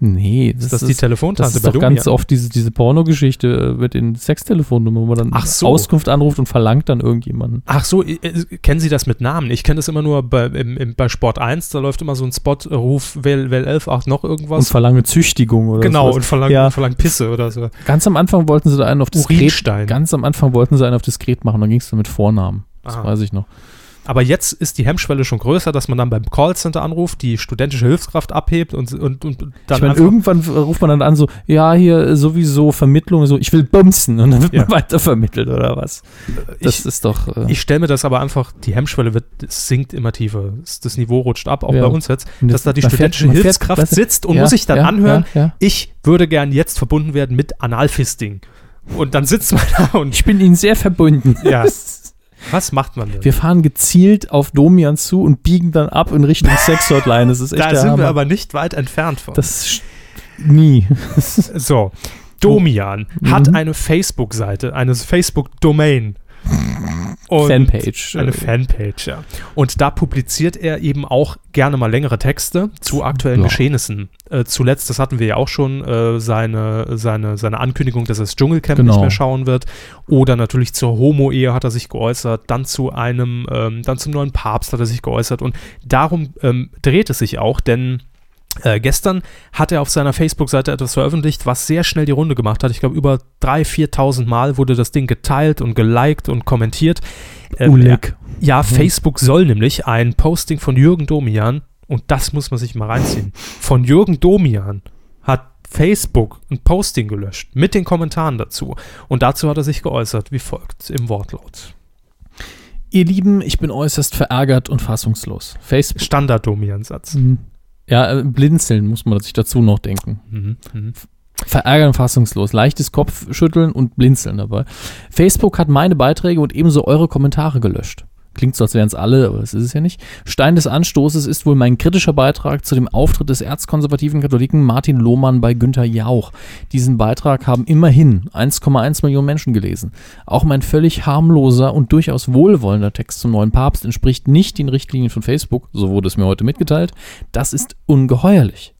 S2: Nee, das
S1: Ist das die Telefontante
S2: Das ist doch ganz oft diese, diese Pornogeschichte äh, mit den Sextelefonnummern, wo man dann
S1: Ach so.
S2: Auskunft anruft und verlangt dann irgendjemanden.
S1: Ach so, äh, äh, kennen Sie das mit Namen? Ich kenne das immer nur bei, im, im, bei Sport 1, da läuft immer so ein Spot, äh, Ruf WL, WL 11, 8 noch
S2: Und
S1: irgendwas.
S2: verlange Züchtigung oder
S1: genau,
S2: sowas.
S1: und verlangt
S2: Ja.
S1: verlang Pisse oder so.
S2: Ganz am Anfang wollten sie da einen auf diskret.
S1: Urinstein.
S2: Ganz am Anfang wollten sie einen auf diskret machen, dann ging es dann mit Vornamen. Das
S1: Ah.
S2: weiß ich noch.
S1: Aber jetzt ist die Hemmschwelle schon größer, dass man dann beim Callcenter anruft, die studentische Hilfskraft abhebt und, und, und dann
S2: ich meine,
S1: einfach-
S2: irgendwann äh, ruft man dann an, so, ja, hier äh, sowieso Vermittlung, so, ich will bumsen und dann wird
S1: Ja.
S2: man weitervermittelt oder was. Das
S1: ich,
S2: ist doch. Äh,
S1: ich stelle mir das aber einfach, die Hemmschwelle wird, es sinkt immer tiefer. Das, das Niveau rutscht ab, auch bei
S2: Ja.
S1: uns jetzt,
S2: Und
S1: dass
S2: jetzt-
S1: da die
S2: man fährt-
S1: studentische
S2: man fährt-
S1: Hilfskraft
S2: weißt du,
S1: sitzt und
S2: ja,
S1: muss sich dann
S2: ja,
S1: anhören,
S2: Ja, ja.
S1: ich würde gern jetzt verbunden werden mit Analfisting. Und dann sitzt man da und
S2: Ich bin Ihnen sehr verbunden.
S1: Ja. Was macht man denn?
S2: Wir fahren gezielt auf Domian zu und biegen dann ab in Richtung Sexhotline. Das ist echt
S1: da
S2: der
S1: sind
S2: Hammer.
S1: wir aber nicht weit entfernt von.
S2: das sch- nie.
S1: so, Domian hat
S2: Mhm.
S1: eine Facebook-Seite, eine Facebook-Domain. Und
S2: Fanpage.
S1: Eine Fanpage, ja. Und da publiziert er eben auch gerne mal längere Texte zu aktuellen
S2: Ja.
S1: Geschehnissen. Äh, zuletzt, das hatten wir ja auch schon, äh, seine, seine, seine Ankündigung, dass er das Dschungelcamp
S2: Genau.
S1: nicht mehr schauen wird. Oder natürlich zur Homo-Ehe hat er sich geäußert, dann zu einem, ähm, dann zum neuen Papst hat er sich geäußert. Und darum ähm, dreht es sich auch, denn äh, gestern hat er auf seiner Facebook-Seite etwas veröffentlicht, was sehr schnell die Runde gemacht hat. Ich glaube, über 3.000, 4.000 Mal wurde das Ding geteilt und geliked und kommentiert.
S2: Äh,
S1: Ähm,
S2: Ulick.
S1: ja, Facebook soll nämlich ein Posting von Jürgen Domian, und das muss man sich mal reinziehen, von Jürgen Domian hat Facebook ein Posting gelöscht mit den Kommentaren dazu. Und dazu hat er sich geäußert wie folgt im Wortlaut.
S2: Ihr Lieben, ich bin äußerst verärgert und fassungslos. Facebook.
S1: Standard-Domian-Satz.
S2: Ja, äh, blinzeln muss man sich dazu noch denken.
S1: Mhm. Mhm.
S2: Verärgern fassungslos, leichtes Kopfschütteln und blinzeln dabei. Facebook hat meine Beiträge und ebenso eure Kommentare gelöscht. Klingt so, als wären es alle, aber das ist es ja nicht. Stein des Anstoßes ist wohl mein kritischer Beitrag zu dem Auftritt des erzkonservativen Katholiken Martin Lohmann bei Günter Jauch. Diesen Beitrag haben immerhin 1,1 Millionen Menschen gelesen. Auch mein völlig harmloser und durchaus wohlwollender Text zum neuen Papst entspricht nicht den Richtlinien von Facebook, so wurde es mir heute mitgeteilt. Das ist ungeheuerlich.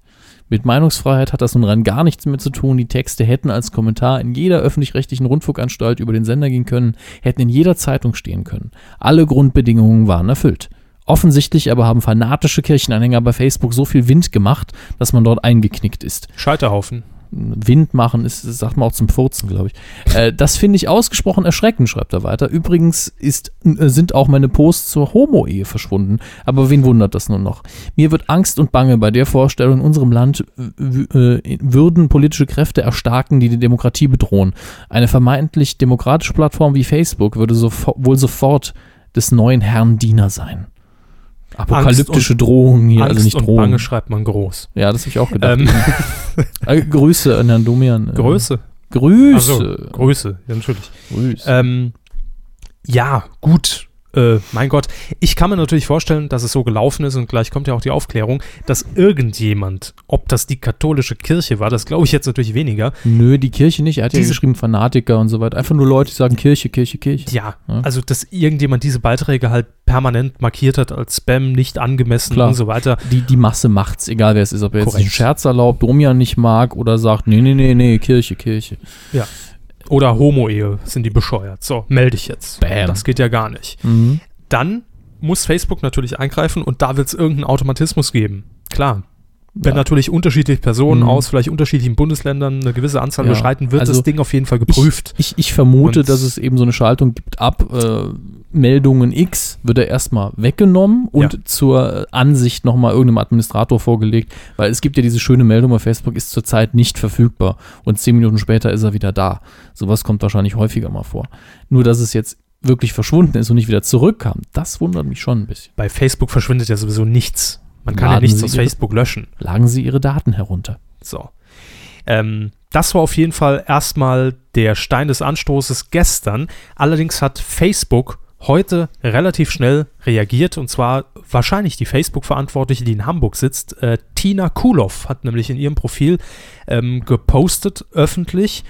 S2: Mit Meinungsfreiheit hat das nun rein gar nichts mehr zu tun. Die Texte hätten als Kommentar in jeder öffentlich-rechtlichen Rundfunkanstalt über den Sender gehen können, hätten in jeder Zeitung stehen können. Alle Grundbedingungen waren erfüllt. Offensichtlich aber haben fanatische Kirchenanhänger bei Facebook so viel Wind gemacht, dass man dort eingeknickt ist.
S1: Scheiterhaufen.
S2: Wind machen ist, das sagt man auch zum Furzen, glaube ich. Äh, das finde ich ausgesprochen erschreckend, schreibt er weiter. Übrigens ist, äh, sind auch meine Posts zur Homo-Ehe verschwunden. Aber wen wundert das nun noch? Mir wird Angst und Bange bei der Vorstellung, in unserem Land äh, w- äh, würden politische Kräfte erstarken, die die Demokratie bedrohen. Eine vermeintlich demokratische Plattform wie Facebook würde sofo wohl sofort des neuen Herrn Diener sein. Apokalyptische Drohungen hier,
S1: Angst
S2: also nicht
S1: und
S2: Drohungen.
S1: Bange schreibt man groß.
S2: Ja, das habe ich auch gedacht.
S1: Ähm,
S2: Äh, Grüße an Herrn Domian. Äh,
S1: Größe.
S2: Grüße.
S1: Also, Größe, ja, natürlich.
S2: Grüße.
S1: Ähm, ja, gut. Äh, mein Gott, ich kann mir natürlich vorstellen, dass es so gelaufen ist und gleich kommt ja auch die Aufklärung, dass irgendjemand, ob das die katholische Kirche war, das glaube ich jetzt natürlich weniger,
S2: Nö, die Kirche nicht. Er hat ja
S1: Diese-
S2: geschrieben Fanatiker und so weiter. Einfach nur Leute, die sagen Kirche, Kirche, Kirche.
S1: ja,
S2: Ja.
S1: also dass irgendjemand diese Beiträge halt permanent markiert hat als Spam, nicht angemessen
S2: Klar.
S1: und so weiter.
S2: Die, die Masse macht's, egal wer es ist. Ob er jetzt
S1: Korrekt.
S2: einen Scherz erlaubt, Domian nicht mag oder sagt, nee, nee, nee, nee, Kirche, Kirche.
S1: Oder Homo-Ehe sind die bescheuert. So, melde ich jetzt.
S2: Bam.
S1: Das geht ja gar nicht.
S2: Mhm.
S1: Dann muss Facebook natürlich eingreifen und da wird es irgendeinen Automatismus geben. Klar. Wenn natürlich unterschiedliche Personen
S2: Mhm.
S1: aus vielleicht unterschiedlichen Bundesländern eine gewisse Anzahl
S2: Ja.
S1: beschreiten, wird
S2: Also
S1: das Ding auf jeden Fall geprüft.
S2: Ich, ich vermute,
S1: Und-
S2: dass es eben so eine Schaltung gibt, ab äh, Meldungen X wird er erstmal weggenommen und zur Ansicht nochmal irgendeinem Administrator vorgelegt, weil es gibt ja diese schöne Meldung bei Facebook, ist zurzeit nicht verfügbar und zehn Minuten später ist er wieder da. Sowas kommt wahrscheinlich häufiger mal vor. Nur, dass es jetzt wirklich verschwunden ist und nicht wieder zurückkam, das wundert mich schon ein bisschen.
S1: Bei Facebook verschwindet ja sowieso nichts. Man kann ja
S2: Laden
S1: nichts
S2: Sie
S1: aus
S2: Ihre-
S1: Facebook löschen.
S2: Lagen sie ihre Daten herunter?
S1: So. Ähm, das war auf jeden Fall erstmal der Stein des Anstoßes gestern. Allerdings hat Facebook heute relativ schnell reagiert und zwar wahrscheinlich die Facebook-Verantwortliche, die in Hamburg sitzt. Äh, Tina Kuloff hat nämlich in ihrem Profil ähm, gepostet öffentlich,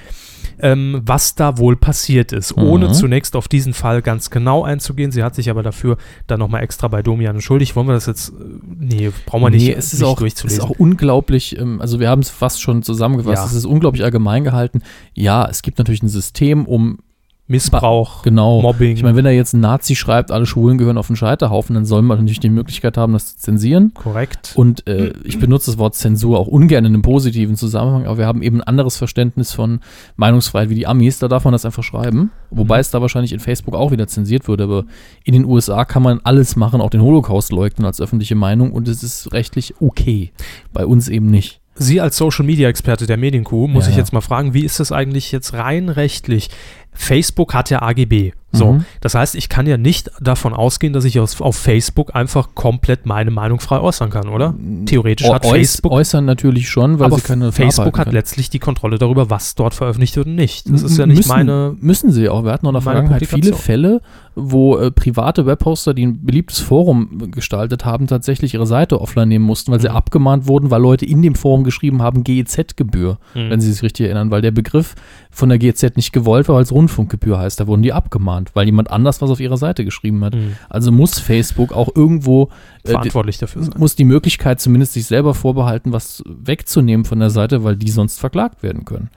S1: ähm, was da wohl passiert ist, ohne
S2: Mhm.
S1: zunächst auf diesen Fall ganz genau einzugehen. Sie hat sich aber dafür dann nochmal extra bei Domian entschuldigt. Wollen wir das jetzt? äh, Nee, brauchen wir nicht,
S2: nee, es ist
S1: nicht
S2: auch,
S1: durchzulesen.
S2: Ist auch unglaublich, ähm, also wir haben es fast schon zusammengefasst,
S1: Ja.
S2: es ist unglaublich allgemein gehalten. Ja, es gibt natürlich ein System, um
S1: Missbrauch,
S2: genau.
S1: Mobbing.
S2: Ich meine, wenn er jetzt ein Nazi schreibt, alle Schwulen gehören auf den Scheiterhaufen, dann soll man natürlich die Möglichkeit haben, das zu zensieren.
S1: korrekt.
S2: Und äh,
S1: Hm.
S2: ich benutze das Wort Zensur auch ungern in einem positiven Zusammenhang, aber wir haben eben ein anderes Verständnis von Meinungsfreiheit wie die Amis, da darf man das einfach schreiben. Wobei
S1: Mhm.
S2: es da wahrscheinlich in Facebook auch wieder zensiert würde, aber in den USA kann man alles machen, auch den Holocaust leugnen als öffentliche Meinung und es ist rechtlich okay. Bei uns eben nicht.
S1: Sie als Social Media Experte der Medienkuh muss
S2: Ja,
S1: ich
S2: ja.
S1: jetzt mal fragen, wie ist das eigentlich jetzt rein rechtlich? Facebook hat ja AGB. So,
S2: Mhm.
S1: das heißt, ich kann ja nicht davon ausgehen, dass ich aus, auf Facebook einfach komplett meine Meinung frei äußern kann, oder? Theoretisch hat
S2: Äu-
S1: Facebook,
S2: äußern natürlich schon, Mhm. weil
S1: aber
S2: sie keine
S1: Facebook
S2: verarbeiten
S1: hat
S2: können.
S1: letztlich die Kontrolle darüber, was dort veröffentlicht wird und nicht. Das ist ja nicht
S2: müssen,
S1: meine.
S2: Müssen sie auch. Wir hatten auch in
S1: meine
S2: der Vergangenheit viele
S1: Publikation.
S2: Fälle, wo äh, private Webhoster, die ein beliebtes Forum gestaltet haben, tatsächlich ihre Seite offline nehmen mussten, weil sie
S1: Mhm.
S2: abgemahnt wurden, weil Leute in dem Forum geschrieben haben, GEZ-Gebühr,
S1: Mhm. hm,
S2: wenn Sie äh, sich richtig erinnern, weil der Begriff von der GEZ nicht gewollt war, weil es Rundfunkgebühr heißt. Da wurden die abgemahnt, weil jemand anders was auf ihrer Seite geschrieben hat.
S1: Mhm.
S2: Also muss Facebook auch irgendwo äh, die-
S1: verantwortlich dafür sein.
S2: muss die Möglichkeit zumindest sich selber vorbehalten, was wegzunehmen von der Seite, weil die sonst verklagt werden können.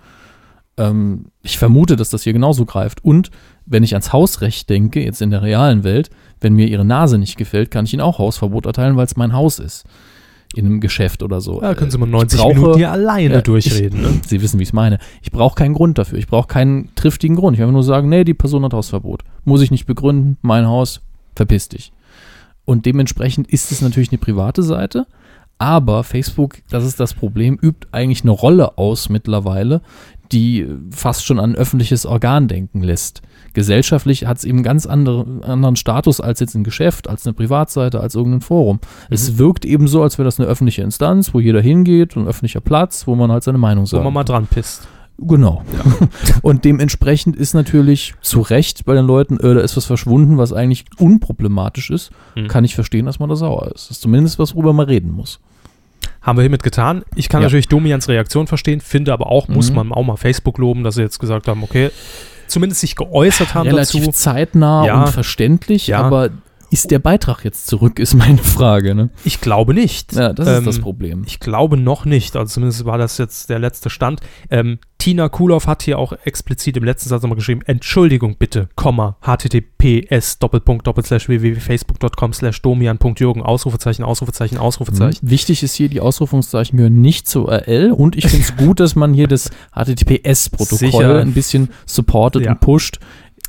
S2: Ähm, ich vermute, dass das hier genauso greift. Und wenn ich ans Hausrecht denke, jetzt in der realen Welt, wenn mir ihre Nase nicht gefällt, kann ich ihnen auch Hausverbot erteilen, weil es mein Haus ist. In einem Geschäft oder so. Äh,
S1: Da können Sie mal
S2: Ich
S1: 90
S2: brauche-
S1: Minuten hier alleine
S2: ja,
S1: durchreden.
S2: Ich,
S1: Ne?
S2: Sie wissen, wie ich es meine. Ich brauche keinen Grund dafür. Ich brauche keinen triftigen Grund. Ich will einfach nur sagen, nee, die Person hat Hausverbot. Muss ich nicht begründen. Mein Haus, verpiss dich. Und dementsprechend ist es natürlich eine private Seite. Aber Facebook, das ist das Problem, übt eigentlich eine Rolle aus mittlerweile, die fast schon an ein öffentliches Organ denken lässt. Gesellschaftlich hat es eben einen ganz andere, anderen Status als jetzt ein Geschäft, als eine Privatseite, als irgendein Forum.
S1: Mhm.
S2: Es wirkt eben so, als wäre das eine öffentliche Instanz, wo jeder hingeht, ein öffentlicher Platz, wo man halt seine Meinung
S1: Wo
S2: sagt.
S1: man mal dran pisst.
S2: Genau. Und dementsprechend ist natürlich zu Recht bei den Leuten, äh, da ist was verschwunden, was eigentlich unproblematisch ist.
S1: Mhm.
S2: Kann ich verstehen, dass man da sauer ist. Das ist zumindest was, worüber man reden muss.
S1: Haben wir hiermit getan. Ich kann
S2: Ja.
S1: natürlich Domians Reaktion verstehen, finde aber auch, muss
S2: Mhm.
S1: man auch mal Facebook loben, dass sie jetzt gesagt haben, okay, zumindest sich geäußert haben
S2: Relativ
S1: dazu.
S2: zeitnah
S1: Ja.
S2: und verständlich,
S1: Ja.
S2: aber ist der Beitrag jetzt zurück, ist meine Frage. Ne?
S1: Ich glaube nicht.
S2: Ja, das
S1: Ähm,
S2: ist das Problem.
S1: Ich glaube noch nicht. Also zumindest war das jetzt der letzte Stand. Ähm, Tina Kuloff hat hier auch explizit im letzten Satz nochmal geschrieben, Entschuldigung bitte, Komma, https doppelpunkt doppelslash www.facebook.com slash domian.jürgen, Ausrufezeichen, Ausrufezeichen, Ausrufezeichen.
S2: Mhm. Wichtig ist hier, die Ausrufungszeichen gehören nicht zu RL und ich finde es gut, dass man hier das
S1: Sicher.
S2: HTTPS-Protokoll ein bisschen supportet
S1: Ja.
S2: und pusht.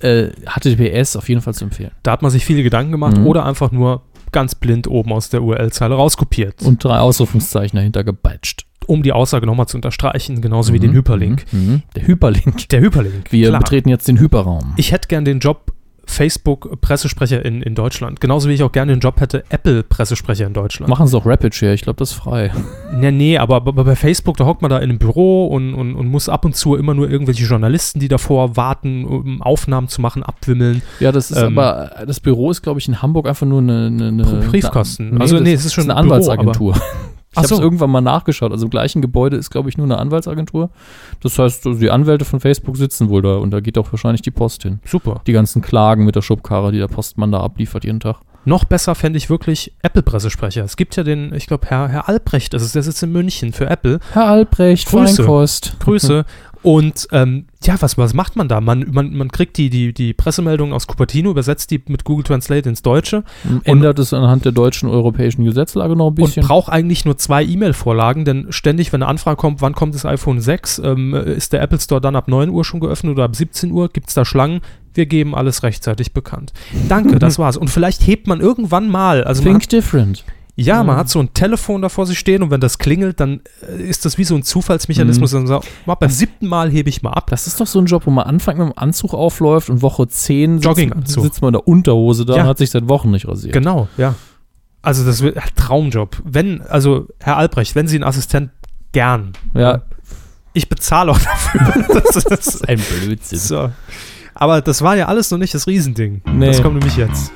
S2: Äh, HTTPS auf jeden Fall zu empfehlen.
S1: Da hat man sich viele Gedanken gemacht
S2: Mhm.
S1: oder einfach nur ganz blind oben aus der URL-Zeile rauskopiert.
S2: Und drei Ausrufungszeichen dahinter gepeitscht.
S1: um die Aussage nochmal zu unterstreichen, genauso wie den
S2: Mhm,
S1: Hyperlink.
S2: mhm, mhm. Der Hyperlink.
S1: Der Hyperlink.
S2: Wir
S1: klar.
S2: betreten jetzt den Hyperraum.
S1: Ich hätte gern den Job Facebook-Pressesprecher in, in Deutschland. Genauso wie ich auch gerne den Job hätte, Apple-Pressesprecher in Deutschland.
S2: Machen Sie doch Rapid Share, ich glaube, das ist frei.
S1: Nee, nee, aber, aber bei Facebook, da hockt man da in einem Büro und, und, und muss ab und zu immer nur irgendwelche Journalisten, die davor warten, um Aufnahmen zu machen, abwimmeln.
S2: Ja, das ist
S1: Ähm,
S2: aber, das Büro ist, glaube ich, in Hamburg einfach nur eine. eine, eine
S1: Briefkasten.
S2: Nee,
S1: also,
S2: das
S1: nee, es ist
S2: ist
S1: schon
S2: eine
S1: ein Büro,
S2: Anwaltsagentur. Ich
S1: Ach
S2: habe es
S1: so.
S2: irgendwann mal nachgeschaut. Also im gleichen Gebäude ist, glaube ich, nur eine Anwaltsagentur. Das heißt, also die Anwälte von Facebook sitzen wohl da und da geht auch wahrscheinlich die Post hin.
S1: Aber super.
S2: Die ganzen Klagen mit der Schubkarre, die der Postmann da abliefert jeden Tag.
S1: Noch besser fände ich wirklich Apple-Pressesprecher. Es gibt ja den, ich glaube, Herr, Herr Albrecht, das ist, der sitzt in München für Apple.
S2: Herr Albrecht,
S1: Grüße.
S2: Feinkost.
S1: Grüße. Und ähm, ja, was, was macht man da? Man, man, man kriegt die, die, die Pressemeldung aus Cupertino, übersetzt die mit Google Translate ins Deutsche
S2: Ändert es anhand der deutschen europäischen Gesetzlage noch ein bisschen.
S1: und braucht eigentlich nur zwei E-Mail-Vorlagen, denn ständig, wenn eine Anfrage kommt, wann kommt das iPhone 6, ähm, ist der Apple Store dann ab 9 Uhr schon geöffnet oder ab 17 Uhr, gibt es da Schlangen? Wir geben alles rechtzeitig bekannt. Danke, das war's. Und vielleicht hebt man irgendwann mal, also man hat
S2: Think different.
S1: Ja, man hat so ein Telefon da vor sich stehen und wenn das klingelt, dann äh, ist das wie so ein Zufallsmechanismus. Dann sagt, man, beim siebten Mal hebe ich mal ab.
S2: Das ist doch so ein Job, wo man anfängt mit dem Anzug aufläuft und Woche 10 sitzt,
S1: Jogginganzug.
S2: sitzt man in der Unterhose da
S1: Ja.
S2: und hat sich seit Wochen nicht rasiert.
S1: Genau, ja. Also das wird Traumjob. Wenn, also Herr Albrecht, wenn Sie einen Assistent gern.
S2: Ja,
S1: Ich bezahle auch dafür. das ist,
S2: ein Blödsinn.
S1: so. Aber das war ja alles noch nicht das Riesending.
S2: Nee.
S1: Das kommt nämlich jetzt.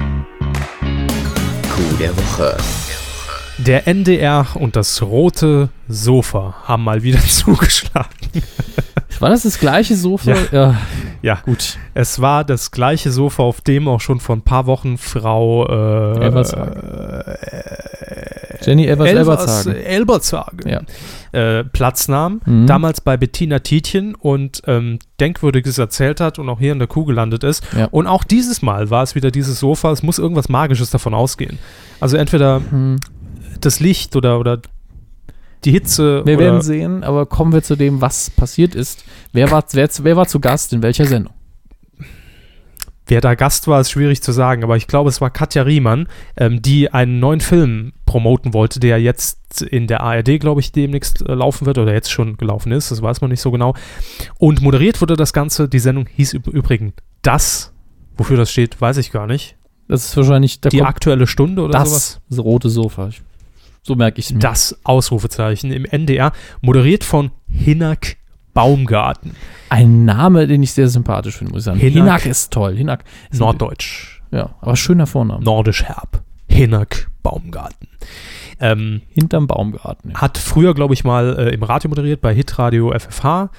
S3: Coup der Woche.
S1: Der NDR und das rote Sofa haben mal wieder zugeschlagen.
S2: War das das gleiche Sofa?
S1: Ja. Ja.
S2: gut.
S1: Es war das gleiche Sofa, auf dem auch schon vor ein paar Wochen Frau äh,
S2: Elvershagen.
S1: äh,
S2: Jenny Evers
S1: Elvers-
S2: Elbertshagen.
S1: äh, Elbertshagen
S2: Ja.
S1: äh, Platz nahm.
S2: Mhm.
S1: Damals bei Bettina Tietjen und ähm, Denkwürdiges erzählt hat und auch hier in der Kuh gelandet ist.
S2: Ja.
S1: Und auch dieses Mal war es wieder dieses Sofa. Es muss irgendwas Magisches davon ausgehen. Also entweder
S2: Hm.
S1: das Licht oder, oder die Hitze.
S2: Wir
S1: oder
S2: werden sehen, aber kommen wir zu dem, was passiert ist. Wer war, wer, wer war zu Gast in welcher Sendung?
S1: Wer da Gast war, ist schwierig zu sagen, aber ich glaube, es war Katja Riemann, ähm, die einen neuen Film promoten wollte, der jetzt in der ARD, glaube ich, demnächst äh, laufen wird oder jetzt schon gelaufen ist, das weiß man nicht so genau. Und moderiert wurde das Ganze, die Sendung hieß üb- übrigens Das, wofür das steht, weiß ich gar nicht.
S2: Das ist wahrscheinlich da
S1: Die
S2: kommt
S1: Aktuelle Stunde oder sowas?
S2: das rote Sofa. Ich, so merke ich es mir.
S1: Das Ausrufezeichen im NDR, moderiert von Hinak Baumgarten,
S2: Ein Name, den ich sehr sympathisch finde, muss ich sagen.
S1: Hinak.
S2: ist toll. Hinak ist
S1: Norddeutsch.
S2: Ja, aber schöner Vorname.
S1: Nordisch Herb, Hinak Baumgarten. Ähm,
S2: Hinterm Baumgarten. Ja.
S1: Hat früher, glaube ich, mal äh, im Radio moderiert, bei Hitradio FFH.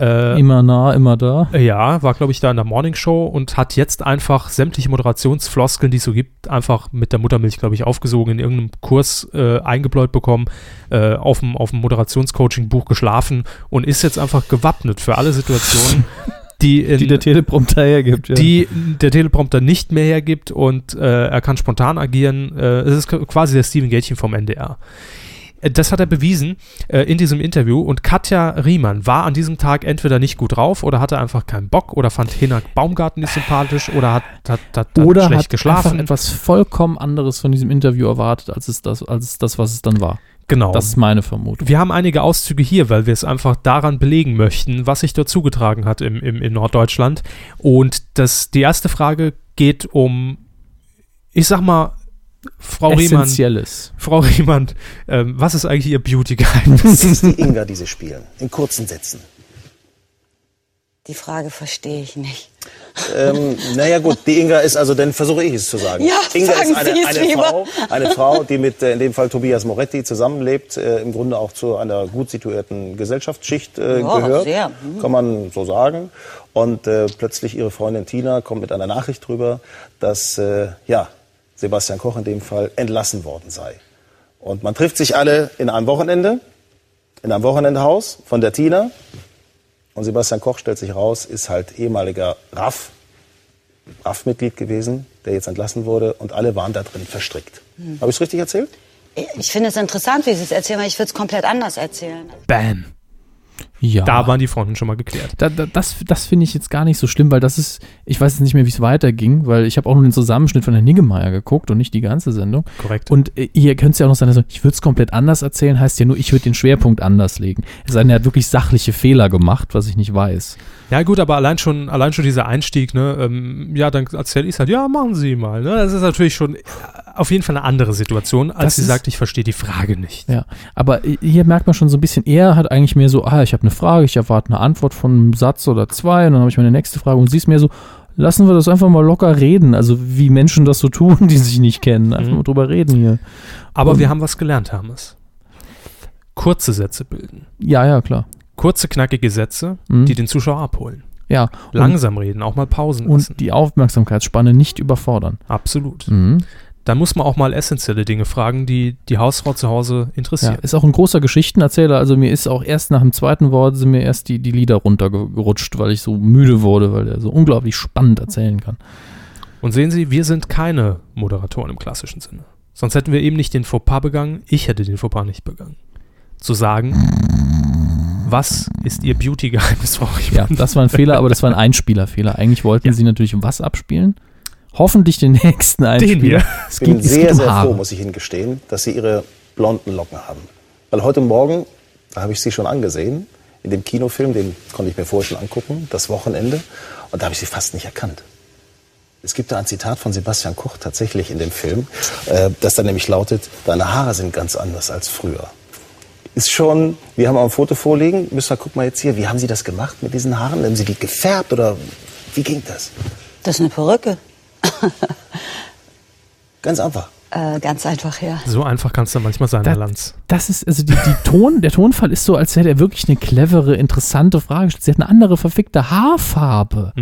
S1: Äh,
S2: Immer nah, immer da.
S1: ja, war, glaube ich, da in der Morning Show und hat jetzt einfach sämtliche Moderationsfloskeln, die es so gibt, einfach mit der Muttermilch, glaube ich, aufgesogen, in irgendeinem Kurs äh, eingebläut bekommen, äh, auf dem auf dem Moderationscoaching-Buch geschlafen und ist jetzt einfach gewappnet für alle Situationen, die, in,
S2: Teleprompter hergibt. Ja. Die
S1: die der Teleprompter nicht mehr hergibt und äh, er kann spontan agieren. Äh, es ist quasi der Steven Gätchen vom NDR. Äh, Das hat er bewiesen äh, in diesem Interview und Katja Riemann war an diesem Tag entweder nicht gut drauf oder hatte einfach keinen Bock oder fand Hinak Baumgarten nicht sympathisch oder hat, hat, hat, hat
S2: oder
S1: schlecht
S2: hat
S1: geschlafen.
S2: einfach etwas vollkommen anderes von diesem Interview erwartet, als es das, als es das was es dann war.
S1: genau.
S2: Das ist meine Vermutung.
S1: wir haben einige Auszüge hier, weil wir es einfach daran belegen möchten, was sich dort zugetragen hat im, im, in Norddeutschland. Und das, die erste Frage geht um, ich sag mal, Frau Riemann,
S2: Essentielles.
S1: Frau Riemann, ähm, was ist eigentlich Ihr Beauty-Geheimnis?
S5: Siehst du Ingwer, diese spielen? In kurzen Sätzen.
S6: Die Frage verstehe ich nicht.
S5: Ähm, naja gut, die Inga ist, also dann versuche ich es zu sagen.
S6: Ja,
S5: Inga
S6: sagen
S5: ist eine,
S6: Sie es
S5: eine,
S6: lieber.
S5: Frau, eine Frau, die mit äh, in dem Fall Tobias Moretti zusammenlebt, äh, im Grunde auch zu einer gut situierten Gesellschaftsschicht äh,
S6: Ja,
S5: gehört,
S6: sehr, mhm.
S5: kann man so sagen. Und äh, plötzlich ihre Freundin Tina kommt mit einer Nachricht drüber, dass äh, ja, Sebastian Koch in dem Fall entlassen worden sei. Und man trifft sich alle in einem Wochenende, in einem Wochenendhaus von der Tina. Und Sebastian Koch stellt sich raus, ist halt ehemaliger RAF, RAF-Mitglied gewesen, der jetzt entlassen wurde. Und alle waren da drin verstrickt. Habe ich es richtig erzählt?
S6: Ich finde es interessant, wie Sie es erzählen, weil ich würde es komplett anders erzählen.
S1: Bam.
S2: Ja.
S1: Da waren die Fronten schon mal geklärt.
S2: da, da, das das finde ich jetzt gar nicht so schlimm, weil das ist, ich weiß jetzt nicht mehr, wie es weiterging, weil ich habe auch nur den Zusammenschnitt von Herrn Niggemeier geguckt und nicht die ganze Sendung.
S1: Korrekt.
S2: Und äh, ihr könnt es ja auch noch sagen, also, ich würde es komplett anders erzählen, heißt ja nur, ich würde den Schwerpunkt anders legen. Es sei denn, er hat wirklich sachliche Fehler gemacht, was ich nicht weiß.
S1: Ja gut, aber allein schon, allein schon dieser Einstieg, ne? Ähm, ja, dann erzähle ich halt, ja, machen Sie mal. Ne? Das ist natürlich schon äh, auf jeden Fall eine andere Situation, als
S2: Das
S1: sie
S2: ist-
S1: sagt, ich verstehe die Frage nicht.
S2: Ja, aber i- hier merkt man schon so ein bisschen, er hat eigentlich mehr so, ah, ich habe eine Frage, ich erwarte eine Antwort von einem Satz oder zwei und dann habe ich meine nächste Frage und sie ist mehr so, lassen wir das einfach mal locker reden, also wie Menschen das so tun, die sich nicht kennen, einfach
S1: Mhm.
S2: mal drüber reden hier.
S1: Aber wir haben was gelernt, Hermes. Kurze Sätze bilden.
S2: Ja, ja, klar.
S1: Kurze, knackige Sätze,
S2: Mhm.
S1: die den Zuschauer abholen.
S2: Ja,
S1: Langsam reden, auch mal Pausen
S2: und,
S1: lassen.
S2: und die Aufmerksamkeitsspanne nicht überfordern.
S1: Absolut.
S2: Mhm.
S1: Da muss man auch mal essentielle Dinge fragen, die die Hausfrau zu Hause
S2: Ja,
S1: interessieren.
S2: ist auch ein großer Geschichtenerzähler. Also mir ist auch erst nach dem zweiten Wort sind mir erst die, die Lieder runtergerutscht, weil ich so müde wurde, weil er so unglaublich spannend erzählen kann.
S1: Und sehen Sie, wir sind keine Moderatoren im klassischen Sinne. Sonst hätten wir eben nicht den Fauxpas begangen. Ich hätte den Fauxpas nicht begangen. Zu sagen, was ist Ihr Beauty-Geheimnis, Frau
S2: Ja,
S1: Riemann?
S2: das war ein Fehler, aber das war ein Einspielerfehler. Eigentlich wollten sie natürlich was abspielen. Hoffentlich den nächsten Einspieler.
S1: hier.
S2: Es
S5: Ich bin
S2: geht, es geht
S5: sehr,
S2: um
S5: sehr froh,
S2: Haare.
S5: muss ich Ihnen gestehen, dass Sie Ihre blonden Locken haben. Weil heute Morgen, da habe ich Sie schon angesehen, in dem Kinofilm, den konnte ich mir vorher schon angucken, das Wochenende, und da habe ich Sie fast nicht erkannt. Es gibt da ein Zitat von Sebastian Koch tatsächlich in dem Film, äh, das dann nämlich lautet, deine Haare sind ganz anders als früher. Ist schon, wir haben auch ein Foto vorliegen, müssen wir gucken mal jetzt hier, wie haben Sie das gemacht mit diesen Haaren? Haben Sie die gefärbt oder wie ging das?
S6: Das ist eine Perücke.
S5: Ganz einfach.
S6: äh, ganz einfach, ja.
S1: So einfach kann es dann manchmal sein, Herr Lanz.
S2: Das ist, also die, die Ton, der Tonfall ist so, als hätte er wirklich eine clevere, interessante Frage gestellt. Sie hat eine andere verfickte Haarfarbe.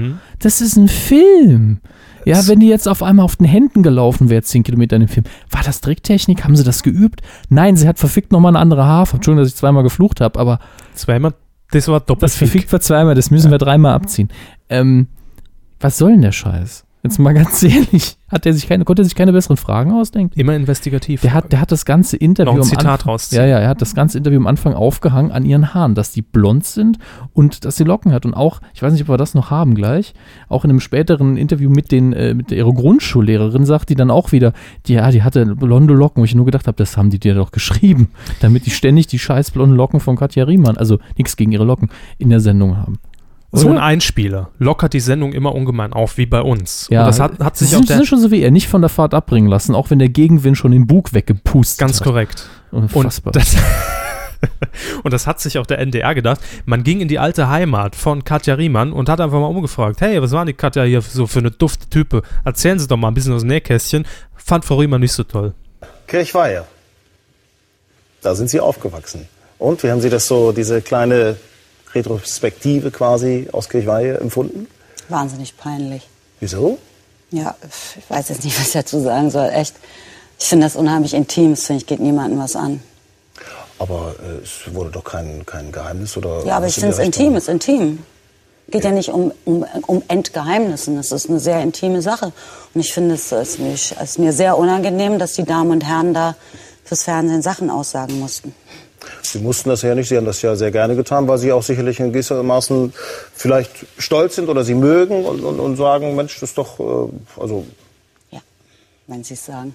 S2: Das ist ein Film. Ja, wenn die jetzt auf einmal auf den Händen gelaufen wäre, 10 Kilometer in dem Film. War das Tricktechnik? Haben sie das geübt? Nein, sie hat verfickt nochmal eine andere Haarfarbe. Entschuldigung, dass ich zweimal geflucht habe, aber
S1: Zweimal, das war doppelt
S2: das verfickt wir zweimal, das müssen wir dreimal abziehen. Ähm, was soll denn der Scheiß? Jetzt mal ganz ehrlich, hat der sich keine, konnte er sich keine besseren Fragen ausdenken?
S1: Immer investigativ.
S2: Der hat, der hat das ganze Interview
S1: Noch ein
S2: am
S1: Zitat
S2: Anfang,
S1: rausziehen.
S2: Ja, ja, er hat das ganze Interview am Anfang aufgehangen an ihren Haaren, dass die blond sind und dass sie Locken hat. Und auch, ich weiß nicht, ob wir das noch haben gleich, auch in einem späteren Interview mit, den, äh, mit ihrer Grundschullehrerin sagt die dann auch wieder, die, ja, die hatte blonde Locken, wo ich nur gedacht habe, das haben die dir doch geschrieben, damit die ständig die scheiß blonden Locken von Katja Riemann, also nichts gegen ihre Locken, in der Sendung haben.
S1: so ein
S2: Oder?
S1: Einspieler lockert die Sendung immer ungemein auf, wie bei uns.
S2: Ja,
S1: Und das hat, hat sich
S2: sie
S1: auch
S2: sind, sie
S1: der,
S2: sind schon so wie er, nicht von der Fahrt abbringen lassen, auch wenn der Gegenwind schon den Bug weggepustet
S1: ganz
S2: hat.
S1: korrekt.
S2: Unfassbar.
S1: Und das, und das hat sich auch der NDR gedacht. Man ging in die alte Heimat von Katja Riemann und hat einfach mal umgefragt: Hey, was waren die Katja hier so für eine dufte Type? Erzählen Sie doch mal ein bisschen aus dem Nähkästchen. Fand Frau Riemann nicht so toll.
S5: Kirchweihe. Da sind Sie aufgewachsen. Und wie haben Sie das so, diese kleine Retrospektive quasi aus Kirchweihe empfunden?
S6: Wahnsinnig peinlich.
S5: Wieso?
S6: Ja, pf, ich weiß jetzt nicht, was ich dazu sagen soll. Echt. Ich finde das unheimlich intim. Das finde ich, geht niemandem was an.
S5: Aber äh, es wurde doch kein, kein Geheimnis oder.
S6: Ja, aber
S5: was
S6: ich
S5: in
S6: finde es
S5: der Richtung.
S6: intim, ist intim. Geht ja nicht um, um, um Endgeheimnissen. Es ist eine sehr intime Sache. Und ich finde es ist mir, ist mir sehr unangenehm, dass die Damen und Herren da fürs Fernsehen Sachen aussagen mussten.
S5: Sie mussten das ja nicht, Sie haben das ja sehr gerne getan, weil Sie auch sicherlich in gewissermaßen vielleicht stolz sind oder Sie mögen und, und, und sagen, Mensch, das ist doch. Äh, also,
S6: Ja, wenn Sie es sagen.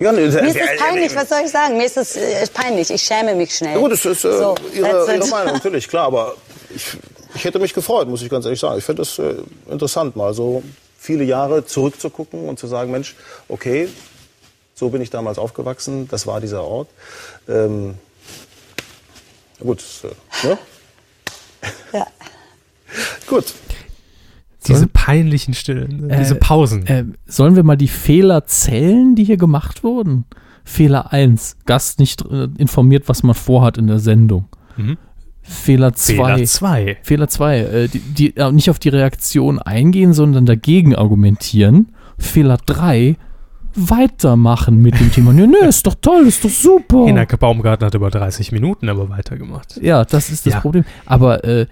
S5: ja, nee,
S6: Mir ist es peinlich, was soll ich sagen? Mir ist es äh, peinlich, ich schäme mich schnell.
S5: Ja gut, das ist äh,
S6: So, that's
S5: ihre,
S6: it.
S5: ihre Meinung, natürlich, klar, aber ich, ich hätte mich gefreut, muss ich ganz ehrlich sagen. Ich finde es äh, interessant, mal so viele Jahre zurückzugucken und zu sagen, Mensch, okay, so bin ich damals aufgewachsen, das war dieser Ort. Ähm, na gut, äh, ne?
S6: Ja.
S5: gut.
S1: Diese peinlichen Stillen, diese Pausen.
S2: Ähm, sollen wir mal die Fehler zählen, die hier gemacht wurden? Fehler 1, Gast nicht äh, informiert, was man vorhat in der Sendung. Fehler 2,
S1: Mhm. Fehler zwei.
S2: Fehler 2, äh, die, die, äh, nicht auf die Reaktion eingehen, sondern dagegen argumentieren. Fehler 3, weitermachen mit dem Thema. Nö, nö, ist doch toll, ist doch super.
S1: Hinnerke Baumgarten hat über 30 Minuten aber weitergemacht.
S2: ja, das ist das
S1: Ja.
S2: Problem. Aber äh,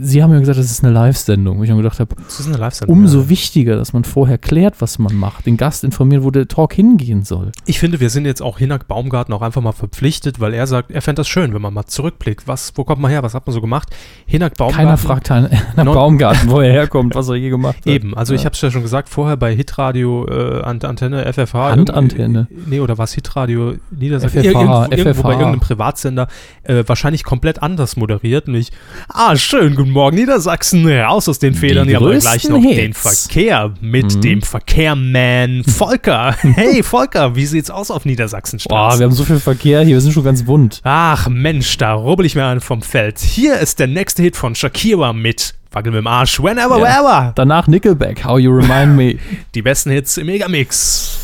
S2: Sie haben ja gesagt, das ist eine Live-Sendung, wo ich mir gedacht habe,
S1: Das ist eine Live-Sendung.
S2: umso wichtiger, dass man vorher klärt, was man macht, den Gast informieren, wo der Talk hingehen soll.
S1: Ich finde, wir sind jetzt auch Hinak Baumgarten auch einfach mal verpflichtet, weil er sagt, er fände das schön, wenn man mal zurückblickt. Was, wo kommt man her? Was hat man so gemacht? Hinak Baumgarten.
S2: Keiner fragt äh, Herrn Herrn
S1: Non-
S2: Baumgarten, wo er herkommt, was er je gemacht hat.
S1: Eben, also ich habe es ja schon gesagt, vorher bei Hitradio äh, Ant- Antenne, FFH.
S2: Handantenne.
S1: irgendwie- Nee, oder was Hitradio Niedersachsen?
S2: FFH,
S1: irgendwo, irgendwo
S2: FFH.
S1: bei irgendeinem Privatsender, äh, wahrscheinlich komplett anders moderiert. Und ich, ah, schön, guten Morgen Niedersachsen, raus aus den Federn, ja, aber gleich noch
S2: größten
S1: den
S2: Hits. Mhm.
S1: Verkehr mit dem Verkehrman Volker. Hey Volker, wie sieht's aus auf
S2: Boah, wir
S1: Niedersachsenstraße?
S2: haben so viel Verkehr hier, wir sind schon ganz wund.
S1: Ach Mensch, da rubbel ich mir einen vom Feld. Hier ist der nächste Hit von Shakira mit Wackel mit dem Arsch, whenever, wherever.
S2: Danach Nickelback, How You Remind Me.
S1: Die besten Hits im Megamix.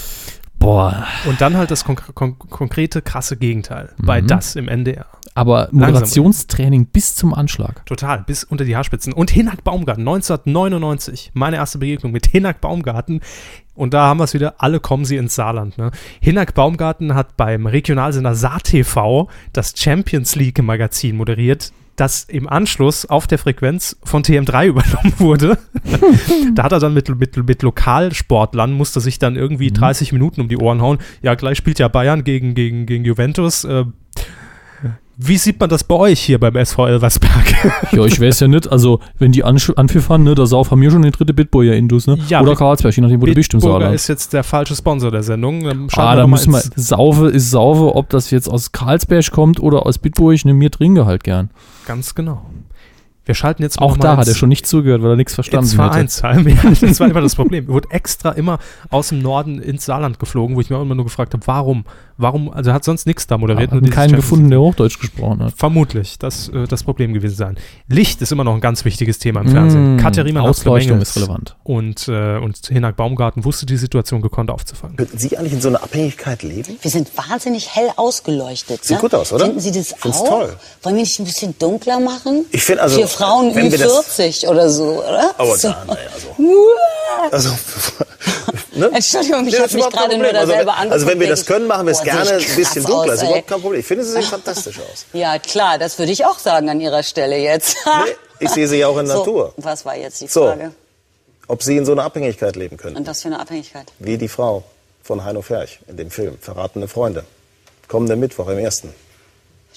S2: Boah,
S1: Und dann halt das konk- konk- konkrete, krasse Gegenteil bei das im NDR.
S2: Aber Moderationstraining bis zum Anschlag.
S1: Total, bis unter die Haarspitzen. Und Hinak Baumgarten, 1999, meine erste Begegnung mit Hinak Baumgarten. Und da haben wir es wieder, alle kommen sie ins Saarland. Ne? Hinak Baumgarten hat beim Regionalsender SaarTV das Champions League Magazin moderiert, das im Anschluss auf der Frequenz von TM3 übernommen wurde. da hat er dann mit, mit, mit Lokalsportlern, musste sich dann irgendwie 30 Minuten um die Ohren hauen. Ja, gleich spielt ja Bayern gegen, gegen, gegen Juventus. Äh, wie sieht man das bei euch hier beim SV Elversberg?
S2: Ja, ich weiß ja nicht, also wenn die Ansch- Anpfiff haben, ne, da sauf haben wir schon den dritte Bitburger Indus, ne?
S1: Ja,
S2: Oder
S1: Bit-
S2: Karlsberg, je nachdem, wo du bist im
S1: Bitburger
S2: Saarland.
S1: ist jetzt der falsche Sponsor der Sendung. Ähm, schauen
S2: ah,
S1: wir
S2: da
S1: doch mal
S2: müssen wir,
S1: ins-
S2: Sauve ist Sauve, ob das jetzt aus Karlsberg kommt oder aus Bitburg, ne, mir trinke halt gern.
S1: Ganz genau. Wir schalten jetzt mal
S2: Auch
S1: noch mal
S2: da hat er
S1: ins-
S2: schon nicht zugehört, weil er nichts verstanden
S1: ins
S2: hat.
S1: Vereinsheim. Ja, das war immer das Problem. Er wurde extra immer aus dem Norden ins Saarland geflogen, wo ich mir auch immer nur gefragt habe, warum? Warum? Also er hat sonst nichts da moderiert. nur
S2: Hat
S1: dieses
S2: keinen
S1: Champions
S2: gefunden, der Hochdeutsch gesprochen hat.
S1: Vermutlich, das äh, das Problem gewesen sein. Licht ist immer noch ein ganz wichtiges Thema im Fernsehen.
S2: Mm,
S1: Katharina
S2: Ausleuchtung
S1: Hatzke-Menges
S2: ist relevant.
S1: Und, äh, und Hinak Baumgarten wusste die Situation gekonnt aufzufangen.
S5: Könnten Sie eigentlich in so einer Abhängigkeit leben?
S6: Wir sind wahnsinnig hell ausgeleuchtet.
S5: Sieht
S6: ne?
S5: gut aus, oder?
S6: Finden Sie das
S5: Find's
S6: auch?
S5: toll.
S6: Wollen wir nicht ein bisschen dunkler machen?
S5: Ich find also,
S6: Für Frauen
S5: wenn wir das-
S6: Ü40 oder so, oder?
S5: Aber
S6: so.
S5: da, naja, also. Also, ne?
S6: Entschuldigung, ich
S5: das
S6: hab
S5: ist
S6: mich
S5: überhaupt kein
S6: gerade nur
S5: Problem.
S6: da
S5: also,
S6: selber
S5: wenn- Also wenn wir
S6: angeguckt,
S5: das können, machen wir es
S6: denk ich,
S5: gerne
S6: boah,
S5: ein
S6: sieht
S5: bisschen
S6: krass
S5: dunkler.
S6: aus,
S5: ist
S6: ey.
S5: überhaupt kein Problem. Ich finde, sie sehen fantastisch aus.
S6: Ja, klar, das würde ich auch sagen an Ihrer Stelle jetzt.
S5: Nee, ich sehe sie ja auch in
S6: so,
S5: Natur.
S6: Was war jetzt die
S5: So.
S6: Frage?
S5: Ob Sie in so einer Abhängigkeit leben können,
S6: Und was für eine Abhängigkeit?
S5: wie die Frau von Heino Ferch in dem Film Verratene Freunde. Kommenden Mittwoch im ersten.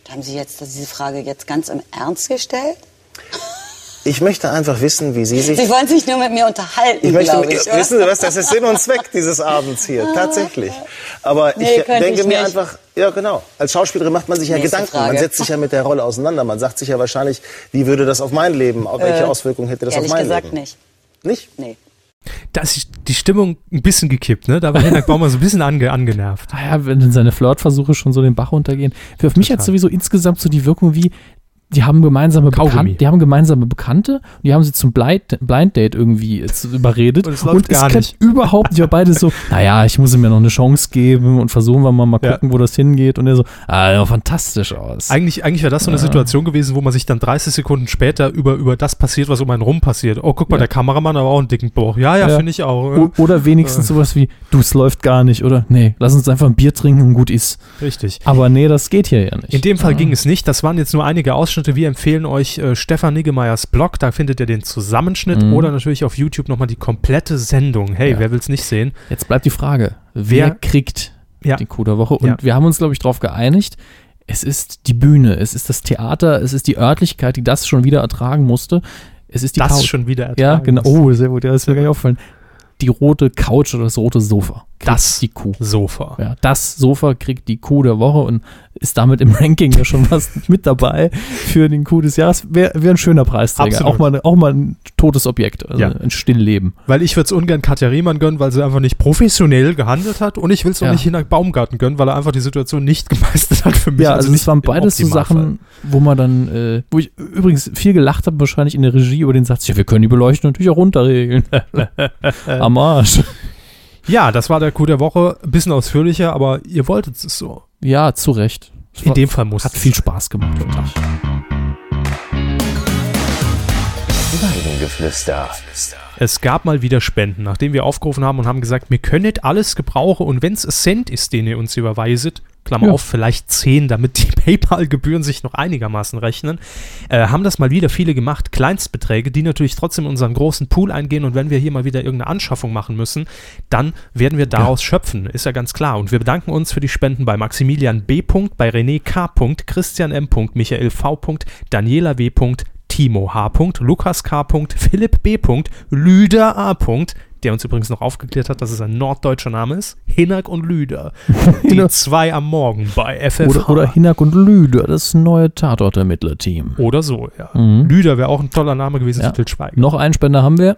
S6: Haben Sie jetzt diese Frage jetzt ganz im Ernst gestellt?
S5: Ich möchte einfach wissen, wie Sie sich
S6: Sie wollen sich nur mit mir unterhalten,
S5: Ich möchte,
S6: glaube ich. oder? Ah.
S5: wissen Sie was, das ist Sinn und Zweck dieses Abends hier, tatsächlich. Aber
S6: Nee,
S5: ich
S6: könnte
S5: denke
S6: ich
S5: mir
S6: nicht.
S5: einfach, ja genau, als Schauspielerin macht man sich ja
S6: Nächste
S5: Gedanken, man
S6: Frage.
S5: setzt sich ja mit der Rolle auseinander, man sagt sich ja wahrscheinlich, wie würde das auf mein Leben, auf welche Auswirkungen hätte das auf
S6: Äh, Ehrlich
S5: mein
S6: gesagt
S5: Leben?
S6: nicht.
S5: Nicht?
S6: Nee.
S1: Da ist die Stimmung ein bisschen gekippt, ne? Da war Hinak Baumgarten so ein bisschen ange angenervt.
S2: Ah ja, wenn dann seine Flirtversuche schon so den Bach runtergehen. Für mich hat sowieso insgesamt so die Wirkung wie, die haben gemeinsame,
S1: Kaugummi.
S2: Bekan die haben gemeinsame Bekannte und die haben sie zum Blind, Blind Date irgendwie jetzt überredet.
S1: Und es läuft gar
S2: klappt
S1: nicht.
S2: überhaupt nicht. Wir beide so, naja, ich muss ihm ja noch eine Chance geben und versuchen wir mal, mal
S1: Ja.
S2: gucken, wo das hingeht. Und er so, ah, ja, fantastisch aus.
S1: Eigentlich, eigentlich wäre das so eine Situation gewesen, wo man sich dann 30 Sekunden später über, über das passiert, was um einen rum passiert. Oh, guck mal, der Kameramann hat aber auch einen dicken Bauch. Ja, ja,
S2: Ja.
S1: finde ich auch.
S2: O- Oder
S1: äh.
S2: wenigstens sowas wie, du, es läuft gar nicht, oder? Nee, lass uns einfach ein Bier trinken und gut ist.
S1: Richtig.
S2: Aber nee, das geht hier ja nicht.
S1: In dem Fall ging es nicht. Das waren jetzt nur einige Ausschnitte. Wir empfehlen euch äh, Stefan Niggemeyers Blog. Da findet ihr den Zusammenschnitt
S2: Mhm.
S1: oder natürlich auf YouTube nochmal die komplette Sendung. Hey, wer will's nicht sehen?
S2: Jetzt bleibt die Frage, wer
S1: Wer-
S2: kriegt
S1: Ja.
S2: die Coup der Woche? Und
S1: Ja.
S2: wir haben uns, glaube ich, darauf geeinigt, es ist die Bühne, es ist das Theater, es ist die Örtlichkeit, die das schon wieder ertragen musste. Es ist die
S1: das
S2: Couch.
S1: schon wieder ertragen.
S2: ja, genau.
S1: muss.
S2: Oh, sehr gut, ja, das ist mir gar nicht auffallen. Die rote Couch oder das rote Sofa. kriegt
S1: Das-
S2: die Kuh.
S1: Sofa.
S2: Ja, das Sofa kriegt die Kuh der Woche und ist damit im Ranking ja schon was mit dabei für den Kuh des Jahres. Wäre wär ein schöner Preisträger.
S1: Absolut.
S2: Auch mal, auch mal ein totes Objekt, also
S1: Ja.
S2: ein Stillleben.
S1: Weil ich würde es ungern Katja Riemann gönnen, weil sie einfach nicht professionell gehandelt hat. Und ich will es auch
S2: Ja.
S1: nicht Hinak Baumgarten gönnen, weil er einfach die Situation nicht gemeistert hat für mich.
S2: Ja, also,
S1: nicht
S2: das waren
S1: im
S2: beides so
S1: Optimalfall.
S2: Sachen, wo man dann, äh, wo ich übrigens viel gelacht habe, wahrscheinlich in der Regie über den Satz, ja, wir können die Beleuchtung natürlich auch runterregeln. Am Arsch.
S1: Ja, das war der Coup der Woche. Bisschen ausführlicher, aber ihr wolltet es so.
S2: Ja, zu Recht. Es
S1: In
S2: war-
S1: dem Fall muss
S2: hat viel Spaß gemacht, finde ich.
S3: Weidengeflüster.
S1: Es gab mal wieder Spenden, nachdem wir aufgerufen haben und haben gesagt, wir können nicht alles gebrauchen und wenn es ein Cent ist, den ihr uns überweiset, Klammer
S2: Ja.
S1: auf, vielleicht 10, damit die PayPal-Gebühren sich noch einigermaßen rechnen, äh, haben das mal wieder viele gemacht. Kleinstbeträge, die natürlich trotzdem in unseren großen Pool eingehen und wenn wir hier mal wieder irgendeine Anschaffung machen müssen, dann werden wir daraus schöpfen, ist ja ganz klar. Und wir bedanken uns für die Spenden bei Maximilian B. Punkt, bei René K. Punkt, Christian M. Punkt, Michael V. Punkt, Daniela W. Punkt, Timo H. Punkt, Lukas K. Punkt, Philipp B. Punkt, Lüder A. Punkt, der uns übrigens noch aufgeklärt hat, dass es ein norddeutscher Name ist. Hinak und Lüder. Die zwei am Morgen bei FFH.
S2: Oder, oder Hinak und Lüder, das neue Tatort-Ermittler-Team.
S1: Oder so, ja. Lüder wäre auch ein toller Name gewesen
S2: Mhm. Ja.
S1: für Til Schweigen.
S2: Noch einen Spender haben wir.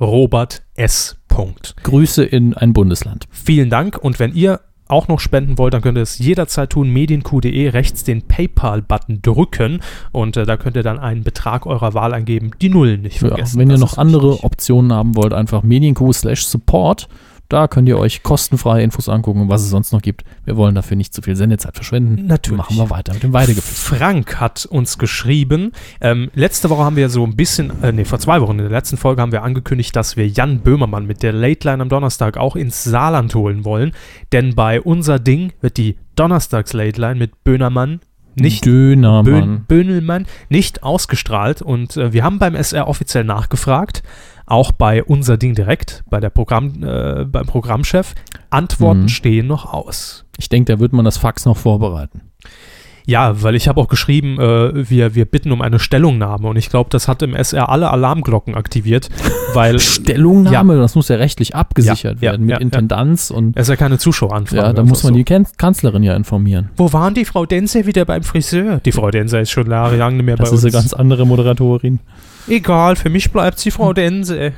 S1: Robert S. Punkt.
S2: Grüße in ein Bundesland.
S1: Vielen Dank und wenn ihr auch noch spenden wollt, dann könnt ihr es jederzeit tun. Medienq.de rechts den PayPal-Button drücken und äh, da könnt ihr dann einen Betrag eurer Wahl eingeben. Die Nullen nicht
S2: Ja,
S1: vergessen.
S2: wenn ihr
S1: das
S2: noch
S1: ist
S2: andere
S1: wichtig.
S2: Optionen haben wollt, einfach medienq slash support. Da könnt ihr euch kostenfreie Infos angucken, und was es sonst noch gibt. Wir wollen dafür nicht zu viel Sendezeit verschwenden.
S1: Natürlich.
S2: Machen wir weiter mit dem Weidegeflüster.
S1: Frank hat uns geschrieben. Ähm, letzte Woche haben wir so ein bisschen, äh, nee, vor zwei Wochen in der letzten Folge haben wir angekündigt, dass wir Jan Böhmermann mit der Late Line am Donnerstag auch ins Saarland holen wollen. Denn bei unser Ding wird die Donnerstags Late Line mit Böhmermann nicht
S2: Dönermann.
S1: Bön Böhnelmann nicht ausgestrahlt und äh, wir haben beim SR offiziell nachgefragt, auch bei unser Ding direkt, bei der Programm, äh, beim Programmchef. Antworten
S2: Mhm.
S1: stehen noch aus.
S2: Ich denke, da wird man das Fax noch vorbereiten.
S1: Ja, weil ich habe auch geschrieben, äh, wir, wir bitten um eine Stellungnahme und ich glaube, das hat im SR alle Alarmglocken aktiviert, weil
S2: Stellungnahme, das muss ja rechtlich abgesichert
S1: Ja, ja,
S2: werden mit
S1: ja, ja.
S2: Intendanz und
S1: es ja keine Zuschaueranfrage.
S2: ja, da
S1: einfach
S2: muss man
S1: so.
S2: die Ken- Kanzlerin ja informieren.
S1: Wo waren die Frau Dense wieder beim Friseur? Die Frau Dense ist schon jahrelang nicht mehr
S2: Das
S1: bei
S2: ist eine
S1: uns.
S2: ganz andere Moderatorin.
S1: Egal, für mich bleibt sie Frau Dense.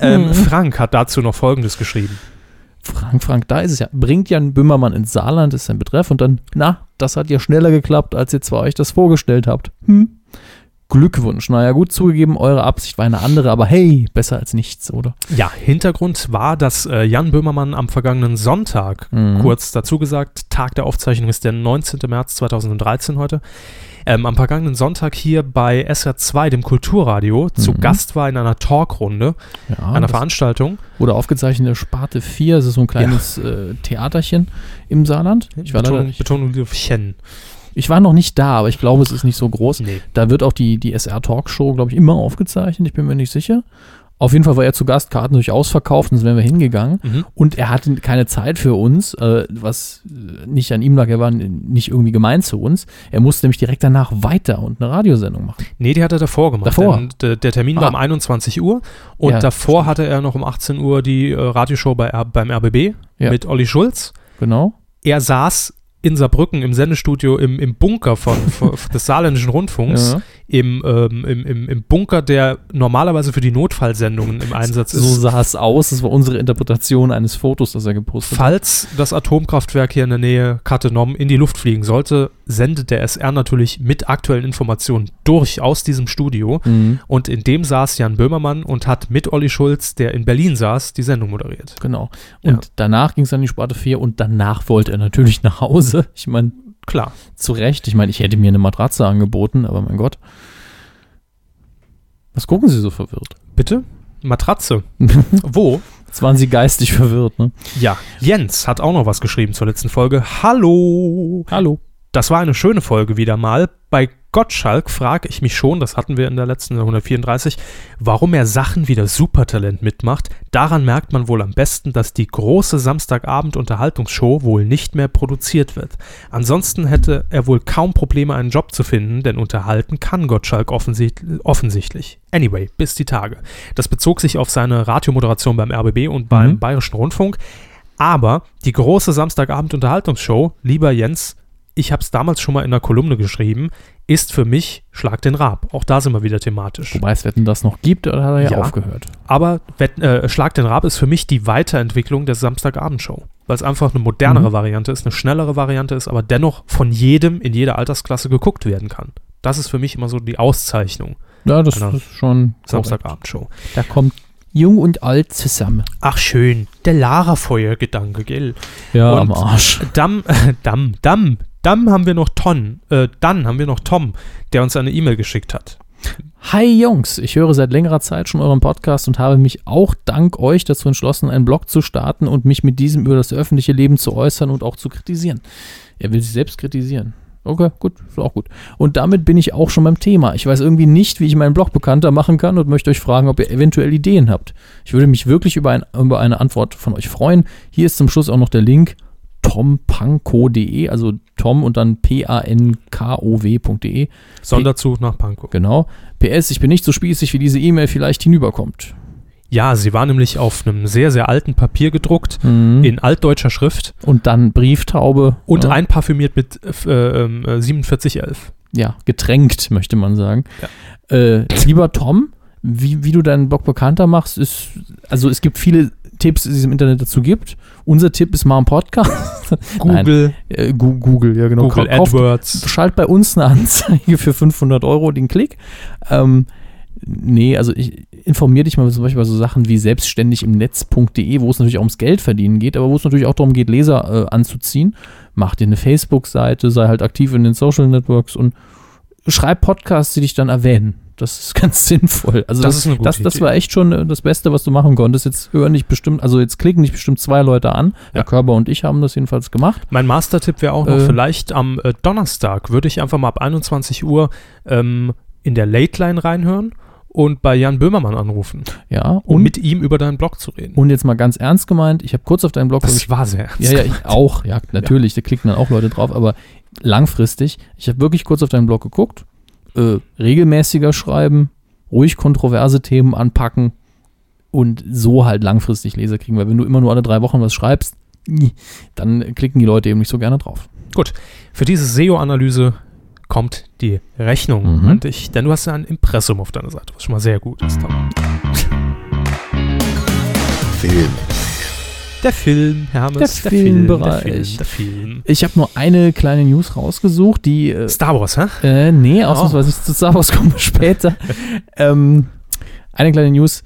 S1: ähm, Frank hat dazu noch Folgendes geschrieben.
S2: Frank, Frank, da ist es ja. Bringt Jan Böhmermann ins Saarland, ist sein Betreff. Und dann, na, das hat ja schneller geklappt, als ihr zwar euch das vorgestellt habt. Hm. Glückwunsch. Naja, gut zugegeben, eure Absicht war eine andere, aber hey, besser als nichts, oder?
S1: Ja, Hintergrund war, dass äh, Jan Böhmermann am vergangenen Sonntag,
S2: Mhm.
S1: kurz dazu gesagt, Tag der Aufzeichnung ist der 19. März 2013 heute, ähm, am vergangenen Sonntag hier bei SR2, dem Kulturradio, zu
S2: Mhm.
S1: Gast war in einer Talkrunde,
S2: Ja,
S1: einer
S2: das
S1: Veranstaltung.
S2: wurde aufgezeichnet in der Sparte 4. Es ist so ein kleines äh, Theaterchen im Saarland. Ich war, leider
S1: Hm, Betonung,
S2: nicht,
S1: Betonung auf Chen.
S2: ich war noch nicht da, aber ich glaube, es ist nicht so groß.
S1: Nee.
S2: Da wird auch die, die SR-Talkshow, glaube ich, immer aufgezeichnet. Ich bin mir nicht sicher. Auf jeden Fall war er zu Gast, Karten natürlich ausverkauft, sonst wären wir hingegangen.
S1: Mhm.
S2: Und er hatte keine Zeit für uns, äh, was äh, nicht an ihm lag, er war n- nicht irgendwie gemein zu uns. Er musste nämlich direkt danach weiter und eine Radiosendung machen.
S1: Nee, die hat er davor gemacht.
S2: Davor?
S1: Denn der, der Termin war
S2: Ah.
S1: um 21 Uhr und
S2: Ja,
S1: davor hatte er noch um 18 Uhr die äh, Radioshow bei, R- beim RBB
S2: Ja.
S1: mit Olli Schulz.
S2: Genau.
S1: er saß in Saarbrücken im Sendestudio im, im Bunker von, von, des Saarländischen Rundfunks,
S2: Ja.
S1: im, ähm, im, im, im Bunker, der normalerweise für die Notfallsendungen im Einsatz
S2: So
S1: ist.
S2: sah es aus. Das war unsere Interpretation eines Fotos, das er gepostet hat.
S1: Falls das Atomkraftwerk hier in der Nähe Katenom in die Luft fliegen sollte, sendet der SR natürlich mit aktuellen Informationen durch aus diesem Studio.
S2: Mhm.
S1: Und in dem saß Jan Böhmermann und hat mit Olli Schulz, der in Berlin saß, die Sendung moderiert.
S2: Genau. Und danach ging es an die Sparte 4 und danach wollte er natürlich nach Hause. Ich meine,
S1: Klar.
S2: zu Recht. Ich meine, ich hätte mir eine Matratze angeboten, aber mein Gott. Was gucken Sie so verwirrt?
S1: Bitte? Matratze. Wo?
S2: Jetzt waren Sie geistig verwirrt, ne?
S1: Ja, Jens hat auch noch was geschrieben zur letzten Folge. Hallo!
S2: Hallo.
S1: Das war eine schöne Folge wieder mal. Bei Gottschalk frage ich mich schon, das hatten wir in der letzten 134, warum er Sachen wie das Supertalent mitmacht. Daran merkt man wohl am besten, dass die große Samstagabend-Unterhaltungsshow wohl nicht mehr produziert wird. Ansonsten hätte er wohl kaum Probleme, einen Job zu finden, denn unterhalten kann Gottschalk offensicht- offensichtlich. Anyway, bis die Tage. Das bezog sich auf seine Radiomoderation beim RBB und beim
S2: Mhm.
S1: Bayerischen Rundfunk. Aber die große Samstagabend-Unterhaltungsshow, lieber Jens, ich habe es damals schon mal in einer Kolumne geschrieben, ist für mich Schlag den Raab. Auch da sind wir wieder thematisch.
S2: Wobei es Wetten das noch gibt, oder hat er ja,
S1: Ja.
S2: aufgehört?
S1: Aber Wett- äh, Schlag den Raab ist für mich die Weiterentwicklung der Samstagabendshow. Weil es einfach eine modernere
S2: Mhm.
S1: Variante ist, eine schnellere Variante ist, aber dennoch von jedem in jeder Altersklasse geguckt werden kann. Das ist für mich immer so die Auszeichnung
S2: Ja, das
S1: Genau.
S2: ist schon
S1: Samstagabendshow.
S2: korrekt. Da kommt jung und alt zusammen.
S1: Ach schön, der Lara-Feuer-Gedanke, gell?
S2: Ja,
S1: Und-
S2: am Arsch.
S1: Damm, Damm, Damm, Damm haben wir noch Ton, äh, dann haben wir noch Tom, der uns eine E-Mail geschickt hat.
S2: Hi Jungs, ich höre seit längerer Zeit schon euren Podcast und habe mich auch dank euch dazu entschlossen, einen Blog zu starten und mich mit diesem über das öffentliche Leben zu äußern und auch zu kritisieren. Er will sich selbst kritisieren. Okay, gut, ist auch gut. Und damit bin ich auch schon beim Thema. Ich weiß irgendwie nicht, wie ich meinen Blog bekannter machen kann und möchte euch fragen, ob ihr eventuell Ideen habt. Ich würde mich wirklich über, ein, über eine Antwort von euch freuen. Hier ist zum Schluss auch noch der Link tompanko.de, also tom und dann p-a-n-k-o-w.de.
S1: Sonderzug nach Pankow.
S2: Genau. PS, ich bin nicht so spießig, wie diese E-Mail vielleicht hinüberkommt.
S1: Ja, sie war nämlich auf einem sehr, sehr alten Papier gedruckt, in altdeutscher Schrift
S2: Und dann Brieftaube. ne?
S1: und
S2: Mhm. ja.
S1: einparfümiert mit äh, f- äh, ähm, äh, 4711.
S2: Ja, getränkt, möchte man sagen. Äh, lieber Tom, wie, wie du deinen Blog bekannter machst, ist, also es gibt viele Tipps, die es im Internet dazu gibt. Unser Tipp ist mal ein Podcast. Nein,
S1: Google,
S2: äh, Gu- Google, ja genau.
S1: Google
S2: Kauft-
S1: AdWords.
S2: schalt bei uns eine Anzeige für 500 Euro den Klick. Ähm, Nee, also ich informiere dich mal zum Beispiel bei so Sachen wie selbstständig im Netz.de, wo es natürlich auch ums Geld verdienen geht, aber wo es natürlich auch darum geht, Leser äh, anzuziehen. Mach dir eine Facebook-Seite, sei halt aktiv in den Social Networks und schreib Podcasts, die dich dann erwähnen. Das ist ganz sinnvoll. Also
S1: Das
S2: das,
S1: ist eine gute
S2: das, das
S1: Idee.
S2: war echt schon äh, das Beste, was du machen konntest. Jetzt hören dich bestimmt, also jetzt klicken dich bestimmt zwei Leute an. Herr Körber und ich haben das jedenfalls gemacht.
S1: Mein Mastertipp wäre auch noch,
S2: Äh.
S1: vielleicht am äh, Donnerstag würde ich einfach mal ab 21 Uhr ähm, in der Late Line reinhören und bei Jan Böhmermann anrufen,
S2: Ja,
S1: um
S2: und,
S1: mit ihm über deinen Blog zu reden.
S2: und jetzt mal ganz ernst gemeint, ich habe kurz auf deinem Blog hab ich
S1: war sehr ernst.
S2: Ja, ja, ich auch, ja, natürlich, da klicken dann auch Leute drauf, aber langfristig, ich habe wirklich kurz auf deinen Blog geguckt, äh, regelmäßiger schreiben, ruhig kontroverse Themen anpacken und so halt langfristig Leser kriegen, weil wenn du immer nur alle drei Wochen was schreibst, dann klicken die Leute eben nicht so gerne drauf.
S1: Gut, für diese SEO-Analyse kommt die Rechnung,
S2: Mhm.
S1: meinte ich. Denn du hast ja ein Impressum auf deiner Seite, was schon mal sehr gut ist.
S3: Film.
S1: Der Film, Hermes,
S2: Der
S1: der
S2: Filmbereich.
S1: Film, der Film.
S2: Ich habe nur eine kleine News rausgesucht, die äh,
S1: Star Wars, hä?
S2: Äh, nee, ausnahmsweise zu Star Wars kommen wir später. ähm, eine kleine News.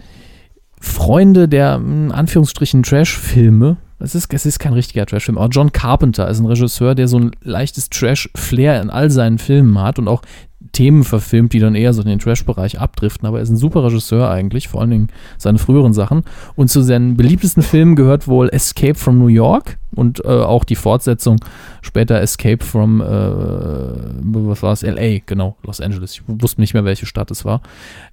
S2: Freunde der, in Anführungsstrichen, Trash-Filme. Es ist, es ist kein richtiger Trash-Film, aber John Carpenter ist ein Regisseur, der so ein leichtes Trash-Flair in all seinen Filmen hat und auch Themen verfilmt, die dann eher so in den Trash-Bereich abdriften. Aber er ist ein super Regisseur eigentlich, vor allen Dingen seine früheren Sachen. Und zu seinen beliebtesten Filmen gehört wohl Escape from New York und äh, auch die Fortsetzung später Escape from, äh, was war es, LA, genau, Los Angeles. Ich wusste nicht mehr, welche Stadt es war.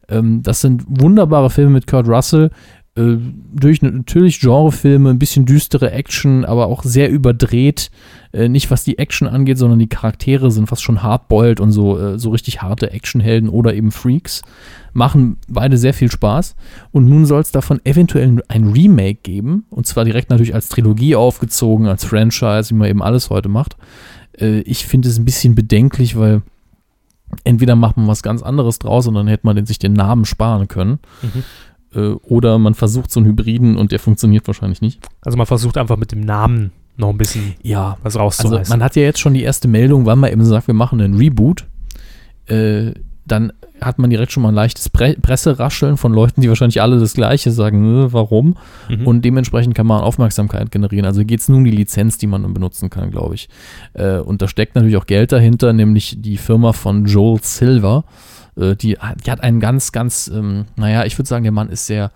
S2: Ähm, das sind wunderbare Filme mit Kurt Russell. Äh, durch natürlich Genrefilme, ein bisschen düstere Action, aber auch sehr überdreht. Äh, nicht was die Action angeht, sondern die Charaktere sind fast schon hardboiled und so, äh, so richtig harte Actionhelden oder eben Freaks. Machen beide sehr viel Spaß. Und nun soll es davon eventuell ein Remake geben. Und zwar direkt natürlich als Trilogie aufgezogen, als Franchise, wie man eben alles heute macht. Äh, ich finde es ein bisschen bedenklich, weil entweder macht man was ganz anderes draus und dann hätte man den, sich den Namen sparen können. Äh, Oder man versucht so einen Hybriden und der funktioniert wahrscheinlich nicht.
S1: Also man versucht einfach mit dem Namen noch ein bisschen
S2: Ja,
S1: was
S2: also
S1: rauszureißen.
S2: man hat ja jetzt schon die erste Meldung, wann man eben sagt, wir machen einen Reboot. Äh, dann hat man direkt schon mal ein leichtes Pre Presserascheln von Leuten, die wahrscheinlich alle das Gleiche sagen, "Äh, warum? Und dementsprechend kann man Aufmerksamkeit generieren. Also geht es nur um die Lizenz, die man dann benutzen kann, glaube ich. Äh, und da steckt natürlich auch Geld dahinter, nämlich die Firma von Joel Silver. Äh, die, hat- die hat einen ganz, ganz, ähm, naja, ich würde sagen, der Mann ist sehr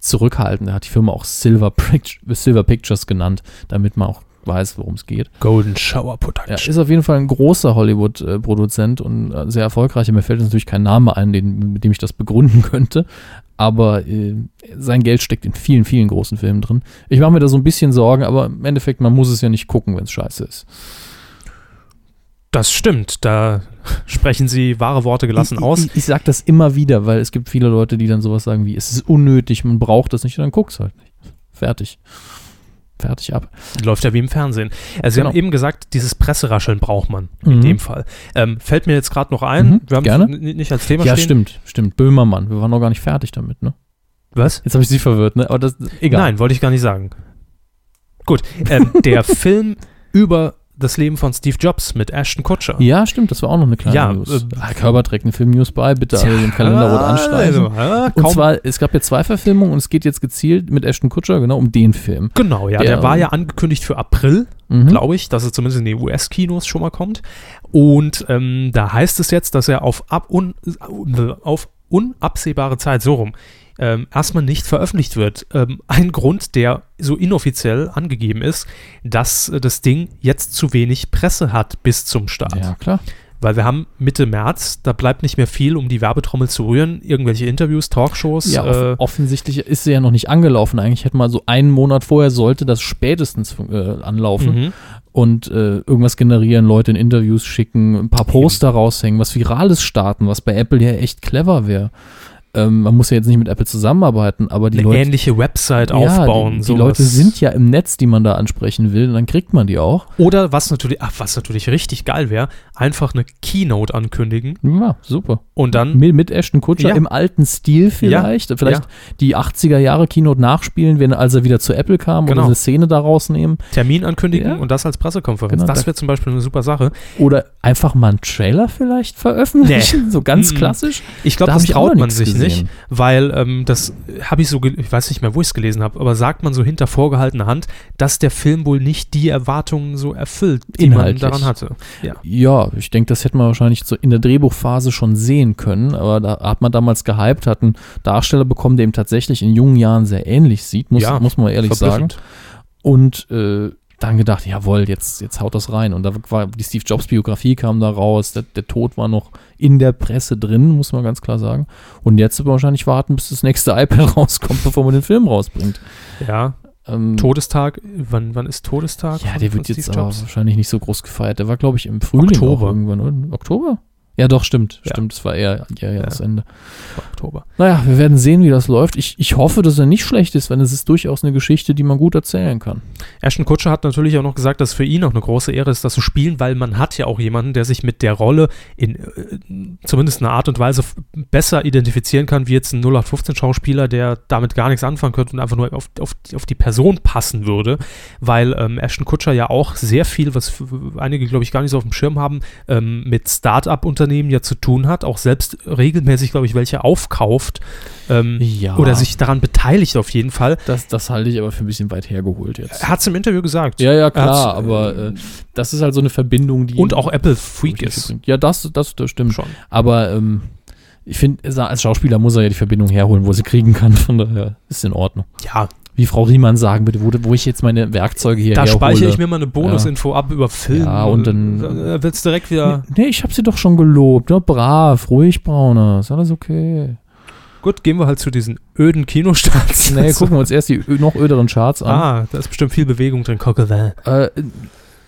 S2: zurückhaltend. Er hat die Firma auch Silver, Pict- Silver Pictures genannt, damit man auch weiß, worum es geht.
S1: Golden Shower
S2: Ja,
S1: Production.
S2: ist auf jeden Fall ein großer Hollywood-Produzent und äh, sehr erfolgreich. Mir fällt jetzt natürlich kein Name ein, den, mit dem ich das begründen könnte. Aber äh, sein Geld steckt in vielen, vielen großen Filmen drin. Ich mache mir da so ein bisschen Sorgen, aber im Endeffekt, man muss es ja nicht gucken, wenn es scheiße ist.
S1: Das stimmt, da sprechen sie wahre Worte gelassen
S2: ich,
S1: aus.
S2: Ich, ich sage das immer wieder, weil es gibt viele Leute, die dann sowas sagen wie, es ist unnötig, man braucht das nicht, und dann guck's halt nicht. Fertig. Fertig ab.
S1: Läuft ja wie im Fernsehen. Also
S2: Genau.
S1: Sie haben eben gesagt, dieses Presserascheln braucht man in
S2: Mhm.
S1: dem Fall. Ähm, fällt mir jetzt gerade noch ein,
S2: Mhm,
S1: wir haben
S2: gerne.
S1: es n- nicht als Thema
S2: ja,
S1: stehen.
S2: stimmt, stimmt. Böhmermann, wir waren noch gar nicht fertig damit, ne?
S1: Was?
S2: Jetzt habe ich sie verwirrt, ne? Aber das, egal.
S1: Nein, wollte ich gar nicht sagen. Gut, ähm, der Film über das Leben von Steve Jobs mit Ashton Kutscher.
S2: Ja, stimmt, das war auch noch eine kleine
S1: Ja,
S2: News.
S1: äh,
S2: ah, Körber trägt eine Film-News bei, bitte alle den Kalenderrot
S1: Also,
S2: anstreichen.
S1: äh, kaum,
S2: Und zwar, es gab ja zwei Verfilmungen und es geht jetzt gezielt mit Ashton Kutscher genau um den Film.
S1: genau, ja, der,
S2: der-
S1: war ja angekündigt für April,
S2: Mhm.
S1: glaube ich, dass er zumindest in die US-Kinos schon mal kommt. Und ähm, da heißt es jetzt, dass er auf, ab un, auf unabsehbare Zeit, so rum, ähm, erstmal nicht veröffentlicht wird. Ähm, ein Grund, der so inoffiziell angegeben ist, dass äh, das Ding jetzt zu wenig Presse hat bis zum Start.
S2: Ja, klar.
S1: Weil wir haben Mitte März, da bleibt nicht mehr viel, um die Werbetrommel zu rühren. Irgendwelche Interviews, Talkshows.
S2: Ja, off
S1: äh,
S2: offensichtlich ist sie ja noch nicht angelaufen. Eigentlich hätte man so einen Monat vorher sollte das spätestens äh, anlaufen
S1: mhm.
S2: und äh, irgendwas generieren, Leute in Interviews schicken, ein paar Poster raushängen, was Virales starten, was bei Apple ja echt clever wäre. Ähm, man muss ja jetzt nicht mit Apple zusammenarbeiten, aber die
S1: Eine
S2: Leute.
S1: äh, ähnliche Website aufbauen.
S2: Ja, die, die
S1: sowas.
S2: Leute sind ja im Netz, die man da ansprechen will, und dann kriegt man die auch.
S1: Oder was natürlich, ach, was natürlich richtig geil wäre, einfach eine Keynote ankündigen
S2: Ja, super.
S1: und dann
S2: Mit, mit Ashton Kutscher
S1: Ja.
S2: im alten Stil vielleicht. Vielleicht
S1: Ja.
S2: die 80er Jahre Keynote nachspielen, wenn als er wieder zu Apple kam
S1: Genau.
S2: oder eine Szene daraus nehmen.
S1: Termin ankündigen
S2: Ja.
S1: und das als Pressekonferenz.
S2: Genau,
S1: das
S2: da-
S1: wäre zum Beispiel eine super Sache.
S2: Oder einfach mal einen Trailer vielleicht veröffentlichen. So ganz
S1: Mm-mm.
S2: klassisch.
S1: Ich glaube,
S2: Da hab
S1: das
S2: ich auch
S1: traut
S2: noch
S1: man
S2: nichts
S1: sich sich, weil ähm, das habe ich so, ge- ich weiß nicht mehr, wo ich es gelesen habe, aber sagt man so hinter vorgehaltener Hand, dass der Film wohl nicht die Erwartungen so erfüllt, die
S2: Inhaltlich.
S1: man daran hatte. Ja.
S2: Ja, ich denke, das hätte man wahrscheinlich so in der Drehbuchphase schon sehen können, aber da hat man damals gehypt, hat einen Darsteller bekommen, der ihm tatsächlich in jungen Jahren sehr ähnlich sieht, muss,
S1: Ja,
S2: muss man ehrlich sagen.
S1: verblüffend.
S2: Und äh, dann gedacht, jawohl, jetzt, jetzt haut das rein. Und da war die Steve Jobs Biografie kam da raus, der, der Tod war noch in der Presse drin, muss man ganz klar sagen. Und jetzt wird man wahrscheinlich warten, bis das nächste iPad rauskommt, bevor man den Film rausbringt.
S1: Ja.
S2: Ähm,
S1: Todestag, wann, wann ist Todestag?
S2: ja,
S1: von-
S2: der
S1: von
S2: wird jetzt
S1: Steve
S2: aber
S1: Jobs?
S2: wahrscheinlich nicht so groß gefeiert. Der war, glaube ich, im Frühling
S1: Oktober.
S2: Auch irgendwann, oder? Oktober? Ja, doch, stimmt.
S1: Ja.
S2: Stimmt, es war eher, eher, eher das Ende.
S1: Oktober.
S2: Naja, wir werden sehen, wie das läuft. Ich, ich hoffe, dass er nicht schlecht ist, wenn es ist durchaus eine Geschichte, die man gut erzählen kann.
S1: Ashton Kutscher hat natürlich auch noch gesagt, dass für ihn auch eine große Ehre ist, das zu spielen, weil man hat ja auch jemanden, der sich mit der Rolle in äh, zumindest einer Art und Weise f- besser identifizieren kann, wie jetzt ein 0815-Schauspieler, der damit gar nichts anfangen könnte und einfach nur auf, auf, auf die Person passen würde, weil ähm, Ashton Kutscher ja auch sehr viel, was f- einige, glaube ich, gar nicht so auf dem Schirm haben, ähm, mit Start-up-Unternehmen ja zu tun hat, auch selbst regelmäßig, glaube ich, welche aufkauft ähm,
S2: Ja.
S1: oder sich daran beteiligt auf jeden Fall.
S2: Das, das halte ich aber für ein bisschen weit hergeholt jetzt.
S1: Er hat es im Interview gesagt.
S2: Ja, ja, klar,
S1: Er hat's,
S2: aber äh, das ist halt so eine Verbindung, die.
S1: Und auch Apple
S2: glaub ich,
S1: Freak
S2: nicht
S1: ist.
S2: bringt. Ja, das, das, das stimmt
S1: Schon.
S2: Aber ähm, ich finde, als Schauspieler muss er ja die Verbindung herholen, wo er sie kriegen kann. Von daher ist in Ordnung.
S1: Ja,
S2: Wie Frau Riemann sagen bitte, wo, wo ich jetzt meine Werkzeuge hier
S1: da
S2: herhole.
S1: speichere ich mir mal eine Bonusinfo ab über Film.
S2: Ja, und dann-
S1: wird es direkt wieder.
S2: Nee, ich habe sie doch schon gelobt. Ja, brav, ruhig, Brauner. Ist alles okay.
S1: Gut, gehen wir halt zu diesen öden Kinostarts. Also,
S2: Nee, gucken wir uns erst die ö- noch öderen Charts an.
S1: Ah, da ist bestimmt viel Bewegung drin, Cockevin.
S2: Äh,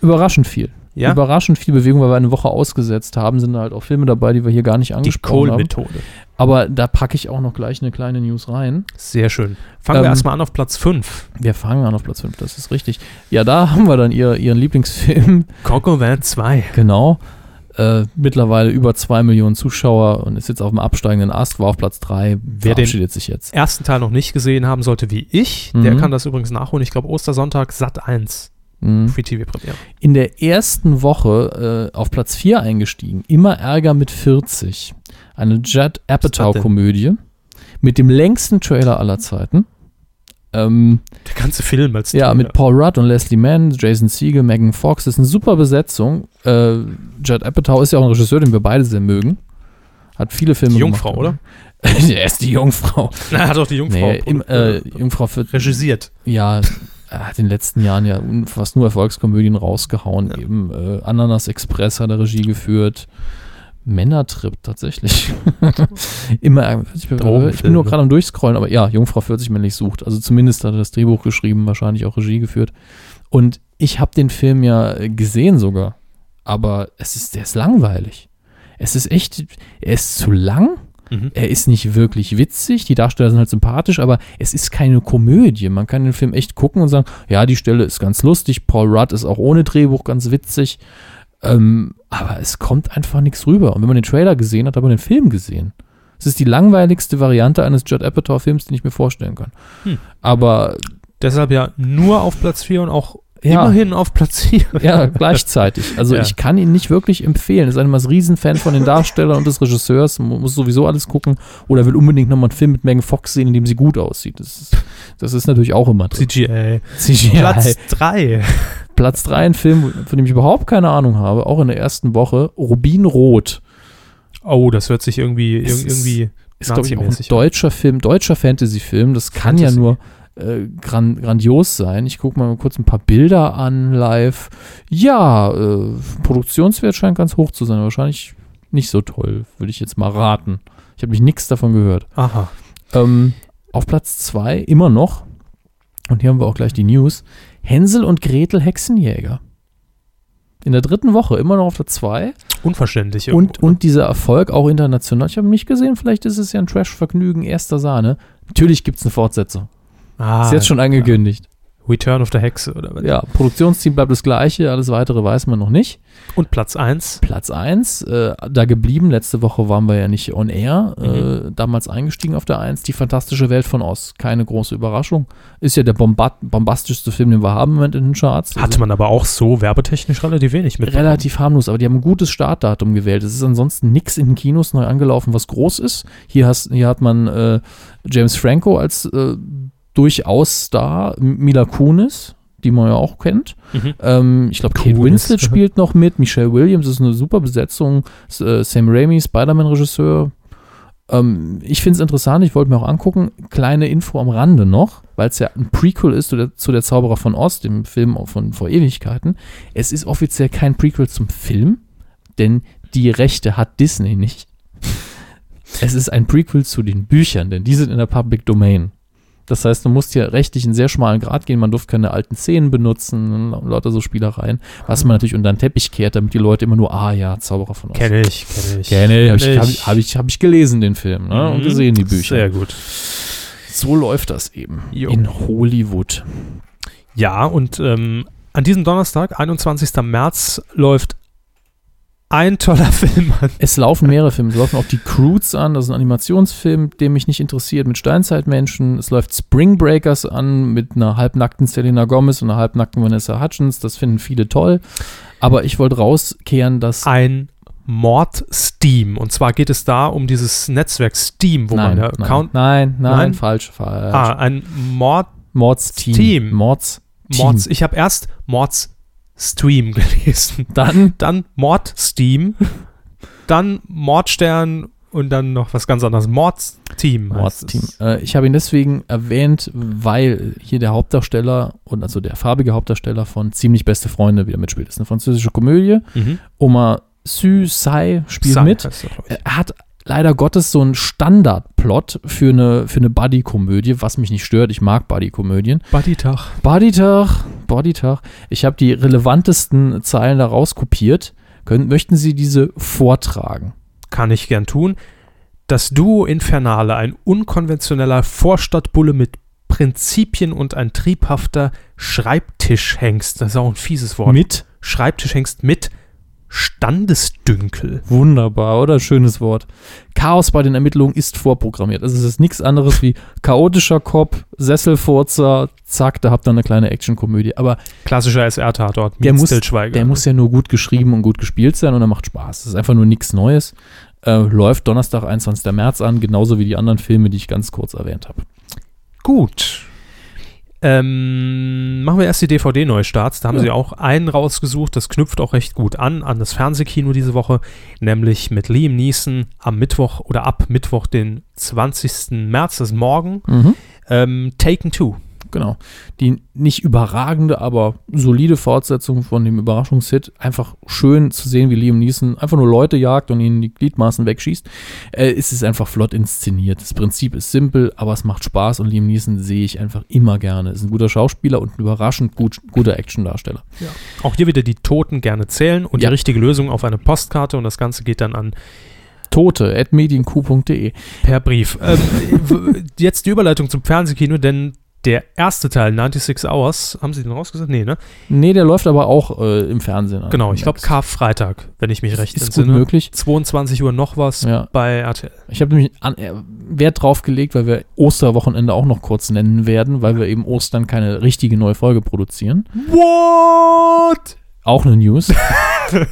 S2: überraschend viel.
S1: Ah. Ja,
S2: Überraschend viel Bewegung, weil wir eine Woche ausgesetzt haben, sind da halt auch Filme dabei, die wir hier gar nicht
S1: die
S2: angesprochen haben.
S1: Kohl-Methode.
S2: Aber da packe ich auch noch gleich eine kleine News rein.
S1: Sehr schön. Fangen wir
S2: Ähm,
S1: erstmal an auf Platz 5.
S2: Wir fangen an auf Platz 5, das ist richtig. Ja, da haben wir dann ihr, ihren Lieblingsfilm,
S1: Cockevin 2.
S2: Genau. Äh, mittlerweile über 2 Millionen Zuschauer und ist jetzt auf dem absteigenden Ast, war auf Platz 3,
S1: den-
S2: verabschiedet sich jetzt.
S1: Ersten Teil noch nicht gesehen haben sollte wie ich, der
S2: Mhm.
S1: kann das übrigens nachholen. Ich glaube, Ostersonntag, Sat 1,
S2: Mhm.
S1: Free TV Premiere.
S2: In der ersten Woche äh, auf Platz 4 eingestiegen, immer Ärger mit 40. Eine Judd Apatow-Komödie mit dem längsten Trailer aller Zeiten. Ähm,
S1: Der ganze Film als
S2: ja,
S1: Trailer.
S2: mit Paul Rudd und Leslie Mann, Jason Siegel, Megan Fox. Das ist eine super Besetzung. Äh, Judd Apatow ist ja auch ein Regisseur, den wir beide sehr mögen. Hat viele Filme
S1: Die Jungfrau,
S2: gemacht. oder? er ist die Jungfrau.
S1: Na, hat auch die Jungfrau.
S2: ne? Nee, im, äh, Jungfrau für,
S1: regisiert.
S2: ja, er hat in den letzten Jahren ja un- fast nur Erfolgskomödien rausgehauen. Eben äh, Ananas Express hat er Regie geführt. Männertrip tatsächlich. Immer, äh, ich bin, ich bin
S1: Drogenfilme.
S2: nur gerade am Durchscrollen, aber ja, Jungfrau 40 männlich sucht. Also zumindest hat er das Drehbuch geschrieben, wahrscheinlich auch Regie geführt. Und ich habe den Film ja äh, gesehen sogar, aber es ist, der ist langweilig. Es ist echt, er ist zu lang
S1: Mhm.
S2: er ist nicht wirklich witzig, die Darsteller sind halt sympathisch, aber es ist keine Komödie. Man kann den Film echt gucken und sagen, ja, die Stelle ist ganz lustig, Paul Rudd ist auch ohne Drehbuch ganz witzig, ähm, aber es kommt einfach nichts rüber. Und wenn man den Trailer gesehen hat, hat man den Film gesehen. Es ist die langweiligste Variante eines Judd Apatow-Films, den ich mir vorstellen kann.
S1: Hm.
S2: Aber
S1: Deshalb ja nur auf Platz 4 und auch
S2: Ja.
S1: immerhin auf Platz 4.
S2: ja, gleichzeitig. Also
S1: Ja.
S2: ich kann ihn nicht wirklich empfehlen. Ist einmal ein Riesenfan von den Darstellern und des Regisseurs, mu- muss sowieso alles gucken oder will unbedingt nochmal einen Film mit Megan Fox sehen, in dem sie gut aussieht. Das ist, das ist natürlich auch immer drin.
S1: CGI.
S2: CGI.
S1: Platz 3.
S2: Platz 3, ein Film, von dem ich überhaupt keine Ahnung habe, auch in der ersten Woche, Rubin Rot.
S1: Oh, das hört sich irgendwie,
S2: Es
S1: irg
S2: ist-
S1: irgendwie
S2: Ist, glaube ich, auch ein
S1: Nazimäßig.
S2: deutscher Film, deutscher Fantasy-Film. Das kann
S1: Fantasy.
S2: ja nur äh, gran grandios sein. Ich gucke mal kurz ein paar Bilder an live. Ja, äh, Produktionswert scheint ganz hoch zu sein. Wahrscheinlich nicht so toll, würde ich jetzt mal raten. Ich habe mich nichts davon gehört.
S1: Aha.
S2: Ähm, auf Platz 2 immer noch, und hier haben wir auch gleich die News, Hänsel und Gretel Hexenjäger. In der dritten Woche immer noch auf der 2.
S1: Unverständlich.
S2: Und,
S1: irgendwo.
S2: und dieser Erfolg auch international. Ich habe nicht gesehen, vielleicht ist es ja ein Trash-Vergnügen erster Sahne. Natürlich gibt es eine Fortsetzung.
S1: ah,
S2: ist jetzt schon angekündigt.
S1: Return of the Hexe oder was?
S2: Ja, Produktionsteam bleibt das gleiche, alles weitere weiß man noch nicht.
S1: Und Platz 1.
S2: Platz 1, äh, da geblieben. Letzte Woche waren wir ja nicht on air, äh, damals eingestiegen auf der 1. Die fantastische Welt von Oz. Keine große Überraschung. Ist ja der bomba- bombastischste Film, den wir haben im Moment in den Charts.
S1: Hatte man aber auch so werbetechnisch relativ wenig mit.
S2: relativ harmlos, aber die haben ein gutes Startdatum gewählt. Es ist ansonsten nichts in den Kinos neu angelaufen, was groß ist. Hier, hast, hier hat man äh, James Franco als äh, durchaus Star, M- Mila Kunis, die man ja auch kennt.
S1: Mhm.
S2: Ähm, ich glaube, Kate
S1: Kunis.
S2: Winslet spielt noch mit, Michelle Williams ist eine super Besetzung, S- äh, Sam Raimi, Spider-Man-Regisseur. Ähm, ich finde es interessant, ich wollte mir auch angucken. Kleine Info am Rande noch, weil es ja ein Prequel ist zu der, zu der Zauberer von Oz, dem Film von vor Ewigkeiten. Es ist offiziell kein Prequel zum Film, denn die Rechte hat Disney nicht. Es ist ein Prequel zu den Büchern, denn die sind in der Public Domain. Das heißt, du musst hier rechtlich einen sehr schmalen Grad gehen. Man durfte keine alten Szenen benutzen und lauter so Spielereien, was man natürlich unter den Teppich kehrt, damit die Leute immer nur, ah ja, Zauberer von Oz.
S1: Kenne ich, kenne ich.
S2: Kenne ich, habe ich, hab ich, hab ich, hab ich gelesen, den Film, ne? und
S1: Mhm.
S2: gesehen die Bücher.
S1: Sehr gut.
S2: So läuft das eben
S1: Jo.
S2: in Hollywood.
S1: Ja, und ähm, an diesem Donnerstag, 21. März, läuft ein toller Film an.
S2: Es laufen mehrere Filme. Es laufen auch die Croods an, das ist ein Animationsfilm, der mich nicht interessiert, mit Steinzeitmenschen. Es läuft Spring Breakers an mit einer halbnackten Selena Gomez und einer halbnackten Vanessa Hutchins. Das finden viele toll. Aber ich wollte rauskehren, dass.
S1: Ein Mord-Steam. Und zwar geht es da um dieses Netzwerk Steam, wo man
S2: nein,
S1: ja
S2: nein,
S1: Count.
S2: nein, nein,
S1: Nein?
S2: falsch, falsch.
S1: Ah, ein Mord.
S2: Mordsteam.
S1: Team.
S2: Mords. Team.
S1: Mords. Ich habe erst Mords-Stream gelesen.
S2: Dann
S1: Dann Mord-Steam. dann Mordstern und dann noch was ganz anderes. Mords-Team. heißt
S2: Mordsteam.
S1: es.
S2: Äh, ich habe ihn deswegen erwähnt, weil hier der Hauptdarsteller und also der farbige Hauptdarsteller von Ziemlich Beste Freunde wieder mitspielt. Das ist eine französische Komödie.
S1: Mhm.
S2: Oma Sü Sai spielt
S1: Sang
S2: mit.
S1: heißt er, glaub ich.
S2: Er hat leider Gottes so einen Standardplot für eine, für eine Buddy-Komödie, was mich nicht stört. Ich mag Buddy-Komödien.
S1: Buddy-Tag.
S2: Bodytag, Bodytag. Ich habe die relevantesten Zeilen daraus kopiert. Können, möchten Sie diese vortragen?
S1: kann ich gern tun. Das Duo Infernale, ein unkonventioneller Vorstadtbulle mit Prinzipien und ein triebhafter Schreibtischhengst. Das ist auch ein fieses Wort.
S2: Mit?
S1: Schreibtischhengst mit Standesdünkel.
S2: Wunderbar, oder? Schönes Wort. Chaos bei den Ermittlungen ist vorprogrammiert. Also es ist nichts anderes wie chaotischer Cop, Sesselfurzer, zack, da habt ihr eine kleine Actionkomödie. Aber
S1: Klassischer SR-Tatort.
S2: der
S1: mit
S2: muss,
S1: Til Schweiger.
S2: der muss ja nur gut geschrieben und gut gespielt sein und er macht Spaß. Das ist einfach nur nichts Neues. Äh, läuft Donnerstag, 21. März an, genauso wie die anderen Filme, die ich ganz kurz erwähnt habe.
S1: Gut. Ähm, machen wir erst die DVD-Neustarts. Da haben sie auch einen rausgesucht. Das knüpft auch recht gut an, an das Fernsehkino diese Woche. Nämlich mit Liam Neeson am Mittwoch oder ab Mittwoch, den 20. März, das ist morgen. Ähm, Taken Two.
S2: Genau. Die nicht überragende, aber solide Fortsetzung von dem Überraschungshit. Einfach schön zu sehen, wie Liam Neeson einfach nur Leute jagt und ihnen die Gliedmaßen wegschießt. Äh, es ist einfach flott inszeniert. Das Prinzip ist simpel, aber es macht Spaß und Liam Neeson sehe ich einfach immer gerne. Ist ein guter Schauspieler und ein überraschend gut, guter Actiondarsteller.
S1: Auch hier wieder die Toten gerne zählen und
S2: Ja.
S1: die richtige Lösung auf eine Postkarte. Und das Ganze geht dann an
S2: Tote at medienq.de.
S1: per Brief. Ähm, w- jetzt die Überleitung zum Fernsehkino, denn der erste Teil, 96 Hours, haben sie den rausgesucht? Nee, ne?
S2: Nee, der läuft aber auch äh, im Fernsehen. an.
S1: Genau, ich glaube
S2: Ist
S1: Karfreitag, wenn ich mich recht
S2: gut
S1: entsinne.
S2: möglich.
S1: 22 Uhr noch was
S2: Ja.
S1: bei RTL.
S2: Ich habe nämlich an, äh, Wert drauf gelegt, weil wir Osterwochenende auch noch kurz nennen werden, weil wir eben Ostern keine richtige neue Folge produzieren.
S1: What?
S2: Auch eine News.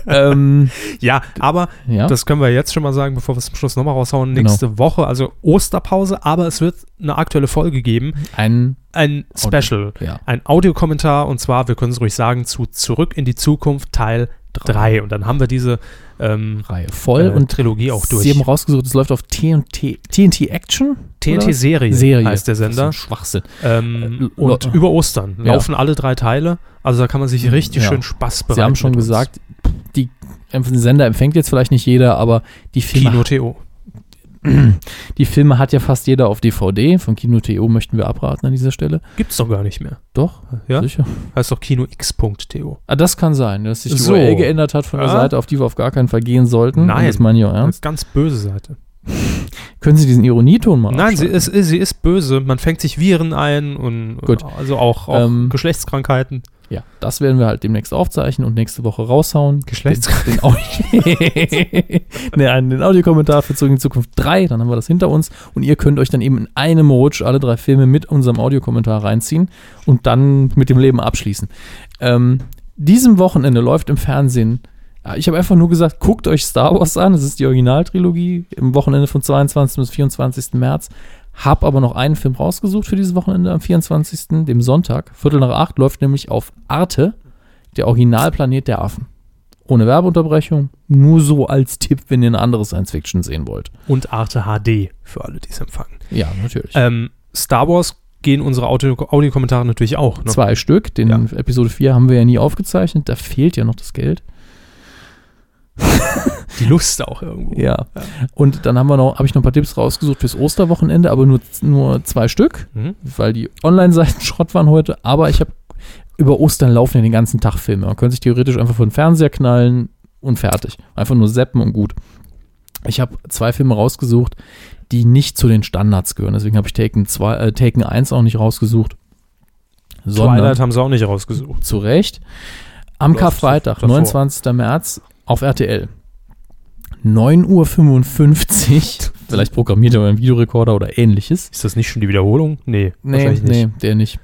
S2: ähm,
S1: Ja, aber
S2: ja.
S1: das können wir jetzt schon mal sagen, bevor wir es zum Schluss nochmal raushauen.
S2: Genau.
S1: Nächste Woche, also Osterpause, aber es wird eine aktuelle Folge geben.
S2: ein,
S1: Ein
S2: Audio.
S1: Special.
S2: ja.
S1: Ein Audiokommentar und zwar, wir können es ruhig sagen, zu Zurück in die Zukunft Teil 3. Und dann haben wir diese ähm,
S2: Reihe voll
S1: äh,
S2: und
S1: Trilogie auch durch.
S2: Sie haben rausgesucht, es läuft auf TNT, TNT Action?
S1: TNT
S2: oder?
S1: Serie,
S2: Serie
S1: heißt der
S2: Das ist
S1: Sender.
S2: ein Schwachsinn.
S1: Ähm,
S2: Äh,
S1: und
S2: Lo-
S1: über Ostern
S2: Ja. Mhm.
S1: laufen alle drei Teile. Also da kann man sich richtig
S2: Ja.
S1: schön Spaß bereiten.
S2: Sie haben schon
S1: mit uns.
S2: gesagt, die, den Sender empfängt jetzt vielleicht nicht jeder, aber die Filme
S1: Kino TO.
S2: Die Filme hat ja fast jeder auf DVD. Von Kino.to möchten wir abraten an dieser Stelle.
S1: Gibt's doch gar nicht mehr.
S2: Doch,
S1: Ja?
S2: sicher.
S1: Heißt doch KinoX.to.
S2: Ah, das kann sein, dass sich die
S1: So.
S2: URL geändert hat von der
S1: Ja.
S2: Seite, auf die wir auf gar keinen Fall gehen sollten.
S1: Nein.
S2: Das meine ich auch
S1: Das
S2: ernst.
S1: ist ganz böse Seite.
S2: Können Sie diesen Ironieton mal
S1: Nein, sie
S2: abschalten?
S1: ist, sie ist böse. Man fängt sich Viren ein und
S2: Gut.
S1: also auch, auch
S2: Ähm,
S1: Geschlechtskrankheiten.
S2: Ja, das werden wir halt demnächst aufzeichnen und nächste Woche raushauen.
S1: Geschlechts-
S2: Den, den, Au nee, einen- den Audiokommentar für Zurück in die Zukunft 3, dann haben wir das hinter uns. Und ihr könnt euch dann eben in einem Rutsch alle drei Filme mit unserem Audiokommentar reinziehen und dann mit dem Leben abschließen. Ähm, diesem Wochenende läuft im Fernsehen. ja, Ich habe einfach nur gesagt, guckt euch Star Wars an. Das ist die Originaltrilogie im Wochenende von 22. bis 24. März. Hab aber noch einen Film rausgesucht für dieses Viertel- Wochenende am 24., dem Sonntag. Viertel nach acht läuft nämlich auf Arte der Originalplanet der Affen. Ohne Werbeunterbrechung, nur so als Tipp, wenn ihr ein anderes Science-Fiction sehen wollt.
S1: Und Arte HD für alle, die es empfangen.
S2: Ja, natürlich.
S1: Ähm, Star Wars gehen unsere Audio Audiokommentare natürlich auch. Ne?
S2: Zwei Stück, den Episode 4 haben wir ja nie aufgezeichnet, da fehlt ja noch das Geld.
S1: Die Lust auch irgendwo.
S2: Ja. Und dann haben wir noch, habe ich noch ein paar Tipps rausgesucht fürs Osterwochenende, aber nur, nur zwei Stück,
S1: Mhm.
S2: weil die Online-Seiten Schrott waren heute. Aber ich habe über Ostern laufen ja den ganzen Tag Filme. Man könnte sich theoretisch einfach vor den Fernseher knallen und fertig. Einfach nur seppen und gut. Ich habe zwei Filme rausgesucht, die nicht zu den Standards gehören. Deswegen habe ich Taken, 2, äh, Taken 1 auch nicht rausgesucht. Sondern,
S1: Twilight haben sie auch nicht rausgesucht.
S2: zu Recht. Am
S1: Läuft
S2: Karfreitag,
S1: davor.
S2: 29. März auf RTL. 9.55 Uhr. Vielleicht programmiert er einen Videorekorder oder ähnliches.
S1: Ist das nicht schon die Wiederholung? Nee, wahrscheinlich nicht.
S2: nee, der nicht.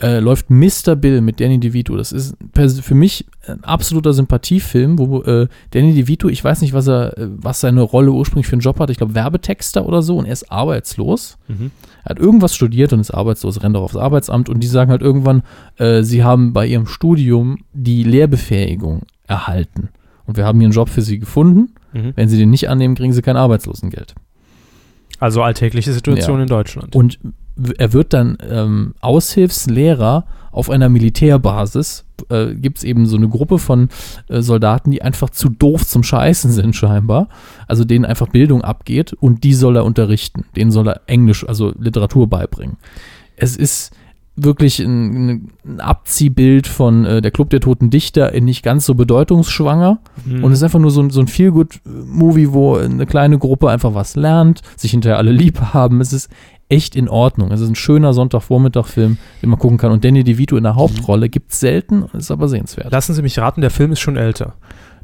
S2: Äh, läuft Mr. Bill mit Danny DeVito. Das ist pers- für mich ein absoluter Sympathiefilm, wo äh, Danny DeVito, ich weiß nicht, was er, äh, was seine Rolle ursprünglich für einen Job hat. Ich glaube, Werbetexter oder so und er ist arbeitslos.
S1: Mhm.
S2: Er hat irgendwas studiert und ist arbeitslos, rennt auch aufs Arbeitsamt und die sagen halt irgendwann, äh, sie haben bei ihrem Studium die Lehrbefähigung erhalten. Und wir haben hier einen Job für sie gefunden.
S1: Mhm.
S2: Wenn sie den nicht annehmen, kriegen sie kein Arbeitslosengeld.
S1: Also alltägliche Situation
S2: Ja.
S1: in Deutschland.
S2: Und w- er wird dann ähm, Aushilfslehrer auf einer Militärbasis. Äh, Gibt es eben so eine Gruppe von äh, Soldaten, die einfach zu doof zum Scheißen sind, scheinbar. Also denen einfach Bildung abgeht und die soll er unterrichten. Denen soll er Englisch, also Literatur beibringen. Es ist wirklich ein, ein Abziehbild von äh, der Club der Toten Dichter in nicht ganz so bedeutungsschwanger.
S1: Mhm.
S2: Und es ist einfach nur so ein, so ein Feel-Good-Movie, wo eine kleine Gruppe einfach was lernt, sich hinterher alle lieb haben. Es ist echt in Ordnung. Es ist ein schöner Sonntagvormittag-Film, den man gucken kann. Und Danny DeVito
S1: Mhm.
S2: in der Hauptrolle gibt es selten, ist aber sehenswert.
S1: Lassen Sie mich raten, der Film ist schon älter.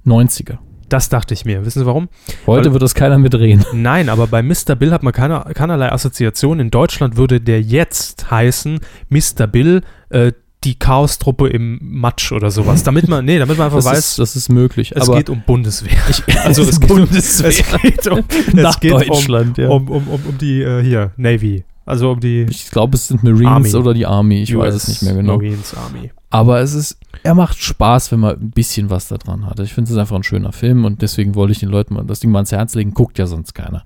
S2: 90er.
S1: Das dachte ich mir. Wissen Sie warum?
S2: Heute
S1: Weil-
S2: wird das keiner mitreden.
S1: Nein, aber bei Mr. Bill hat man keine, keinerlei Assoziation. In Deutschland würde der jetzt heißen Mr. Bill, äh, die Chaostruppe im Matsch oder sowas. Damit man, nee, damit man einfach
S2: Das
S1: weiß,
S2: ist, das ist möglich.
S1: es geht um Bundeswehr. also es geht, um,
S2: Bundeswehr.
S1: es geht um,
S2: Nach
S1: es geht
S2: Deutschland,
S1: um,
S2: ja.
S1: um, um, um, um die, äh, hier, Navy. Also um die
S2: ich glaube, es sind
S1: Army.
S2: Marines oder die Army. Ich weiß
S1: US
S2: es nicht mehr genau.
S1: Marines Army.
S2: Aber es ist, er macht Spaß, wenn man ein bisschen was da dran hat. Ich finde, es ist einfach ein schöner Film und deswegen wollte ich den Leuten mal das Ding mal ans Herz legen. Guckt ja sonst keiner.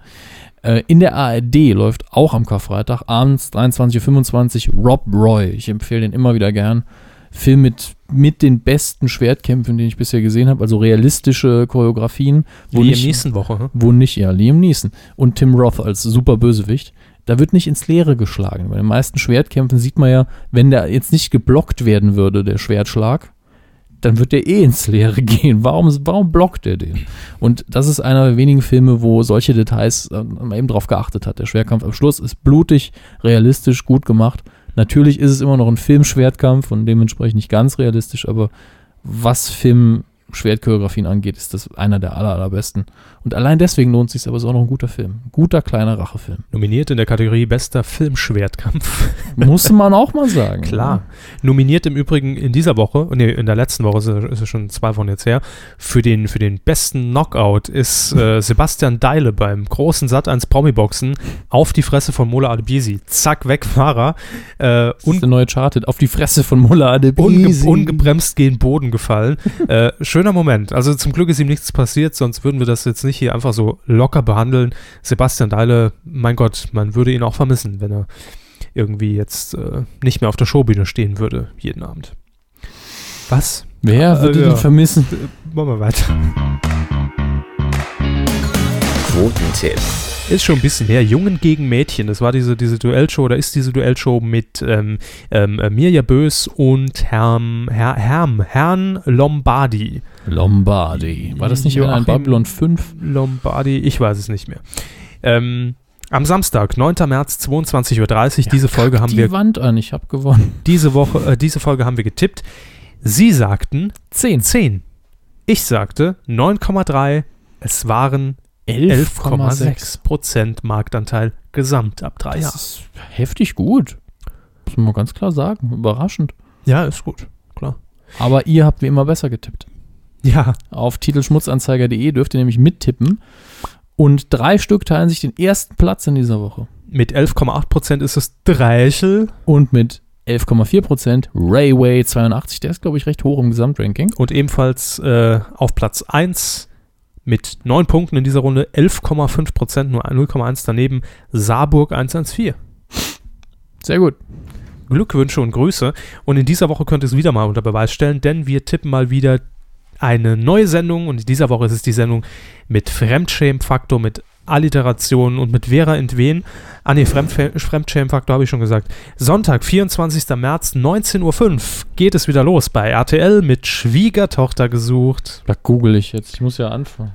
S2: Äh, in der ARD läuft auch am Karfreitag abends 23.25 Uhr Rob Roy. Ich empfehle den immer wieder gern. Film mit, mit den besten Schwertkämpfen, den ich bisher gesehen habe. Also realistische Choreografien. Wo
S1: Liam
S2: nicht-
S1: Neeson Woche. hm?
S2: wo nicht, ja, Liam Neeson und Tim Roth als super Bösewicht, da wird nicht ins Leere geschlagen. Bei den meisten Schwertkämpfen sieht man ja, wenn der jetzt nicht geblockt werden würde, der Schwertschlag, dann wird der eh ins Leere gehen. Warum, warum blockt er den? Und das ist einer der wenigen Filme, wo solche Details äh, man eben drauf geachtet hat. Der Schwertkampf am Schluss ist blutig, realistisch, gut gemacht. Natürlich ist es immer noch ein Filmschwertkampf und dementsprechend nicht ganz realistisch, aber was Film-Schwertchoreografien angeht, ist das einer der aller, allerbesten. Und allein deswegen lohnt es sich, aber es ist auch noch ein guter Film. Ein guter kleiner Rachefilm.
S1: Nominiert in der Kategorie Bester Filmschwertkampf.
S2: Muss man auch mal sagen.
S1: Klar. Nominiert im Übrigen in dieser Woche, nee, in der letzten Woche, ist es- ist es schon zwei Wochen jetzt her, für den, für den besten Knockout ist äh, Sebastian Deile beim großen Sat 1 Promi-Boxen auf die Fresse von Mola Adebisi. Zack, weg, Fahrer. Äh,
S2: Das ist
S1: un
S2: der neue Charted. Auf die Fresse von Mulla
S1: unge
S2: Adebisi.
S1: ungebremst gegen Boden gefallen. äh, schöner Moment. Also zum Glück ist ihm nichts passiert, sonst würden wir das jetzt nicht hier einfach so locker behandeln. Sebastian Deile, mein Gott, man würde ihn auch vermissen, wenn er irgendwie jetzt äh, nicht mehr auf der Showbühne stehen würde, jeden Abend. Was?
S2: Wer würde
S1: Äh, ja.
S2: den vermissen?
S1: Machen wir weiter.
S3: Quotentipp.
S1: Ist schon ein bisschen her. Jungen gegen Mädchen. Das war diese, diese Duellshow, oder ist diese Duellshow mit ähm, ähm, äh, Mirja Bös und Herrn, Herr, Herrn, Herrn Lombardi.
S2: Lombardi. War das nicht
S1: Joachim-
S2: einer in Babylon 5?
S1: Lombardi, ich weiß es nicht mehr. Ähm, am Samstag, 9. März, 22.30 Uhr, diese Folge haben
S2: die
S1: wir
S2: Wand an, ich habe gewonnen.
S1: diese Woche, äh, diese Folge haben wir getippt. Sie sagten
S2: Zehn.
S1: 10. Ich sagte 9,3. Es waren 11,6 Prozent Marktanteil gesamt ab drei
S2: Das
S1: Jahren.
S2: ist heftig gut. Muss man mal ganz klar sagen. Überraschend.
S1: Ja, ist gut, klar.
S2: Aber ihr habt wie immer besser getippt.
S1: Ja,
S2: Auf titelschmutzanzeiger.de dürft ihr nämlich mittippen. Und drei Stück teilen sich den ersten Platz in dieser Woche.
S1: mit 11,8 Prozent ist es Dreischel
S2: Und mit 11,4% Rayway 82, der ist, glaube ich, recht hoch im Gesamtranking.
S1: und ebenfalls äh, auf Platz 1 mit 9 Punkten in dieser Runde 11,5 Prozent, nur 0,1 daneben, Saarburg 114.
S2: Sehr gut.
S1: Glückwünsche und Grüße. Und in dieser Woche könnt ihr es wieder mal unter Beweis stellen, denn wir tippen mal wieder eine neue Sendung. Und in dieser Woche ist es die Sendung mit Fremdschämfaktor, mit Alliterationen und mit Vera Entwen. Ah ne, Fremdfe- Fremdschämfaktor habe ich schon gesagt. Sonntag, 24. März, 19.05 Uhr geht es wieder los bei RTL mit Schwiegertochter gesucht.
S2: Da google ich jetzt. Ich muss ja anfangen.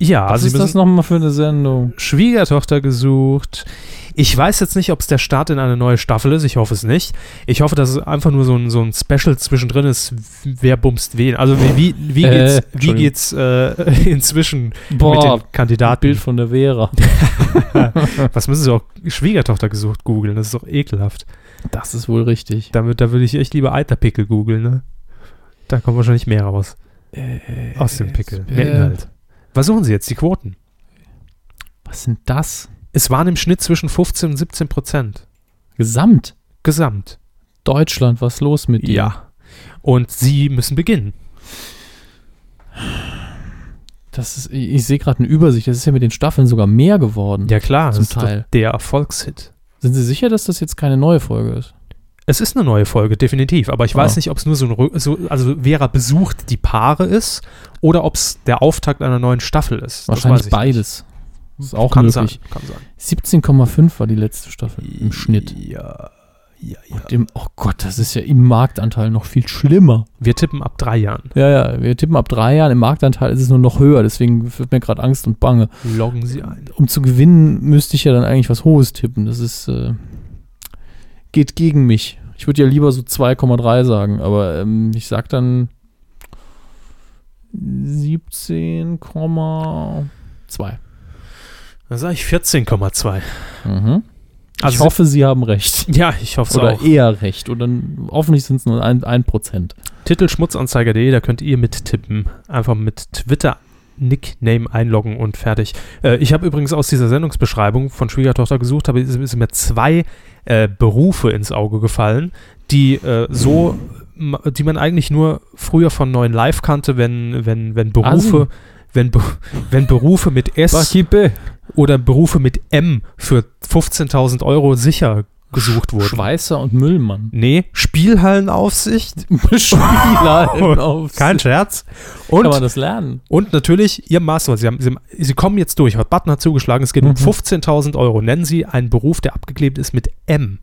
S2: Also
S1: Ja,
S2: Was
S1: Sie
S2: ist das
S1: müssen-
S2: nochmal für eine Sendung?
S1: Schwiegertochter gesucht. Ich weiß jetzt nicht, ob es der Start in eine neue Staffel ist. Ich hoffe es nicht. Ich hoffe, dass es einfach nur so ein, so ein Special zwischendrin ist. Wer bumst wen? Also wie, wie, wie
S2: Äh,
S1: geht's, wie
S2: Entschuldigung.
S1: geht's äh, inzwischen mit den Kandidaten?
S2: Bild von der Vera.
S1: Was müssen sie auch Schwiegertochter gesucht googeln? Das ist doch ekelhaft.
S2: Das ist wohl richtig.
S1: Damit, da würde ich echt lieber Eiterpickel googeln. Ne? Da kommt wahrscheinlich mehr raus. Aus dem Pickel.
S2: äh,
S1: Mehr Inhalt. Was suchen sie jetzt? Die Quoten?
S2: Was sind das?
S1: Es waren im Schnitt zwischen 15 und 17 Prozent.
S2: Gesamt.
S1: Gesamt.
S2: Deutschland, was los mit dir?
S1: Ja. Und sie müssen beginnen.
S2: Das ist, ich, ich sehe gerade eine Übersicht. Das ist ja mit den Staffeln sogar mehr geworden.
S1: Ja klar,
S2: Zum
S1: das ist doch
S2: Teil.
S1: der Erfolgshit.
S2: Sind Sie sicher, dass das jetzt keine neue Folge ist?
S1: Es ist eine neue Folge, definitiv. Aber ich weiß
S2: Ah.
S1: nicht, ob es nur so ein, Rö- so, also Vera besucht die Paare ist oder ob es der Auftakt einer neuen Staffel ist. Das weiß
S2: Wahrscheinlich
S1: ich
S2: beides. Ist auch
S1: nicht. Kann sein,
S2: möglich.
S1: kann sein.
S2: 17,5 war die letzte Staffel im Schnitt.
S1: Ja, ja, ja.
S2: Und im, oh Gott, das ist ja im Marktanteil noch viel schlimmer.
S1: Wir tippen ab drei Jahren.
S2: Ja, ja, wir tippen ab drei Jahren. Im Marktanteil ist es nur noch höher. Deswegen wird mir gerade Angst und Bange.
S1: Loggen sie ein.
S2: Um zu gewinnen, müsste ich ja dann eigentlich was Hohes tippen. Das ist, äh, geht gegen mich. Ich würde ja lieber so 2,3 sagen, aber ähm, ich sag dann 17,2.
S1: Dann sage ich 14,2.
S2: Mhm.
S1: Also
S2: ich hoffe, Sie haben recht.
S1: Ja, ich hoffe es
S2: Oder
S1: auch.
S2: eher recht. Oder hoffentlich sind es nur ein, ein Prozent.
S1: Titel schmutzanzeiger.de, da könnt ihr mittippen. Einfach mit Twitter. Nickname einloggen und fertig. Äh, ich habe übrigens aus dieser Sendungsbeschreibung von Schwiegertochter gesucht, habe sind mir zwei äh, Berufe ins Auge gefallen, die äh, so, ma- die man eigentlich nur früher von neuen Live kannte, wenn wenn wenn Berufe,
S2: Asen.
S1: wenn Be wenn Berufe mit S
S2: Barkeeper.
S1: oder Berufe mit M für 15.000 Euro sicher gesucht wurden.
S2: Schweißer und Müllmann.
S1: Nee, Spielhallenaufsicht.
S2: Spieler auf.
S1: Genau. Kein Scherz.
S2: Kann
S1: Und
S2: man das lernen?
S1: Und natürlich Ihr Master. Sie, haben, sie, haben- sie kommen jetzt durch. Hot Button hat zugeschlagen. Es geht um
S2: Mhm.
S1: 15.000 Euro. Nennen Sie einen Beruf, der abgeklebt ist mit M.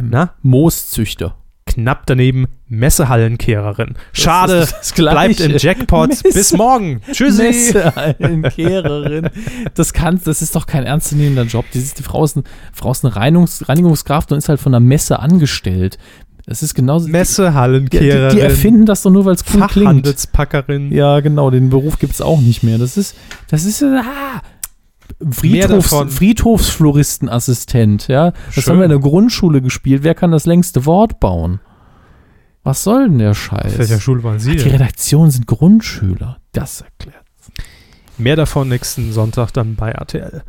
S1: Na?
S2: Mooszüchter.
S1: Knapp daneben Messehallenkehrerin. Schade.
S2: ist das Gleiche.
S1: bleibt im Jackpot.
S2: Messe-
S1: Bis morgen. Tschüssi.
S2: Messehallenkehrerin. Das kann, das ist doch kein ernstzunehmender Job. Die, ist, die Frau ist, ein, Frau ist eine Reinungs, Reinigungskraft und ist halt von der Messe angestellt. Das ist genauso. die, die,
S1: Messehallenkehrerin.
S2: die erfinden das doch nur, weil es cool klingt.
S1: Fachhandelspackerin.
S2: Ja, genau, den Beruf gibt es auch nicht mehr. Das ist, das ist, äh, ah, Friedhofs,
S1: davon.
S2: Friedhofsfloristenassistent, ja. Das
S1: Schön.
S2: haben wir in der Grundschule gespielt. Wer kann das längste Wort bauen? Was soll denn der Scheiß?
S1: Auf welcher Schule waren Sie
S2: Die
S1: denn?
S2: Redaktion sind Grundschüler. Das erklärt.
S1: Mehr davon nächsten Sonntag dann bei RTL.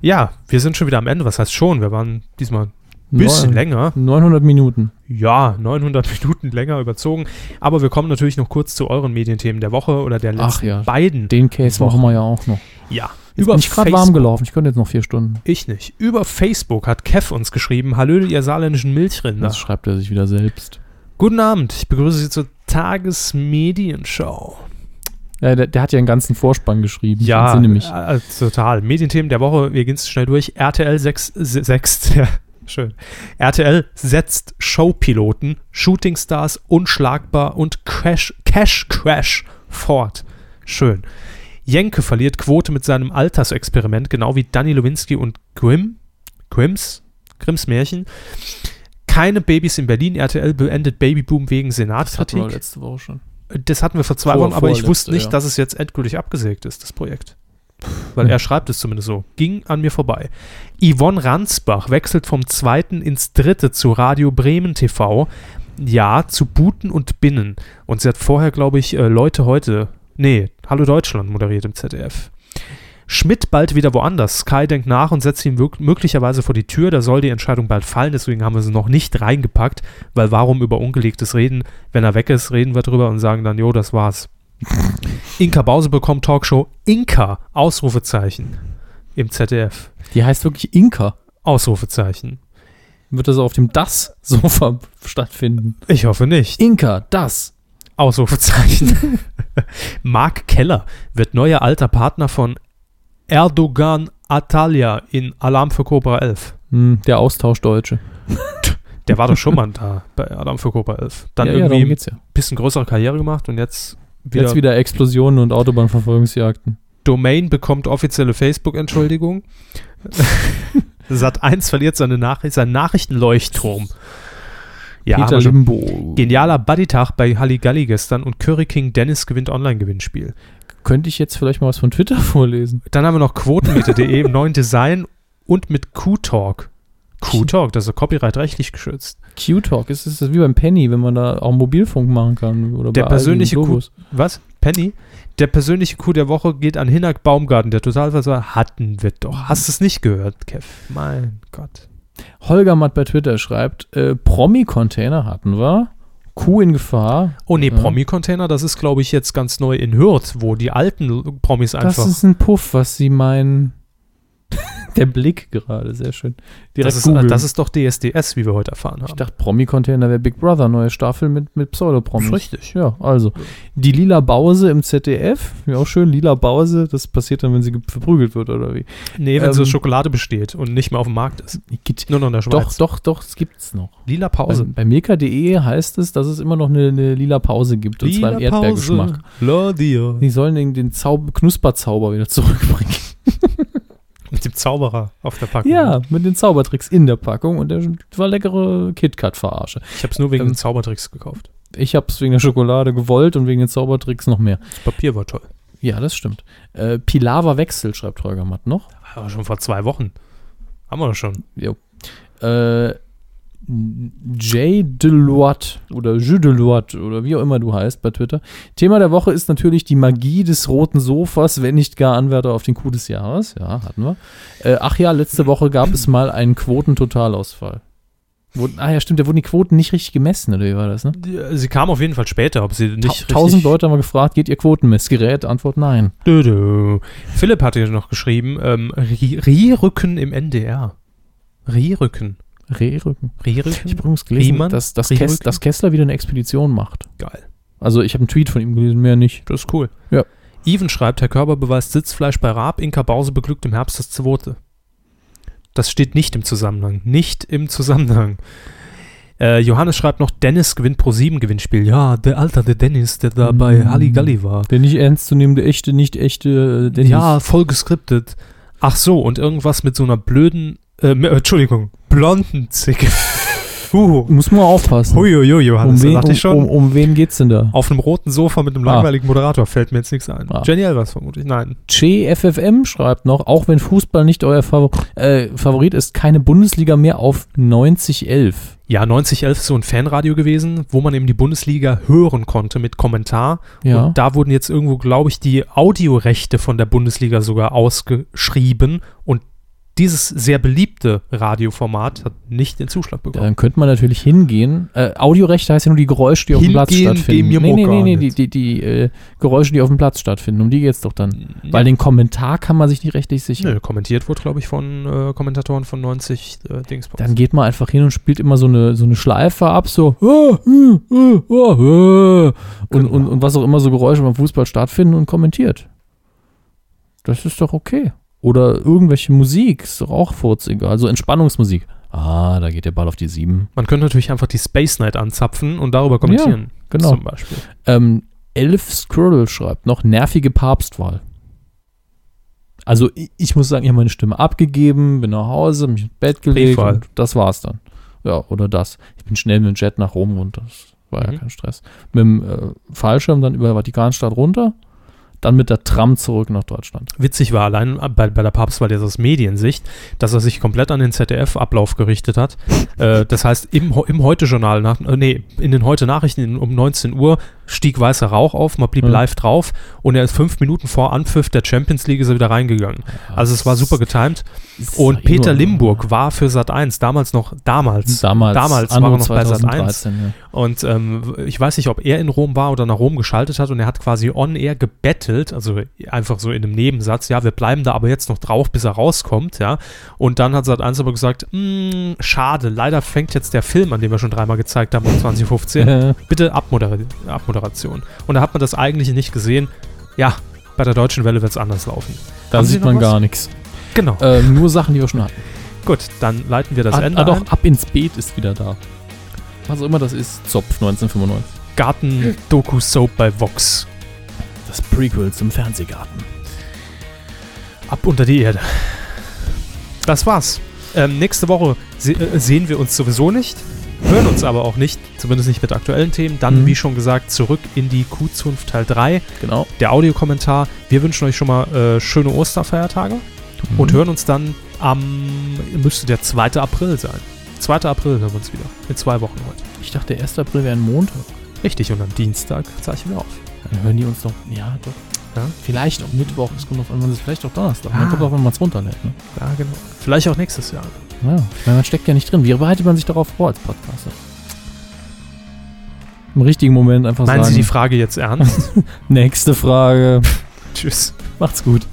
S1: Ja, wir sind schon wieder am Ende. Was heißt schon? Wir waren diesmal ein bisschen
S2: Neun-
S1: länger.
S2: 900 Minuten.
S1: ja, 900 Minuten länger überzogen. Aber wir kommen natürlich noch kurz zu euren Medienthemen der Woche oder der
S2: Ach
S1: letzten
S2: ja.
S1: beiden.
S2: Den Case
S1: Woche.
S2: machen wir ja auch noch.
S1: ja,
S2: Jetzt bin ich gerade warm
S1: Facebook-
S2: gelaufen. Ich könnte jetzt noch vier Stunden.
S1: Ich nicht. Über Facebook hat Kev uns geschrieben: Hallö, ihr saarländischen Milchrinder.
S2: Das schreibt er sich wieder selbst.
S1: Guten Abend, ich begrüße Sie zur Tagesmedienschau.
S2: Ja, der, der hat ja einen ganzen Vorspann geschrieben. Ich
S1: Ja,
S2: entsinne mich.
S1: äh, total. Medienthemen der Woche, wir gehen es schnell durch. RTL 6, 6 ja, schön. RTL setzt Showpiloten, Shootingstars, Unschlagbar und Crash, Cash Crash fort. Schön. Jenke verliert Quote mit seinem Altersexperiment, genau wie Danny Lewinsky und Grimm, Grimms, Grimms Märchen. Keine Babys in Berlin. RTL beendet Babyboom wegen
S2: Das hatten wir
S1: Senatskritik.
S2: letzte Woche schon.
S1: Das hatten wir vor zwei
S2: Vor-
S1: Wochen, aber ich
S2: vorletzte,
S1: wusste nicht,
S2: ja.
S1: dass es jetzt endgültig abgesägt ist, das Projekt.
S2: Hm.
S1: Weil er schreibt es zumindest so. Ging an mir vorbei. Yvonne Ransbach wechselt vom zweiten ins dritte zu Radio Bremen TV. Ja, zu Buten und Binnen. Und sie hat vorher, glaube ich, äh, Leute heute, nee, Hallo Deutschland moderiert im ZDF. Schmidt bald wieder woanders. Sky denkt nach und setzt ihn wirk- möglicherweise vor die Tür. Da soll die Entscheidung bald fallen. Deswegen haben wir sie noch nicht reingepackt, weil warum über ungelegtes Reden? Wenn er weg ist, reden wir drüber und sagen dann, jo, das war's. Inka Bause bekommt Talkshow Inka, Ausrufezeichen, im ZDF.
S2: Die heißt wirklich Inka.
S1: Ausrufezeichen.
S2: Wird das auf dem Das-Sofa stattfinden?
S1: Ich hoffe nicht.
S2: Inka, das.
S1: Ausrufezeichen. Mark Keller wird neuer alter Partner von Erdogan Atalia in Alarm für Cobra 11.
S2: Hm, der Austausch Deutsche.
S1: Der war doch schon mal da bei Alarm für Cobra 11. Dann
S2: ja, ja, darum
S1: irgendwie ein
S2: geht's ja.
S1: bisschen größere Karriere gemacht und jetzt wieder,
S2: Jetzt wieder Explosionen und Autobahnverfolgungsjagden.
S1: Domain bekommt offizielle Facebook-Entschuldigung. Sat1 verliert seine Nachricht, seinen Nachrichtenleuchtturm. Ja, haben wir schon.
S2: Limbo.
S1: Genialer Buddy-Tag bei Halligalli gestern und Curry King Dennis gewinnt Online-Gewinnspiel.
S2: Könnte ich jetzt vielleicht mal was von Twitter vorlesen?
S1: Dann haben wir noch Quotenmiete.de im neuen Design und mit Q-Talk. Q-Talk, das ist copyright-rechtlich geschützt.
S2: Q-Talk, es ist wie beim Penny, wenn man da auch Mobilfunk machen kann. Oder
S1: Der
S2: bei
S1: persönliche
S2: Aldi und
S1: Q,
S2: Globus.
S1: was? Penny? Der persönliche Coup der Woche geht an Hinak Baumgarten, der Totalversorger. Hatten wir doch. Hast du es nicht gehört, Kev? Mein Gott.
S2: Holger Matt bei Twitter schreibt, äh, Promi-Container hatten wir, Kuh in Gefahr.
S1: Oh nee,
S2: Ja.
S1: Promi-Container, das ist, glaube ich, jetzt ganz neu in Hürth, wo die alten Promis einfach.
S2: Das ist ein Puff, was sie meinen. Der Blick gerade, sehr schön. Direkt
S1: das, ist,
S2: googeln.
S1: das ist doch DSDS, wie wir heute erfahren haben.
S2: ich dachte, Promi-Container wäre Big Brother, neue Staffel mit, mit Pseudopromis.
S1: Richtig.
S2: Ja, also. Die lila Bause im ZDF, ja auch schön, lila Bause, das passiert dann, wenn sie ge- verprügelt wird oder wie.
S1: Nee, wenn
S2: Ähm,
S1: so Schokolade besteht und nicht mehr auf dem Markt ist. Nur noch in der
S2: Doch,
S1: Schweiz.
S2: doch, doch, es gibt's noch.
S1: Lila
S2: Bei,
S1: Pause.
S2: bei milka.de heißt es, dass es immer noch eine, eine lila Pause gibt, und zwar im Erdbeergeschmack.
S1: Lor dir.
S2: Die sollen den, den Zaub Knusperzauber wieder zurückbringen.
S1: Mit dem Zauberer auf der Packung.
S2: Ja, mit den Zaubertricks in der Packung und der war leckere KitKat-Verarsche.
S1: Ich habe es nur wegen
S2: Ähm,
S1: den Zaubertricks gekauft.
S2: Ich hab's wegen der Schokolade gewollt und wegen den Zaubertricks noch mehr.
S1: Das Papier war toll.
S2: Ja, das stimmt. Äh, Pilava Wechsel, schreibt Holger Matt noch.
S1: Aber schon vor zwei Wochen. Haben wir doch schon.
S2: Jo. Äh, Jay Deloitte oder Jeu Deloitte oder wie auch immer du heißt bei Twitter. Thema der Woche ist natürlich die Magie des roten Sofas, wenn nicht gar Anwärter auf den Coup des Jahres. Ja, hatten wir. Äh, ach ja, letzte Woche gab es mal einen Quotentotalausfall. Wurden, ah ja, stimmt, da wurden die Quoten nicht richtig gemessen, oder wie war das, ne?
S1: Äh, Sie kam auf jeden Fall später, ob sie nicht richtig-
S2: Tausend Leute haben wir gefragt, geht ihr Quotenmessgerät? Antwort nein.
S1: Dö, dö. Philipp hatte hier noch geschrieben, ähm, Rie- Rehrücken im NDR. Rehrücken.
S2: Rehrücken. Ich
S1: Rehrücken?
S2: habe übrigens gelesen,
S1: Riemann?
S2: dass, dass,
S1: Rehrücken?
S2: Kess, dass Kessler wieder eine Expedition macht.
S1: Geil.
S2: Also ich habe einen Tweet von ihm gelesen, mehr nicht.
S1: Das ist cool.
S2: Ja.
S1: Even schreibt, Herr Körber beweist Sitzfleisch bei Raab, Inka Bause beglückt im Herbst das Zweite. Das steht nicht im Zusammenhang. Nicht im Zusammenhang. Äh, Johannes schreibt noch, Dennis gewinnt pro 7 Gewinnspiel. Ja, der Alter, der Dennis, der da bei
S2: Mm.
S1: Halligalli war.
S2: Der nicht ernstzunehmende, echte, nicht echte äh, Dennis.
S1: Ja, voll geskriptet. Ach so, und irgendwas mit so einer blöden, äh, m- äh, Entschuldigung, blonden Zicke. uh,
S2: Muss man aufpassen.
S1: huiuiui,
S2: um,
S1: Johannes, da
S2: wen,
S1: dachte
S2: um,
S1: ich schon.
S2: Um, um wen geht's denn da?
S1: auf einem roten Sofa mit einem
S2: Ah.
S1: langweiligen Moderator fällt mir jetzt nichts ein.
S2: Ah.
S1: Genial was vermutlich. Nein.
S2: CFFM schreibt noch, auch wenn Fußball nicht euer Favor äh, Favorit ist, keine Bundesliga mehr auf 9011.
S1: Ja, 9011 ist so ein Fanradio gewesen, wo man eben die Bundesliga hören konnte mit Kommentar.
S2: Ja.
S1: Und da wurden jetzt irgendwo, glaube ich, die Audiorechte von der Bundesliga sogar ausgeschrieben. Und dieses sehr beliebte Radioformat hat nicht den Zuschlag bekommen.
S2: Dann könnte man natürlich hingehen. Äh, Audiorechte heißt ja nur die Geräusche, die auf dem Platz
S1: Hingehen, dem
S2: stattfinden.
S1: ihr
S2: nee, nee,
S1: Mucke
S2: nee, nee,
S1: an
S2: die,
S1: jetzt.
S2: die, die äh, Geräusche, die auf dem Platz stattfinden. Um die geht's doch dann. Weil den Kommentar kann man sich nicht rechtlich sichern.
S1: Nö, kommentiert wurde, glaube ich, von äh, Kommentatoren von 90 äh, Dingsbums.
S2: Dann geht man einfach hin und spielt immer so eine, so eine Schleife ab, so "Ah, hm, ah, ah, ah." und, und, und was auch immer so Geräusche beim Fußball stattfinden und kommentiert. Das ist doch okay. Oder irgendwelche Musik, ist doch auch furz egal. Also Entspannungsmusik. Ah, da geht der Ball auf die sieben.
S1: Man könnte natürlich einfach die Space Night anzapfen und darüber kommentieren.
S2: genau.
S1: Zum Beispiel.
S2: Ähm, Elf Squirrel schreibt noch nervige Papstwahl. Also ich, ich muss sagen, ich habe meine Stimme abgegeben, bin nach Hause, hab mich ins Bett gelegt
S1: Briefwahl.
S2: und das war's dann. Ja, oder das. Ich bin schnell mit dem Jet nach Rom und das war
S1: Mhm.
S2: ja kein Stress. Mit dem äh, Fallschirm dann über Vatikanstadt runter, dann mit der Tram zurück nach Deutschland.
S1: Witzig war allein bei, bei der Papstwahl jetzt aus Mediensicht, dass er sich komplett an den ZDF-Ablauf gerichtet hat. äh, das heißt, im, Ho- im Heute-Journal, nach, äh, nee, in den Heute-Nachrichten in- um 19 Uhr stieg weißer Rauch auf, man blieb
S2: Mhm.
S1: live drauf und er ist fünf Minuten vor Anpfiff der Champions League ist er wieder reingegangen. Also es war super getimt.
S2: Ist
S1: Und
S2: doch eh
S1: Peter
S2: nur-
S1: Limburg war für Sat 1 damals noch, damals,
S2: Damals,
S1: damals war
S2: anno
S1: er noch bei Sat 1.
S2: 2013, ja.
S1: Und ähm, ich weiß nicht, ob er in Rom war oder nach Rom geschaltet hat und er hat quasi on air gebettelt, also einfach so in einem Nebensatz, ja, wir bleiben da aber jetzt noch drauf, bis er rauskommt, ja. Und dann hat Sat 1 aber gesagt, "Mm, schade, leider fängt jetzt der Film, an dem wir schon dreimal gezeigt haben, um 2015,
S2: Äh.
S1: bitte Abmoder Abmoderation. Und da hat man das eigentliche nicht gesehen. Ja, bei der deutschen Welle wird es anders laufen.
S2: Da
S1: Haben Sie
S2: sieht
S1: noch
S2: man
S1: was?
S2: gar nichts.
S1: Genau.
S2: Äh, nur Sachen, die wir schon hatten.
S1: Gut, dann leiten wir das
S2: ah,
S1: Ende
S2: ah, doch,
S1: ein.
S2: ab ins Beet ist wieder da. Was auch immer das ist, Zopf 1995.
S1: Garten-Doku-Soap bei Vox.
S2: Das Prequel zum Fernsehgarten.
S1: Ab unter die Erde. Das war's. Ähm, nächste Woche se äh, sehen wir uns sowieso nicht, hören uns aber auch nicht, zumindest nicht mit aktuellen Themen. Dann,
S2: Mhm.
S1: wie schon gesagt, zurück in die Q-Zunft Teil 3,
S2: Genau.
S1: der Audiokommentar. Wir wünschen euch schon mal äh, schöne Osterfeiertage und hören uns dann am, müsste der 2. April sein. 2. April hören wir uns wieder. In zwei Wochen heute.
S2: Ich dachte, der 1. April wäre ein Montag.
S1: Richtig, und am Dienstag zeichnen wir auf.
S2: Dann hören die uns doch. Ja, doch.
S1: Ja.
S2: Vielleicht auch Mittwoch. Es kommt auf einmal, vielleicht auch Donnerstag.
S1: Ah.
S2: Man kommt auf einmal, es runterlädt. Ne?
S1: Ja, genau. Vielleicht auch nächstes Jahr.
S2: Ja, weil man steckt ja nicht drin. Wie bereitet man sich darauf vor als Podcaster? Im richtigen Moment einfach
S1: Meinen
S2: sagen.
S1: Sie die Frage jetzt ernst?
S2: nächste Frage.
S1: Tschüss.
S2: Macht's gut.